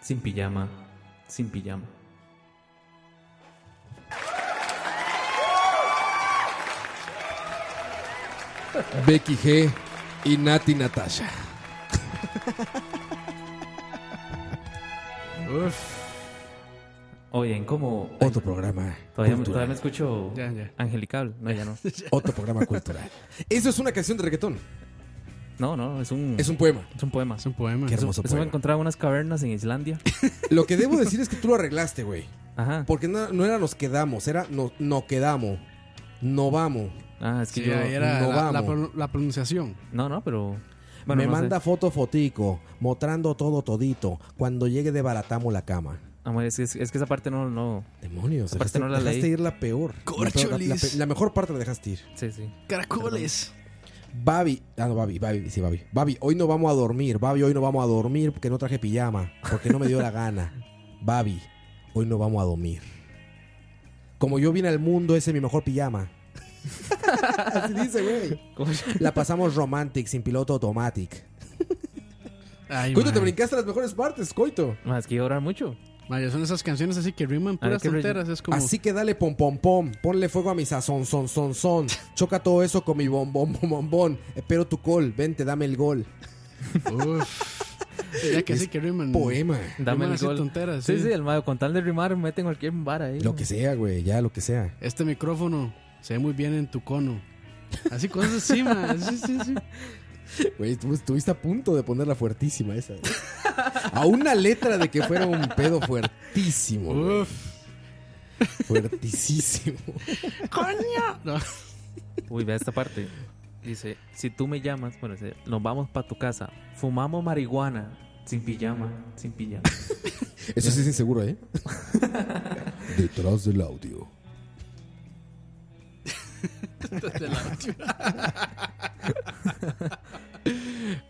sin pijama, sin pijama. Becky G y Nati Natasha. Oye, en cómo. Otro programa. Todavía, me- cultural. todavía me escucho Ya, ya. angelical. No, [LAUGHS] ya no. Otro programa cultural. Eso es una canción de reggaetón. No, no, es un, Es un poema. es un poema. Es un poema. Qué hermoso Eso me poema. encontraba en unas cavernas en [LAUGHS] Islandia. Lo que debo decir es que tú lo arreglaste, güey. Ajá. Porque no, no era nos quedamos, era no, no quedamos. No vamos. Ah, es que Sí, yo. ahí era no la, la vamos. pro- la pronunciación. No, no, pero. Bueno, Me no sé. manda foto fotico, mostrando todo todito. Cuando llegue desbaratamos la cama. Amor, Ah, es, que- es que esa parte no, no. Demonios, Esa parte dejaste, no la dejaste leí. ir la peor. Corcholis. La, peor- la pe- la mejor parte la dejaste ir. Sí, sí. Caracoles. Babi, ah no, Babi, Babi, sí, Babi. Babi, hoy no vamos a dormir. Babi, hoy no vamos a dormir porque no traje pijama, porque no me dio la gana. Babi, hoy no vamos a dormir. Como yo vine al mundo, ese es mi mejor pijama. [LAUGHS] Así dice, güey. La pasamos romantic, sin piloto automatic. Ay, Coito, te mae. brincaste las mejores partes, Coito. Más es que iba a orar mucho. Mae, son esas canciones así que riman A ver, puras Ah, ¿qué ri- tonteras. Es como. Así que dale pom pom pom, ponle fuego a mi sazón, son, son, [LAUGHS] son. Choca todo eso con mi bombón, bombón, bombón. Espero tu gol, vente, dame el gol. [LAUGHS] Uf. ya que así que riman. Poema. Dame Riman el así gol. tonteras, sí, sí. sí, el mago. Con tal de rimar, meten cualquier vara ahí. Lo que sea, güey, ya lo que sea. Este micrófono se ve muy bien en tu cono. Así cosas así, mae. Sí, sí, [LAUGHS] sí. Güey, estuvo- estuviste a punto de ponerla fuertísima esa. [LAUGHS] güey. A una letra de que fuera un pedo fuertísimo. güey. Uf. Fuertisísimo. ¡Coño! No. [LAUGHS] Uy, vea esta parte. Dice: Si tú me llamas, bueno, dice, nos vamos para tu casa. Fumamos marihuana. Sin pijama, sin pijama. Eso sí es inseguro, ¿eh? [LAUGHS] Detrás del audio.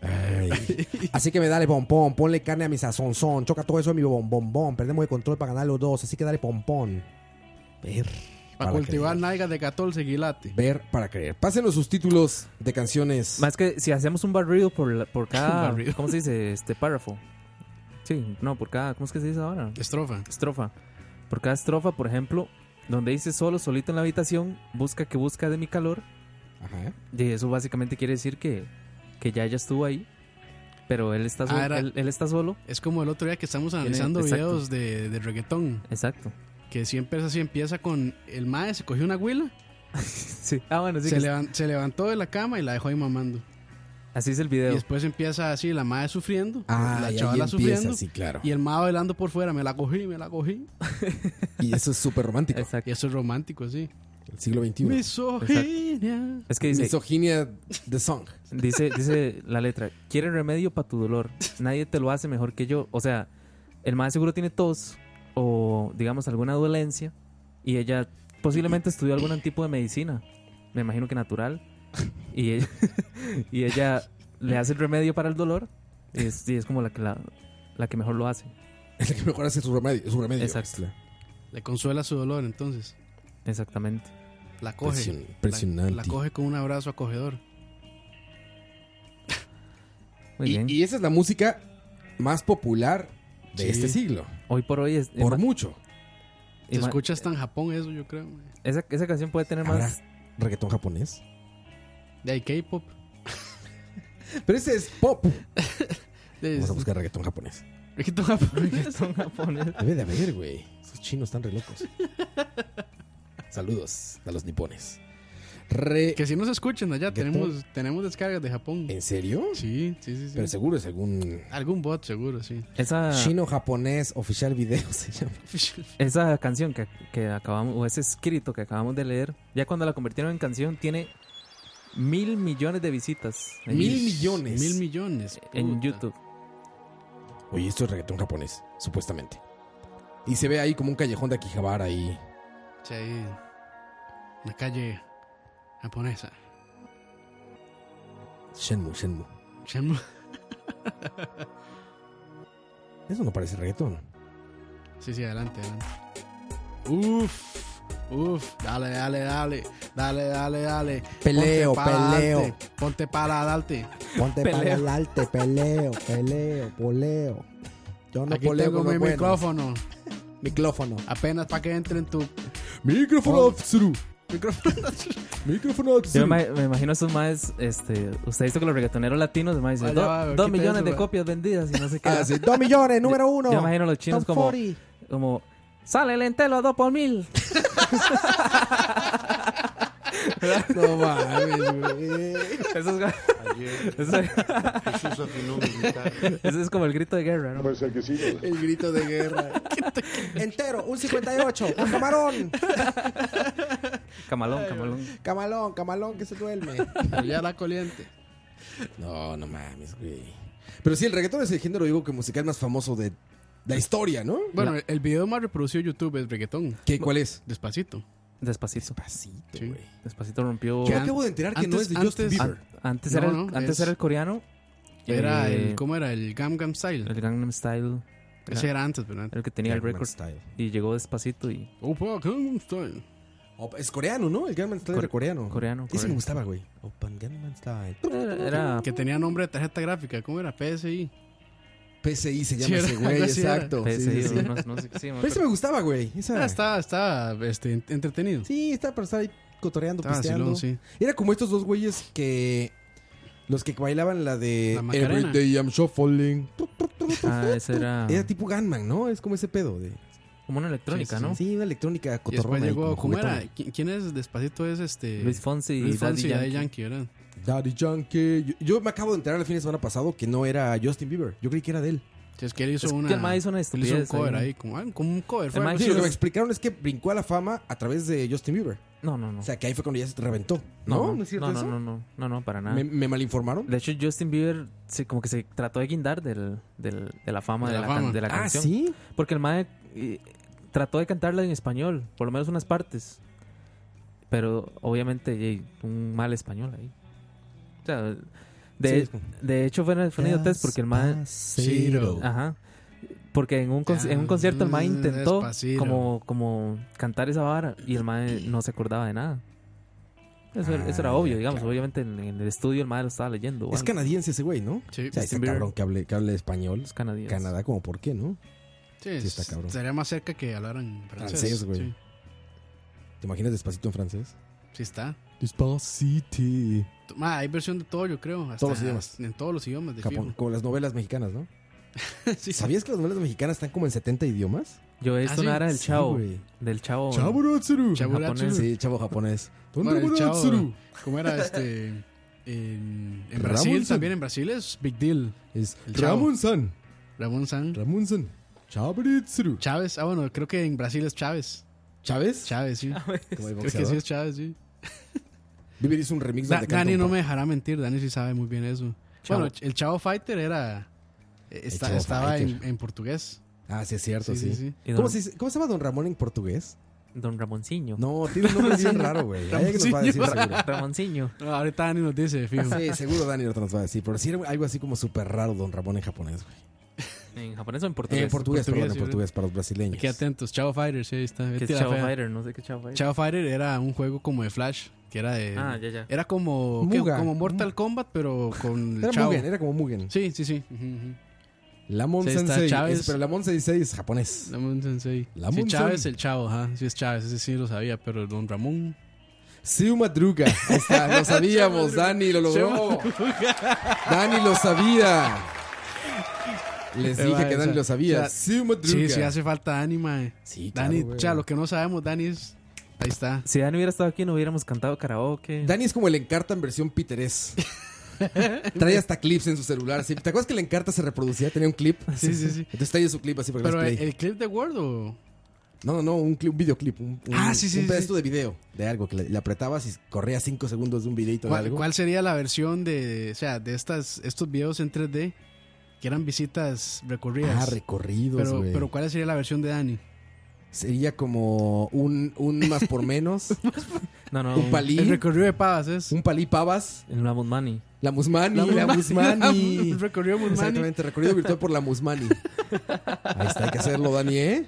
Ay. Así que me dale pompón, ponle carne a mi sazonzón, choca todo eso a mi bombombón, perdemos el control para ganar los dos, así que dale pompón. Ver. Para cultivar nalgas de 14 guilate. Ver para creer. Pásenos sus títulos de canciones. Más que si hacemos un barrido por, la- por cada. barrido. ¿Cómo se dice? Este párrafo. Sí, no, por cada. ¿Cómo es que se dice ahora? Estrofa. Estrofa. Por cada estrofa, por ejemplo, donde dice solo, solito en la habitación, busca que busca de mi calor. Ajá. Y eso básicamente quiere decir que, que ya ella estuvo ahí, pero él está, so- Ah, era- él, él está solo. Es como el otro día que estamos Tiene- analizando exacto. videos de, de reggaetón. Exacto. Que siempre es así, empieza con el mae se cogió una huila, Sí. Ah, bueno, sí. se, que- levan- se levantó de la cama y la dejó ahí mamando. Así es el Y video. después empieza así, la mae sufriendo, Ah, la y ahí chavala empieza, sufriendo, sí, claro. y el mae bailando por fuera, me la cogí, me la cogí. Y eso es súper romántico. Exacto. Y eso es romántico, así. El siglo XXI. Misoginia. Es que dice, Misoginia the song. dice, dice la letra, quiere remedio para tu dolor. Nadie te lo hace mejor que yo. O sea, el más seguro tiene tos o, digamos, alguna dolencia. Y ella posiblemente estudió algún tipo de medicina. Me imagino que natural. Y ella, [LAUGHS] y ella le hace el remedio para el dolor. Y es, y es como la que, la, la que mejor lo hace. Es el que mejor hace su remedio. Su remedio. Exacto. Le consuela su dolor, entonces. Exactamente. La coge. Impresion- La- impresionante. La, coge con un abrazo acogedor. Muy Y, bien. y esa es la música más popular de Sí. este siglo. Hoy por hoy es. Por ima- mucho. Te ima- escuchas tan Japón eso, yo creo. güey. Esa, esa canción puede tener ¿Habrá [LAUGHS] más. reggaetón japonés? De ahí K-pop. Pero ese es pop. De- Vamos a buscar reggaetón japonés. Reggaetón japonés. reggaetón japonés. Debe de haber, güey. Esos chinos están re [LAUGHS] locos. Saludos a los nipones. Re... Que si nos escuchen allá, Reggaetón. tenemos, tenemos descargas de Japón. ¿En serio? Sí, sí, sí. sí. Pero seguro es algún Algún bot, seguro, sí. Esa, chino japonés oficial video [LAUGHS] se llama. esa canción que, que acabamos, o ese escrito que acabamos de leer, ya cuando la convirtieron en canción, tiene mil millones de visitas en, Mil millones. Mil millones. en puta. YouTube. Oye, esto es reggaetón japonés, supuestamente. Y se ve ahí como un callejón de Akihabara ahí. Sí. Una calle japonesa. Shenmue, Shenmue. Shenmue. Eso no parece reggaetón. Sí, sí, adelante, adelante. Uf, uf, dale, dale, dale, dale, dale, dale. Peleo, Ponte para peleo. darte, ponte para darte. Ponte Peleo. para adelante, peleo, peleo, poleo. Yo Aquí tengo mi micrófono, Micrófono. apenas para que entre en tu Micrófono Tsuru. micrófono. Micrófono [LAUGHS] Yo Tsuru. me, ima- me imagino esos más, este, usted visto que los reggaetoneros latinos, más, Vaya, va, dos quita millones eso, de va". copias vendidas y no sé qué. Ah, sí, Dos millones, número uno. Yo imagino los chinos como, como, sale el entero a dos por [LAUGHS] mil. No mames, güey. Eso es, [LAUGHS] eso, es- [LAUGHS] eso es como el grito de guerra, ¿no? Puede ser que sí. güey. El grito de guerra. Entero, un 58. Un camarón. Camalón, camalón. Camalón, camalón que se duerme. Ya la [LAUGHS] coliente. No, no mames, güey. Pero sí, el reggaetón es el género, digo, que musical más famoso de la historia, ¿no? Bueno, el video más reproducido de YouTube es reggaetón. ¿Qué, ¿Cuál es? Despacito. Despacito. Pasito, Sí. güey. Despacito rompió. Yo me an- acabo de enterar que no antes- es de Justin antes- Bieber. Antes, No, era, el, no, antes es- era el coreano. Era eh, el, ¿cómo era? El Gangnam Style. el Gangnam Style. era- Ese era antes, ¿verdad? Oh, El que tenía el récord. Style. Y llegó despacito y Opa, Gangnam Style. Oh, es coreano, ¿no? El Gangnam Style Core- era coreano. coreano. Ese me coreano. gustaba, güey. Open Gangnam Style. Era, era- Eh. Que tenía nombre de tarjeta gráfica. ¿Cómo era? PSI. PCI se llama Sí, era- ese güey, algo así era. exacto. Sí, PSI, sí, sí. no- no sé, sí, me Pero ese acuerdo. me gustaba, güey. Esa- Ah, estaba, estaba este, en- entretenido. Sí, está para estar ahí cotoreando, Estaba pisteando. vacilón, Ah, sí. Era como estos dos güeyes que... Los que bailaban la de... La Macarena. Every day I'm shuffling. Ah, ese era Era tipo Gunman, ¿no? Es como ese pedo de... como una electrónica, ¿no? Sí, una electrónica Y después cotorrona. ahí, llegó, como ¿cómo era? juguetona. ¿Qui- ¿Quién es despacito? Es este. Luis Fonsi y Luis Fonsi Daddy y Daddy Yankee. Yankee, ¿verdad? Daddy Yankee. Yo, yo me acabo de enterar el fin de semana pasado que no era Justin Bieber. Yo creí que era de él. Si es que él hizo Es que una. el mae hizo una él un estupidez cover ahí. ahí, como, ah, como un cover. Fue El mae algo Sí, Sí, lo que es- me explicaron es que brincó a la fama a través de Justin Bieber. No, no, no. O sea, que ahí fue cuando ya se reventó. ¿No? No, no, es cierto no, no, eso? no, no, no, no, para nada. ¿Me, me malinformaron? De hecho, Justin Bieber se- como que se trató de guindar del, del- de la fama de, la, can- fama. de la Ah, canción. ¿sí? Porque el mae eh, trató de cantarla en español, por lo menos unas partes. Pero obviamente eh, un mal español ahí. O sea, Sí, de, es como- de hecho fue una, fue una idiotez porque el mae... Despacito. Ajá. Porque en un, conci- en un concierto el mae mm, intentó Despacito. como, como cantar esa vara y el mae no se acordaba de nada. Eso, era- eso Ah, era ya, obvio, digamos. claro. Obviamente en, en el estudio el mae lo estaba leyendo. o Es algo. canadiense ese güey, ¿no? Sí, O sea, Justin ese Bieber. cabrón que hable, que hable español. Es canadiense. Canadá, como por qué, ¿no? sí, sí está es- cabrón. Estaría más cerca que hablaran francés. Francés, güey. Sí, ¿Te imaginas despacito en francés? sí está. Despacito. T- ma, hay versión de todo, yo creo. hasta- Todos los idiomas. En todos los idiomas de Japón, fijo. como las novelas mexicanas, ¿no? [LAUGHS] Sí, sí. ¿Sabías que las novelas mexicanas están como en 70 idiomas? Yo he visto Ah, una sí. vara del Sí, chavo. güey. del chavo. Ratsuru. Chavo Japonés. Ratsuru. Sí, chavo japonés. Bueno, el chavo, Ratsuru. ¿Cómo era este? En, en Ramón Brasil San- también, en Brasil es Big Deal. Es El chavo. Ramon-san. Ramón San. Ramon-san. Chabritsuru. Chávez. Ah, bueno, creo que en Brasil es Chávez. ¿Chávez? Chávez, sí. Ah, Como [LAUGHS] el Creo que sí boxeador. es Chávez, sí. Bieber hizo un remix Da- donde canta Dani un no pa- me dejará mentir, Dani sí sabe muy bien eso. Chavo. Bueno, el Chavo Fighter era. eh, está- Chavo estaba en, Fighter. en portugués. Ah, sí, es cierto, Sí, sí. sí, sí. Y ¿Cómo, don- se, dice- cómo se llama Don Ramón en portugués? Don Ramonciño. No, tiene un [LAUGHS] nombre bien raro, güey. Hay alguien que nos va a decir seguro. Ramonciño. Ah, ahorita Dani nos dice, fijo. [LAUGHS] Sí, seguro Dani no te nos va a decir. Pero sí era algo así como súper raro Don Ramón en japonés, güey. En japonés o en portugués. En portugués, portugués, perdón, sí, en portugués para los brasileños. Aquí atentos, Chavo Fighter, sí, ahí está. Que es Tira Chavo fea. Fighter, no sé qué Chavo Fighter. Chavo Fighter era un juego como de Flash, que era de. Ah, ya, ya. Era como, ¿qué? Muga. como Mortal Kombat, pero con Era ¿eh? Chavo. Mugen, era como Mugen. Sí, sí, sí. Ujú, ujú. Lamon Sí, está Sensei. Chávez. Es- pero Lamon Sensei es japonés. Lamon Sensei. Lamon sí, Chávez, Sensei. el chavo, ajá. Sí, es Chávez, ese sí lo sabía, pero el don Ramón. Siu Madruga. Ahí está, [LAUGHS] lo sabíamos. Dani lo logró. Dani lo sabía. Les Eh, dije mae, que o Dani sea, lo o sabía. sea, Siu Madruga. Sí, sí, hace falta Dani, mae. Sí, claro, Dani, güey. o sea, lo que no sabemos, Dani es. Ahí está. Si Dani hubiera estado aquí, no hubiéramos cantado karaoke. Dani es como el Encarta en [LAUGHS] versión Peterés. Trae hasta clips en su celular. así. ¿Te acuerdas que el Encarta se reproducía? Tenía un clip. Sí, sí, sí. Entonces trae su clip así para que Pero veas el, Pues play. el clip de Word o. No, no, no, un, clip, un videoclip. Un, un- Ah, sí, sí, Un sí, pedazo sí. de video de algo que le, le apretabas y corría 5 segundos de un videito de ¿Cuál, algo. cuál sería la versión de. O sea, de estas, estos videos en 3D que eran visitas recorridas? Ah, recorridos, pero, güey. pero ¿cuál sería la versión de Dani? Sería como un, [LAUGHS] un más por menos, No, no. un palí, El recorrido de pavas es. un palí pavas, El Lamont Money. la musmani, la musmani. Un recorrido musmani. Exactamente, recorrido virtual por la musmani. Ahí está, hay que hacerlo, Dani, ¿eh?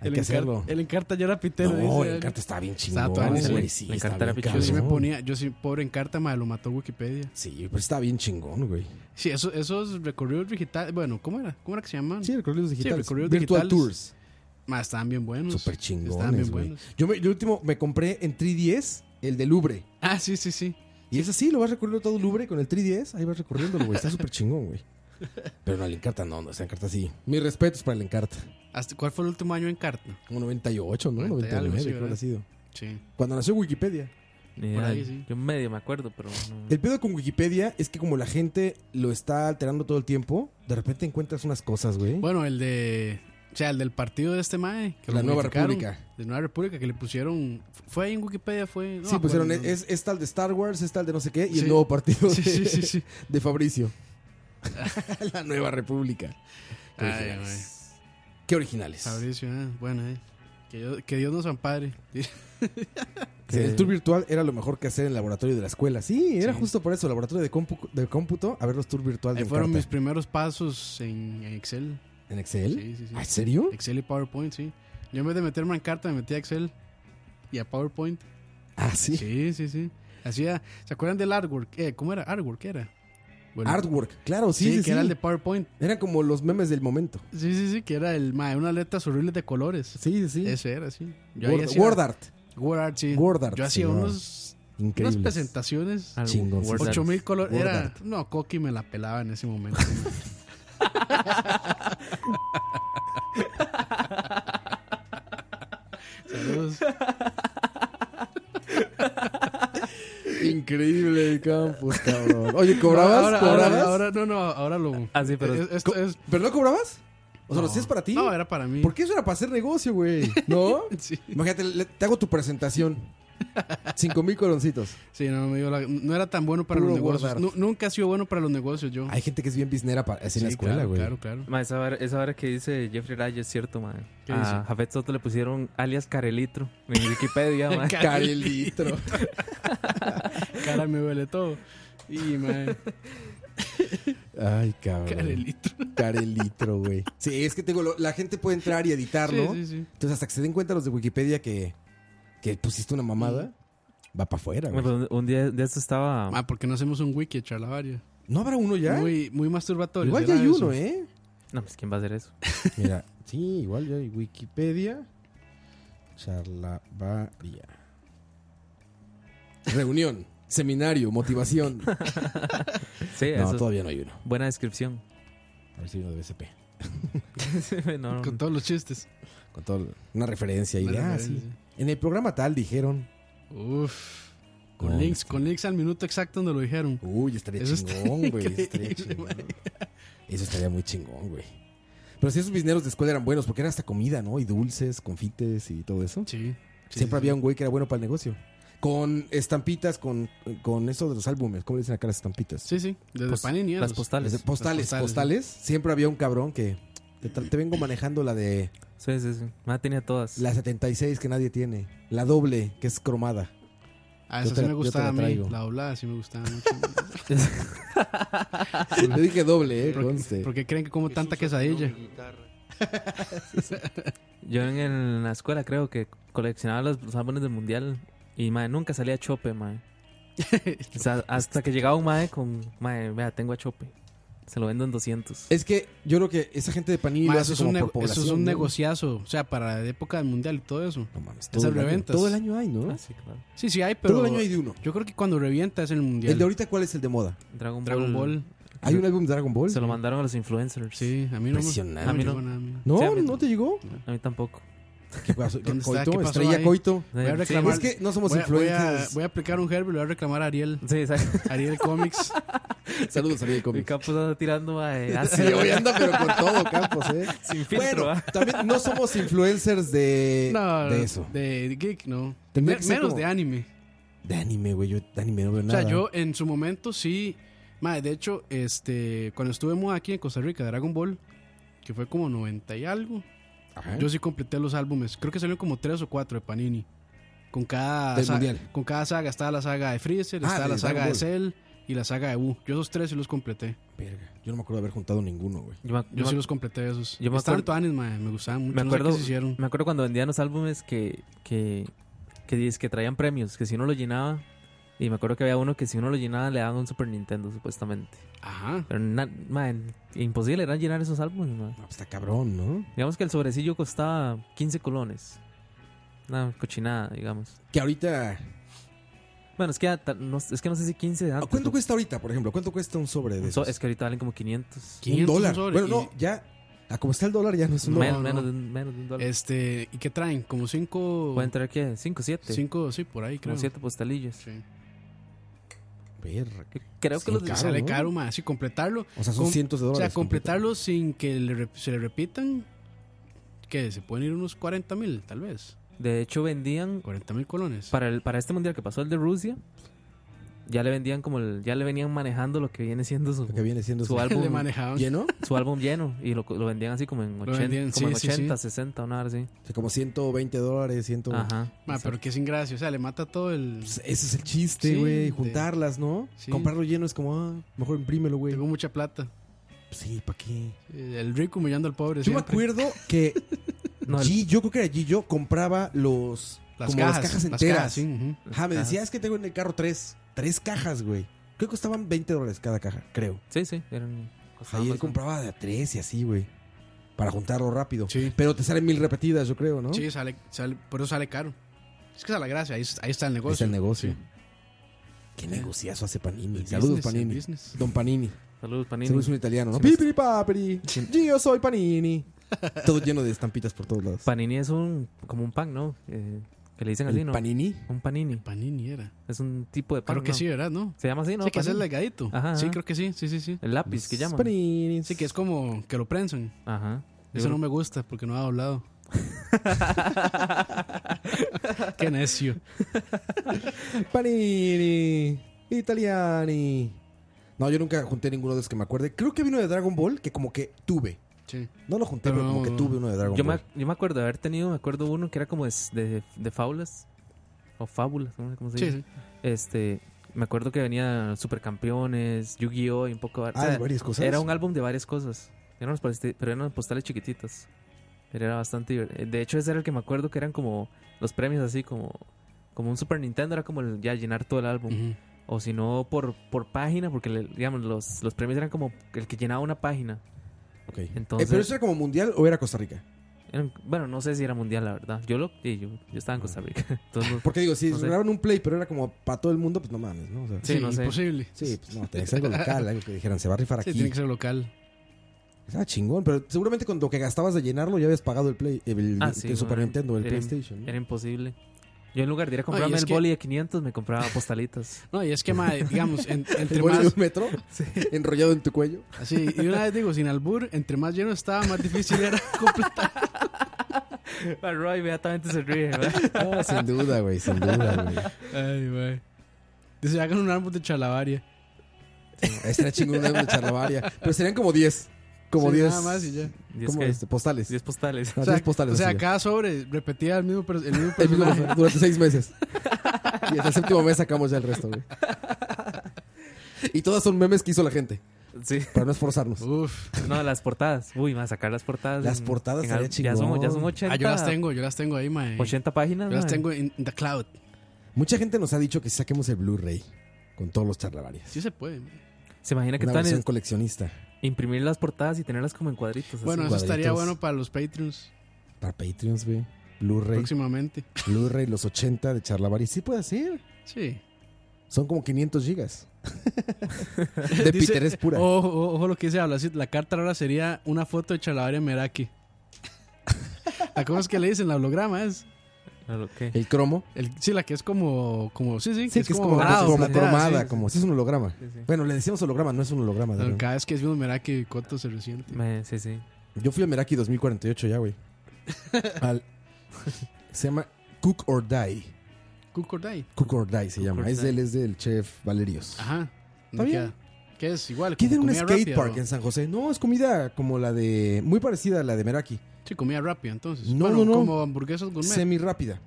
Hay El, que encar- hacerlo. el encarta ya era pitero. No, dice el él. encarta está bien Estaba chingón, todo buenísimo. güey. Sí, El está Encarta era bien pichudo. Yo sí me cabrón. ponía, yo sí, pobre encarta, madre, lo mató Wikipedia. Sí, pero está bien chingón, güey. Sí, eso, esos recorridos digitales, bueno, ¿cómo era? ¿Cómo era que se llamaban? Sí, recorridos digitales. recorridos virtual digitales. tours. Ma, estaban bien buenos. Súper Estaban chingones, bien güey. buenos. Yo, me- yo último me compré en 3DS el de Louvre. Ah, sí, sí, sí. Y es así, lo vas recorriendo todo Louvre con el 3DS. Ahí vas recorriéndolo, güey. Está súper chingón, güey. Pero no, el Encarta no, no, el Encarta sí. Mis respetos para el Encarta. Hasta, ¿Cuál fue el último año en carta? Como 98, ¿no? 90 y 99, algo, sí, creo que ha ¿verdad? sido. Sí. Cuando nació Wikipedia. Ni Por idea. ahí, sí. Yo medio me acuerdo, pero no. El pedo con Wikipedia es que como la gente lo está alterando todo el tiempo, de repente encuentras unas cosas, güey. Bueno, el de. O sea, el del partido de este mae. Que La lo Nueva modificaron, República. De Nueva República, que le pusieron. ¿Fue ahí en Wikipedia? ¿Fue.? no sí, me pusieron, acuerdo, no. es, es tal de Star Wars, es tal de no sé qué, y el Sí. nuevo partido Sí, de, sí, sí, sí. [LAUGHS] de Fabricio. [LAUGHS] la Nueva República. Qué Ay, originales. Qué originales. Fabricio, ah, bueno, eh. Que, yo- que Dios nos ampare. Sí, El tour virtual era lo mejor que hacer en el laboratorio de la escuela. Sí, era Sí. justo por eso, laboratorio de, compu- de cómputo, a ver los tours virtuales Ahí de fueron Encarta. mis primeros pasos en, en Excel. en Excel. Sí, sí, sí. ¿Ah, ¿En serio? Excel y PowerPoint, sí. Yo en vez de meterme en carta me metí a Excel y a PowerPoint. Ah, sí. Sí, sí, sí. Hacía, ¿se acuerdan del artwork? Eh, ¿Cómo era? Artwork, ¿qué era? Bueno, Artwork, claro, sí, Sí, sí, que sí. era el de PowerPoint. Eran como los memes del momento. Sí, sí, sí, que era el mae, unas letras horribles de colores. Sí, sí. Ese era, sí. Yo ahí Word, hacía- Word art. Word Art, sí. Word art, Yo hacía señor. unos, unas Increíble. presentaciones. Algo- Chingón, sí, Word sí. Art. 8000 colores. Ah, pues, Word Era. art. No, Coqui me la pelaba en ese [LAUGHS] momento. Saludos. Increíble, Campos, pues, cabrón. [LAUGHS] Oye, ¿cobrabas? Ahora, ahora, ¿Cobrabas? ahora- no, no, ahora lo. Ah, sí, pero- Eh, es- Esto es. ¿Pero no cobrabas? O sea, ¿lo No. hacías para ti? No, era para mí. Porque eso era para hacer negocio, güey. ¿No? [LAUGHS] Sí. Imagínate, le- te hago [LAUGHS] tu presentación. Cinco mil coloncitos. Sí, no, me dio la- no era tan bueno para Puro los negocios. guardar. Nu- nunca ha sido bueno para los negocios yo. Hay gente que es bien biznera para, así en la Sí, escuela, claro, güey. Claro, [LAUGHS] claro. Ma, esa, vara, esa vara que dice Jeffrey Raya es cierto, man. ¿Qué A dice? Jafet Soto le pusieron alias Carelitro en [LAUGHS] Wikipedia, ma. [LAUGHS] Carelitro. Cara me duele todo. Y, [LAUGHS] man, Ay, cabrón. carelito. Carelitro, güey. Sí, es que te digo, lo- la gente puede entrar y editarlo. Sí, sí, sí. Entonces, hasta que se den cuenta los de Wikipedia que, que pusiste una mamada, va para afuera, Ma, güey. pero un- Un día de esto estaba. Ah, ¿por qué no hacemos un wiki de charlavaria? ¿No habrá uno ya? Muy, muy masturbatorio. Igual ya hay [LAUGHS] uno, ¿eh? No, pues quién va a hacer eso. Mira, sí, igual ya hay Wikipedia. Charlavaria. Reunión, [LAUGHS] seminario, motivación. Sí, No, eso. todavía no hay uno. Buena descripción. [LAUGHS] A ver si hay uno de BCP. no, no. Con todos los chistes. Con todo, una referencia ahí. Una de, ah, referencia. sí. En el programa tal dijeron. Uf. Con No, links, este- con links al minuto exacto donde lo dijeron. Uy, estaría Eso estaría chingón, güey. increíble, estaría chingón. güey. Eso estaría muy chingón, güey. Pero si esos bisneros de escuela eran buenos, porque era hasta comida, ¿no? Y dulces, confites y todo eso. Sí. sí, sí, Siempre había sí. un güey que era bueno para el negocio. Con estampitas, con, con eso de los álbumes. ¿Cómo le dicen acá las estampitas? Sí, sí. Desde Pos- Panini. las esos. postales. Desde postales, Las postales, postales. Siempre había un cabrón que te, tra- te vengo manejando la de Sí, sí, sí. Ma, tenía todas. la 76 que nadie tiene, la doble que es cromada. [LAUGHS] Ah, Yo esa te sí la- me yo te gustaba la a mí. traigo. La doblada sí me gustaba [LAUGHS] mucho. Yo dije doble, eh, conste. porque, porque creen que como tanta quesadilla. Yo en, el- la escuela creo que coleccionaba los, los álbumes del mundial. Y, ma, nunca salía Chope, ma. O sea, hasta que llegaba un mae con. Ma, vea, tengo a Chope. Se lo vendo en 200. Es que yo creo que esa gente de Panini Ma, lo eso, hace es un como ne- por población. eso es un ¿no? negociazo. O sea, para la época del mundial y todo eso. No mames, todo Esas el año- reventas. Todo el año hay, Uh. ¿no? Ah, sí, claro. Sí, sí hay, pero. Todo el año hay de uno. Yo creo que cuando revienta es el mundial. ¿El de ahorita cuál es el de moda? Dragon, Dragon Ball. Ball. ¿Hay un álbum de Dragon Ball? Se lo mandaron a los influencers. Sí, a mí no. me- Impresionante. no me A mí no. llegó nada, a mí no. No, Sí, a mí no te llegó. A mí tampoco. ¿Qué pasó? ¿Qué ¿Dónde está? coito? ¿Qué pasó Estrella ahí? Coito. Voy a sí, reclamar- Es que no somos Voy a, voy a- influencers. voy a aplicar un Herbie, lo voy a reclamar a Ariel. sí, [LAUGHS] exacto. Ariel [LAUGHS] Comics. Saludos a mi Mi cómic. capo anda tirando a [LAUGHS] Sí, hoy anda, pero con todo, Campos, ¿eh? Ah, [LAUGHS] Sin filtro, bueno, ¿ah? también no somos influencers de, No, Eh, de eso. De, de geek, no. Tendría Me- que ser menos como- de anime. De anime, güey. Yo de anime no veo O nada. sea, yo en su momento sí. Madre, de hecho, este, cuando estuve moda aquí en Costa Rica, Dragon Ball, que fue como 90 y algo, Ajá. yo sí completé los álbumes. Creo que salieron como 3 o 4 de Panini. Con cada, Del sa- mundial. con cada saga, estaba la saga de Freezer, Ah, estaba de la saga Dragon de Ball. Cell y la saga de Wu. Yo esos tres sí los completé. Verga, yo no me acuerdo de haber juntado ninguno, güey. Yo me, Yo yo sí me- los completé esos. yo Yo me me acuerdo- me gustaban mucho. me no sé acuerdo, qué se hicieron. me acuerdo cuando vendían los álbumes que, que, que, dices que traían premios, que si uno lo llenaba. Y me acuerdo que había uno que si uno lo llenaba le daban un Super Nintendo, supuestamente. Ajá. Pero, na- man, imposible era llenar esos álbumes, man. No, pues está cabrón, ¿no? Digamos que el sobrecillo costaba 15 colones. Una cochinada, digamos. Que ahorita. Bueno, es que, ya ta- no, es que no sé si ah, 15 de antes. Ah, ¿Cuánto porque- cuesta ahorita, por ejemplo? ¿Cuánto cuesta un sobre de so- esos? es que ahorita valen como 500. 500 un un dólar. sobre bueno, y- no, ya. A como está el dólar, ya no es un dólar. menos, menos no. de un, menos de un dólar. Este, ¿y qué traen? Como cinco. Pueden traer, ¿qué? 5, 7. Cinco, sí, por ahí creo. como 7 postalillos. Sí. Verga. Que- Creo Sí, que los de- Claro, Claro, sale ¿no? caro, ma. Sí, completarlo. O sea, son Com- cientos de O dólares. sea, completarlo sin que le rep- se le repitan. que ¿Se pueden ir unos 40 mil, tal vez? de hecho vendían 40 mil colones. para el para este mundial que pasó el de Rusia. Ya le vendían como el, ya le venían manejando lo que viene siendo su, Lo que viene siendo su su- [LAUGHS] álbum le manejaban. lleno. su álbum lleno y lo, lo vendían así como en 80, vendían, como en sí, sí, 80 60 una hora así. O sea, como 120 dólares, 100. Ajá. Ma, pero que sin gracia. O sea, le mata todo el. Pues ese es el chiste, Sí, güey. de- Juntarlas, ¿no? Sí. Comprarlo lleno es como, ah, mejor imprímelo, güey. Pues, Tengo mucha plata. Sí, ¿para qué? Eh, El rico humillando al pobre. Yo me siempre. acuerdo que No, el- G, yo creo que era Gillo, compraba los. Las como cajas. las cajas enteras. sí, ujú. Ajá, me decía, es que tengo en el carro tres. Tres cajas, güey. Creo que costaban 20 dólares cada caja, creo. Sí, sí, eran costaban Ahí él más o menos. compraba de a tres y así, güey. Para juntarlo rápido. Sí. Pero te salen mil repetidas, yo creo, ¿no? Sí, sale, sale, por eso sale caro. Es que es a la gracia, ahí, ahí está el Ahí negocio. está el negocio. Sí. Qué negociazo hace Panini. El Saludos, business, el Panini. business. Don Panini. Saludos Panini. Seguro es un italiano, ¿no? Sí, me- Pipiri papiri. Yo [LAUGHS] soy Panini. Todo lleno de estampitas por todos lados. Panini es un como un pan, ¿no? Eh, que le dicen así, El ¿no? Panini. Un panini. Panini era. Es un tipo de pan. Creo que ¿no? sí, ¿verdad? ¿No? Se llama así, ¿no? sí, que es el Panini. delgadito. Ajá, Sí, ajá. creo que sí, sí, sí, sí. El lápiz que llaman. Panini. Sí, que es como que lo prensan. Ajá. Eso no me gusta porque no ha [LAUGHS] doblado. Qué necio. Panini. Italiani. No, yo nunca junté ninguno de los que me acuerde. Creo que vino de Dragon Ball, que como que tuve. Sí. No lo junté, Pero pero como no, que no. tuve uno de Dragon Yo me, Ball. yo me acuerdo de haber tenido, me acuerdo uno que era como de, de, de fábulas. O fábulas, no sé cómo se Sí, dice. sí. Este, me acuerdo que venía Supercampeones, Yu-Gi-Oh! y un poco de... o Ah, sea, de varias cosas. Era un álbum de varias cosas. Eran unos poste- pero eran postales chiquititas. Pero era bastante divertido. De hecho, ese era el que me acuerdo que eran como los premios así, como, como un Super Nintendo, era como el- ya llenar todo el álbum. Ujú. O si no, por, por página, porque le- digamos, los, los premios eran como el que llenaba una página. Ok. Eh, Entonces, ¿Pero eso era como mundial o era Costa Rica? eran- bueno, no sé si era mundial, la verdad. Yo lo sí, yo, yo estaba en Costa Rica. Ah. [LAUGHS] Entonces, no- Porque digo, si No sé. grabaron un play, pero era como para todo el mundo, pues no mames, ¿no? O sea, Sí, no sé. imposible. sí, pues no, tenía que ser algo local, algo que dijeran, se va a rifar Sí, aquí. tiene que ser local. Estaba chingón, pero seguramente con lo que gastabas de llenarlo ya habías pagado el Play, el, Ah, el sí, Super no, Nintendo, el era- PlayStation. ¿no? Era imposible. Yo en lugar de ir a comprarme es el que- boli de 500, me compraba [LAUGHS] postalitas. No, y es que, ma, digamos, [LAUGHS] en- ¿El entre bolso de más. un metro? Enrollado en tu cuello. Así, y una vez digo, sin albur, entre más lleno estaba, más difícil era [LAUGHS] completar. Ah, Roy inmediatamente se ríe, [LAUGHS] ¿verdad? Ah, sin duda, güey, sin duda, güey. Ay, güey. Dice, hagan un árbol de chalabaria. Estaría chingón un álbum de charlavaria. Pero serían como 10. Como Sí, 10. Nada más y ya. Y es ¿Cómo que- este? Postales. 10 postales. [LAUGHS] No, O sea, 10 postales. O sea, así ya. cada sobre repetía el mismo, per- el mismo [LAUGHS] El mismo personaje. mes, durante seis meses. Y hasta el séptimo mes sacamos ya el resto, güey. Y todas son memes que hizo la gente, Sí. para no esforzarnos. Uf. No, las portadas. Uy, más sacar las portadas. Las portadas estaría al- Ya son, chingón. ya son 80. Ah, yo las tengo, yo las tengo ahí, mae. 80 páginas. Yo las mae. tengo en the cloud. Mucha gente nos ha dicho que saquemos el Blu-ray con todos los charlavarias. Sí se puede. mae. Se imagina que Una están versión en, coleccionista. Imprimir las portadas y tenerlas como en cuadritos. así. Bueno, eso estaría bueno para los Patreons. Para Patreons, güey. Blu-ray. Próximamente. Blu-ray, los 80 de Charlavari. Sí puede ser. Sí. Son como [LAUGHS] 500 gigas. de Dice- oh. Peter es pura. Ojo, ojo, ojo lo que dice habla así. La carta ahora sería una foto de Chalabaria Meraki. [LAUGHS] ¿A cómo es que le dicen la holograma? Es El cromo. el- sí, la que es como, como sí, sí, Sí, que es como, dorado, como plateada, cromada, sí. como si es un holograma. Bueno, le decimos holograma, no es un holograma. Adrián. Cada vez que es viendo Meraki, ¿cuánto se resiente? Me- sí, sí. Yo fui a Meraki 2048 [LAUGHS] ya, güey. Al- se llama Cook or Die. Cucordai. Cook or Die se Cook llama. or Es Die. del, es del chef Valerios. Ajá. Está bien. ¿Qué es? Igual. ¿Qué de Ah, como un comida skate rápida, park ¿no? en San José? No, es comida como la de. Muy parecida a la de Meraki. Sí, comida rápida, entonces. No, Bueno, no, no. Como hamburguesas gourmet. Semi rápida.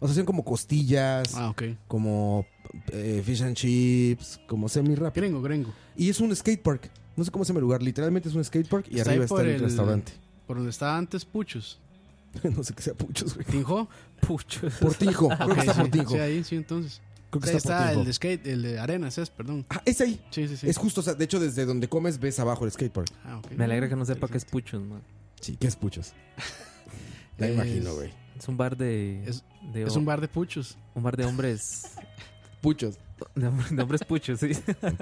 O sea, son como costillas, Ah, ok. como eh, fish and chips, como semi rápida. Gringo, gringo. Y es un skate park. No sé cómo se llama el lugar. Literalmente es un skate park y Está ahí arriba está por el, el- restaurante. [LAUGHS] Por donde estaba antes Puchos. no sé qué sea [LAUGHS] puchos, güey. Tinjo. Pucho. Portijo. Creo Ok, que está sí, Portijo. Sí, ahí, sí, entonces. Creo que Ahí está, está Portijo. el de skate, el de arenas, es, perdón. Ah, es ahí. Sí, sí, sí. Es justo, o sea, de hecho, desde donde comes ves abajo el skatepark. Ah, ok. Me alegra que no sepa qué es Puchos, man. Sí, ¿qué es [LAUGHS] puchos? La Es- imagino, güey. Es un bar de. Es- de- Es un bar de puchos. un bar de hombres. [LAUGHS] Puchos. De, hom- de hombres Puchos, sí. Ok,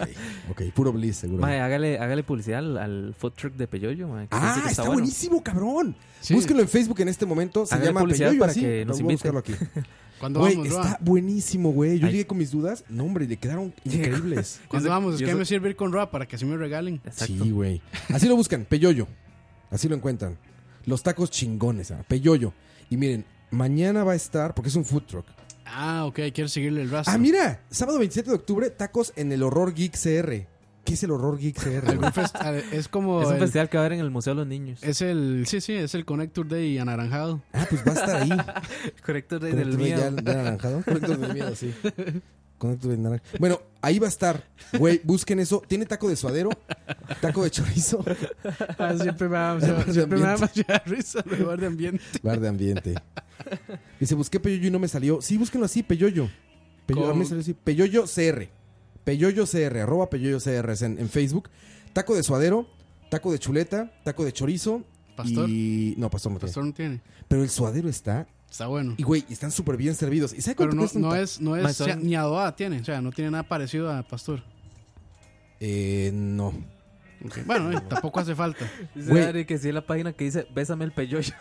ok, puro bliss, seguro. Mae, hágale, hágale publicidad al, al food truck de Peyoyo, mae, que ah, sí que está, bueno. buenísimo, cabrón. Sí. Búsquenlo en Facebook en este momento. Se Hágale llama publicidad Peyoyo, para así. que nos Voy a inviten. buscarlo [LAUGHS] aquí. ¿Cuándo Güey, vamos, Roa? está buenísimo, güey. Yo Ay. llegué con mis dudas. No, hombre, [LAUGHS] le quedaron increíbles. ¿Cuándo Yo sé- vamos? Es yo que sé- me sirve ir con Roa para que así me regalen. Exacto. sí, güey. Así lo buscan, Peyoyo. Así lo encuentran. Los tacos chingones, ah, Peyoyo. Y miren, mañana va a estar, porque es un food truck. Ah, ok, quiero seguirle el rastro. Ah, mira, sábado 27 de octubre, tacos en el Horror Geek CR. ¿Qué es el Horror Geek CR? güey? Algún fest- a- Es como. Es un el- festival que va a haber en el Museo de los Niños. [LAUGHS] es el. Sí, sí, es el Connector Day anaranjado. ah, pues va a estar ahí. Corrector de- del Conector de miedo. ya, ya naranjado. Conector de miedo, sí. Conector de naranja. Bueno, ahí va a estar. Güey, busquen eso. Tiene taco de suadero, taco de chorizo, [LAUGHS] Ah, siempre me da Bar de siempre me da ambiente. demasiada risa el lugar de ambiente. bar de ambiente. Dice, busqué Peyoyo y no me salió. Sí, búsquenlo así, Peyoyo. Peyoyo, a mí me salió así. Peyoyo CR. Peyoyo CR, arroba Peyoyo CR es en, en Facebook. Taco de suadero, taco de chuleta, taco de chorizo. Pastor. Y... No, pastor no tiene. Pastor no tiene. Pero el suadero está. Está bueno. Y güey, están súper bien servidos. ¿Y sabe Pero cuánto no, cuesta un no taco? es, no es, Mae, son- o sea, ni adobada tiene, o sea, no tiene nada parecido a Pastor. Eh, no. Ok, Bueno, eh, tampoco hace falta. Dice Güey. Ari que sí es la página que dice Bésame el [LAUGHS] Peyoyo.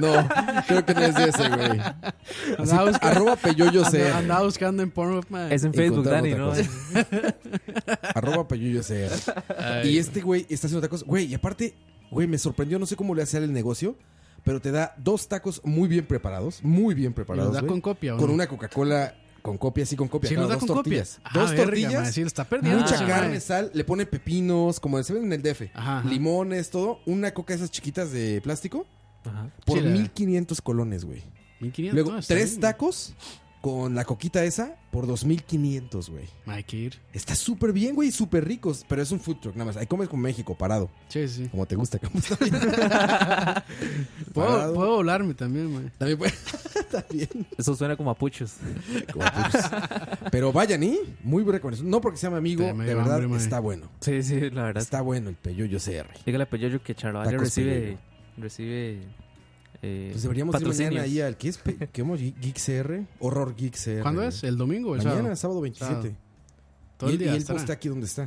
No, [LAUGHS] creo que no es [LAUGHS] ese, güey. Así, Andaba buscando- arroba peyoyo CR. Andaba, andaba buscando en porno, Es en Encontramos Facebook, Dani, otra ¿no? cosa. [LAUGHS] Arroba peyoyo CR. Y este güey está haciendo tacos. Güey, y aparte, güey, me sorprendió. No sé cómo le hace a él el negocio, pero te da dos tacos muy bien preparados. Muy bien preparados. ¿Nos da güey. con copia o Con no? una Coca-Cola. Con copia, sí, con copia. Si claro, nos da dos con copias. tortillas. dos Verga, tortillas. mae, sí, lo está perdiendo. Mucha ese, carne, mae. sal, le pone pepinos, como se ven en el DF, Ajá, ajá. limones, todo, una coca de esas chiquitas de plástico Ajá. por Sí, la- 1500 colones, güey. 1500, Luego no, está tres bien. tacos con la coquita esa por 2500, güey. Mae, Hay que ir. Está súper bien, güey, súper ricos, pero es un food truck nada más. Ahí comes con México parado, Sí, sí. como te gusta, [LAUGHS] como está bien. Puedo, Parado. puedo volarme también, mae. También puede- está bien. Eso suena como a [LAUGHS] Puchos. Como pups. Pero vayan y muy recomendación. No porque sea mi amigo, Tremendo de verdad hambre, madre. está bueno. Sí, sí, la verdad. Está bueno el Peyoyo CR. Dígale a Peyoyo que Charlavaria Tacos recibe. Peyoyo. Recibe. Eh, Pues deberíamos ir patrocinios. mañana ahí al ¿qué es? Pe- ¿Qué hemos? Geek CR, Horror Geek CR. ¿Cuándo es? ¿El domingo o el sábado? Mañana, sábado 27. Sábado. Pues, Todo y el él, y día. él estará. está aquí donde está.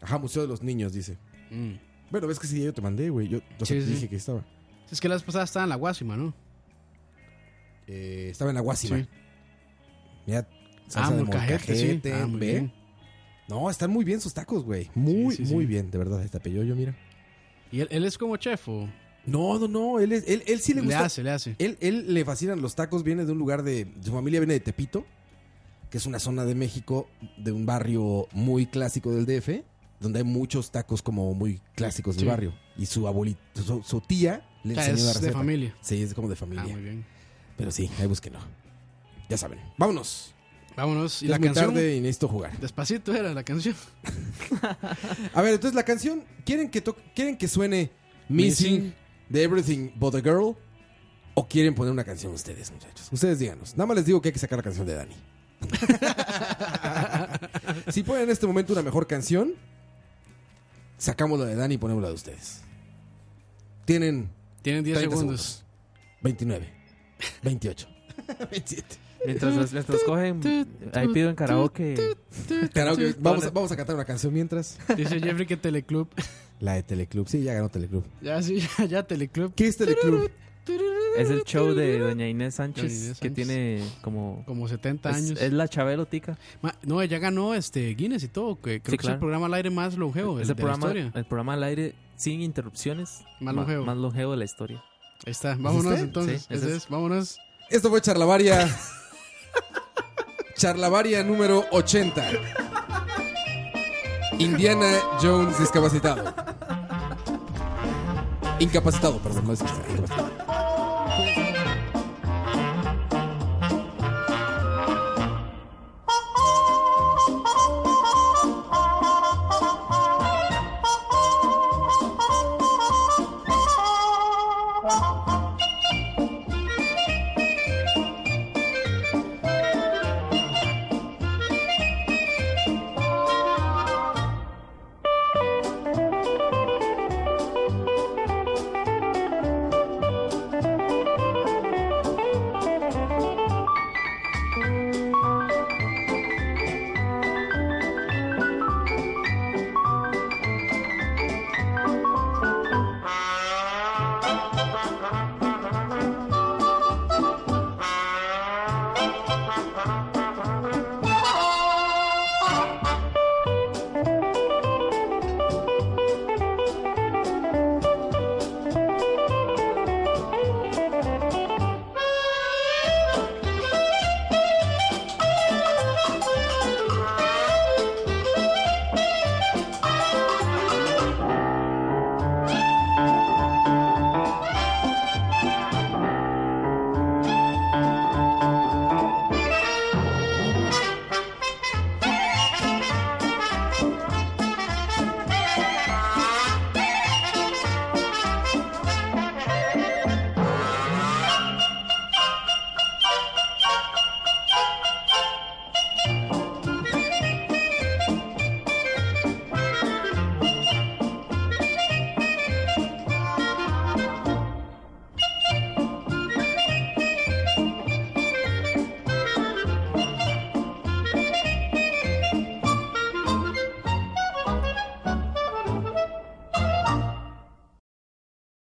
Ajá, Museo de los Niños, dice. Mm. Bueno, ves que ese día yo te mandé, güey. Yo o sea, Sí, te sí. dije que estaba. Es que la vez pasada estaba en la Guasima, ¿no? Eh, estaba en Aguasima. Mira, salsa Ah, de molcajete, sí. molcajete, Ah, muy ve. bien. No, están muy bien sus tacos, güey. Muy, Sí, sí, muy sí. bien, de verdad. Este yo mira. ¿Y él, él es como chef o No, no, no. Él, es- él, él sí le le, gusta. hace, le hace? Él, él le fascinan los tacos. Viene de un lugar de. Su familia viene de Tepito, que es una zona de México, de un barrio muy clásico del DF, donde hay muchos tacos como muy clásicos del Sí. barrio. Y su abuelita, su, su tía le O sea, enseñó la es de receta. familia. Sí, es como de Ah, familia. muy bien. Pero sí, ahí búsquenlo. Ya saben. Vámonos. Vámonos. ¿Y Es la muy canción? tarde y necesito jugar. Despacito era la canción. [LAUGHS] A ver, entonces la canción. ¿Quieren que, to- ¿quieren que suene Missing de Everything But a Girl? ¿O quieren poner una canción ustedes, muchachos? Ustedes díganos. Nada más les digo que hay que sacar la [LAUGHS] canción de Dani. si ponen en este momento una mejor canción, Sacamos la de Dani y ponemos la de ustedes. Tienen. Tienen 10 30 segundos. 29, 28, 27. Mientras, mientras cogen, ahí pido en karaoke. Karaoke, vamos, a- vamos a cantar una canción mientras. Dice Jeffrey que Teleclub. [LAUGHS] La de Teleclub. Sí, ya ganó Teleclub. Ya, sí, ya, ya Teleclub. ¿Qué es Teleclub? Es el show de Doña Inés Sánchez, Doña Inés que Sánchez. tiene como. Como 70 es- años. Es, la Chabelotica. Ma- no, ella ganó este Guinness y todo. Que creo que es claro. el programa al aire más longevo Es de el programa, la historia. el programa al aire sin interrupciones. ma- Más longevo. Más longevo de la historia. Ahí está. Vámonos ¿Viste? entonces. este? Sí, ese ese es. es. Vámonos. Esto fue Charlavaria. Charlavaria número 80. Indiana Jones discapacitado. Incapacitado, perdón, no discapacitado.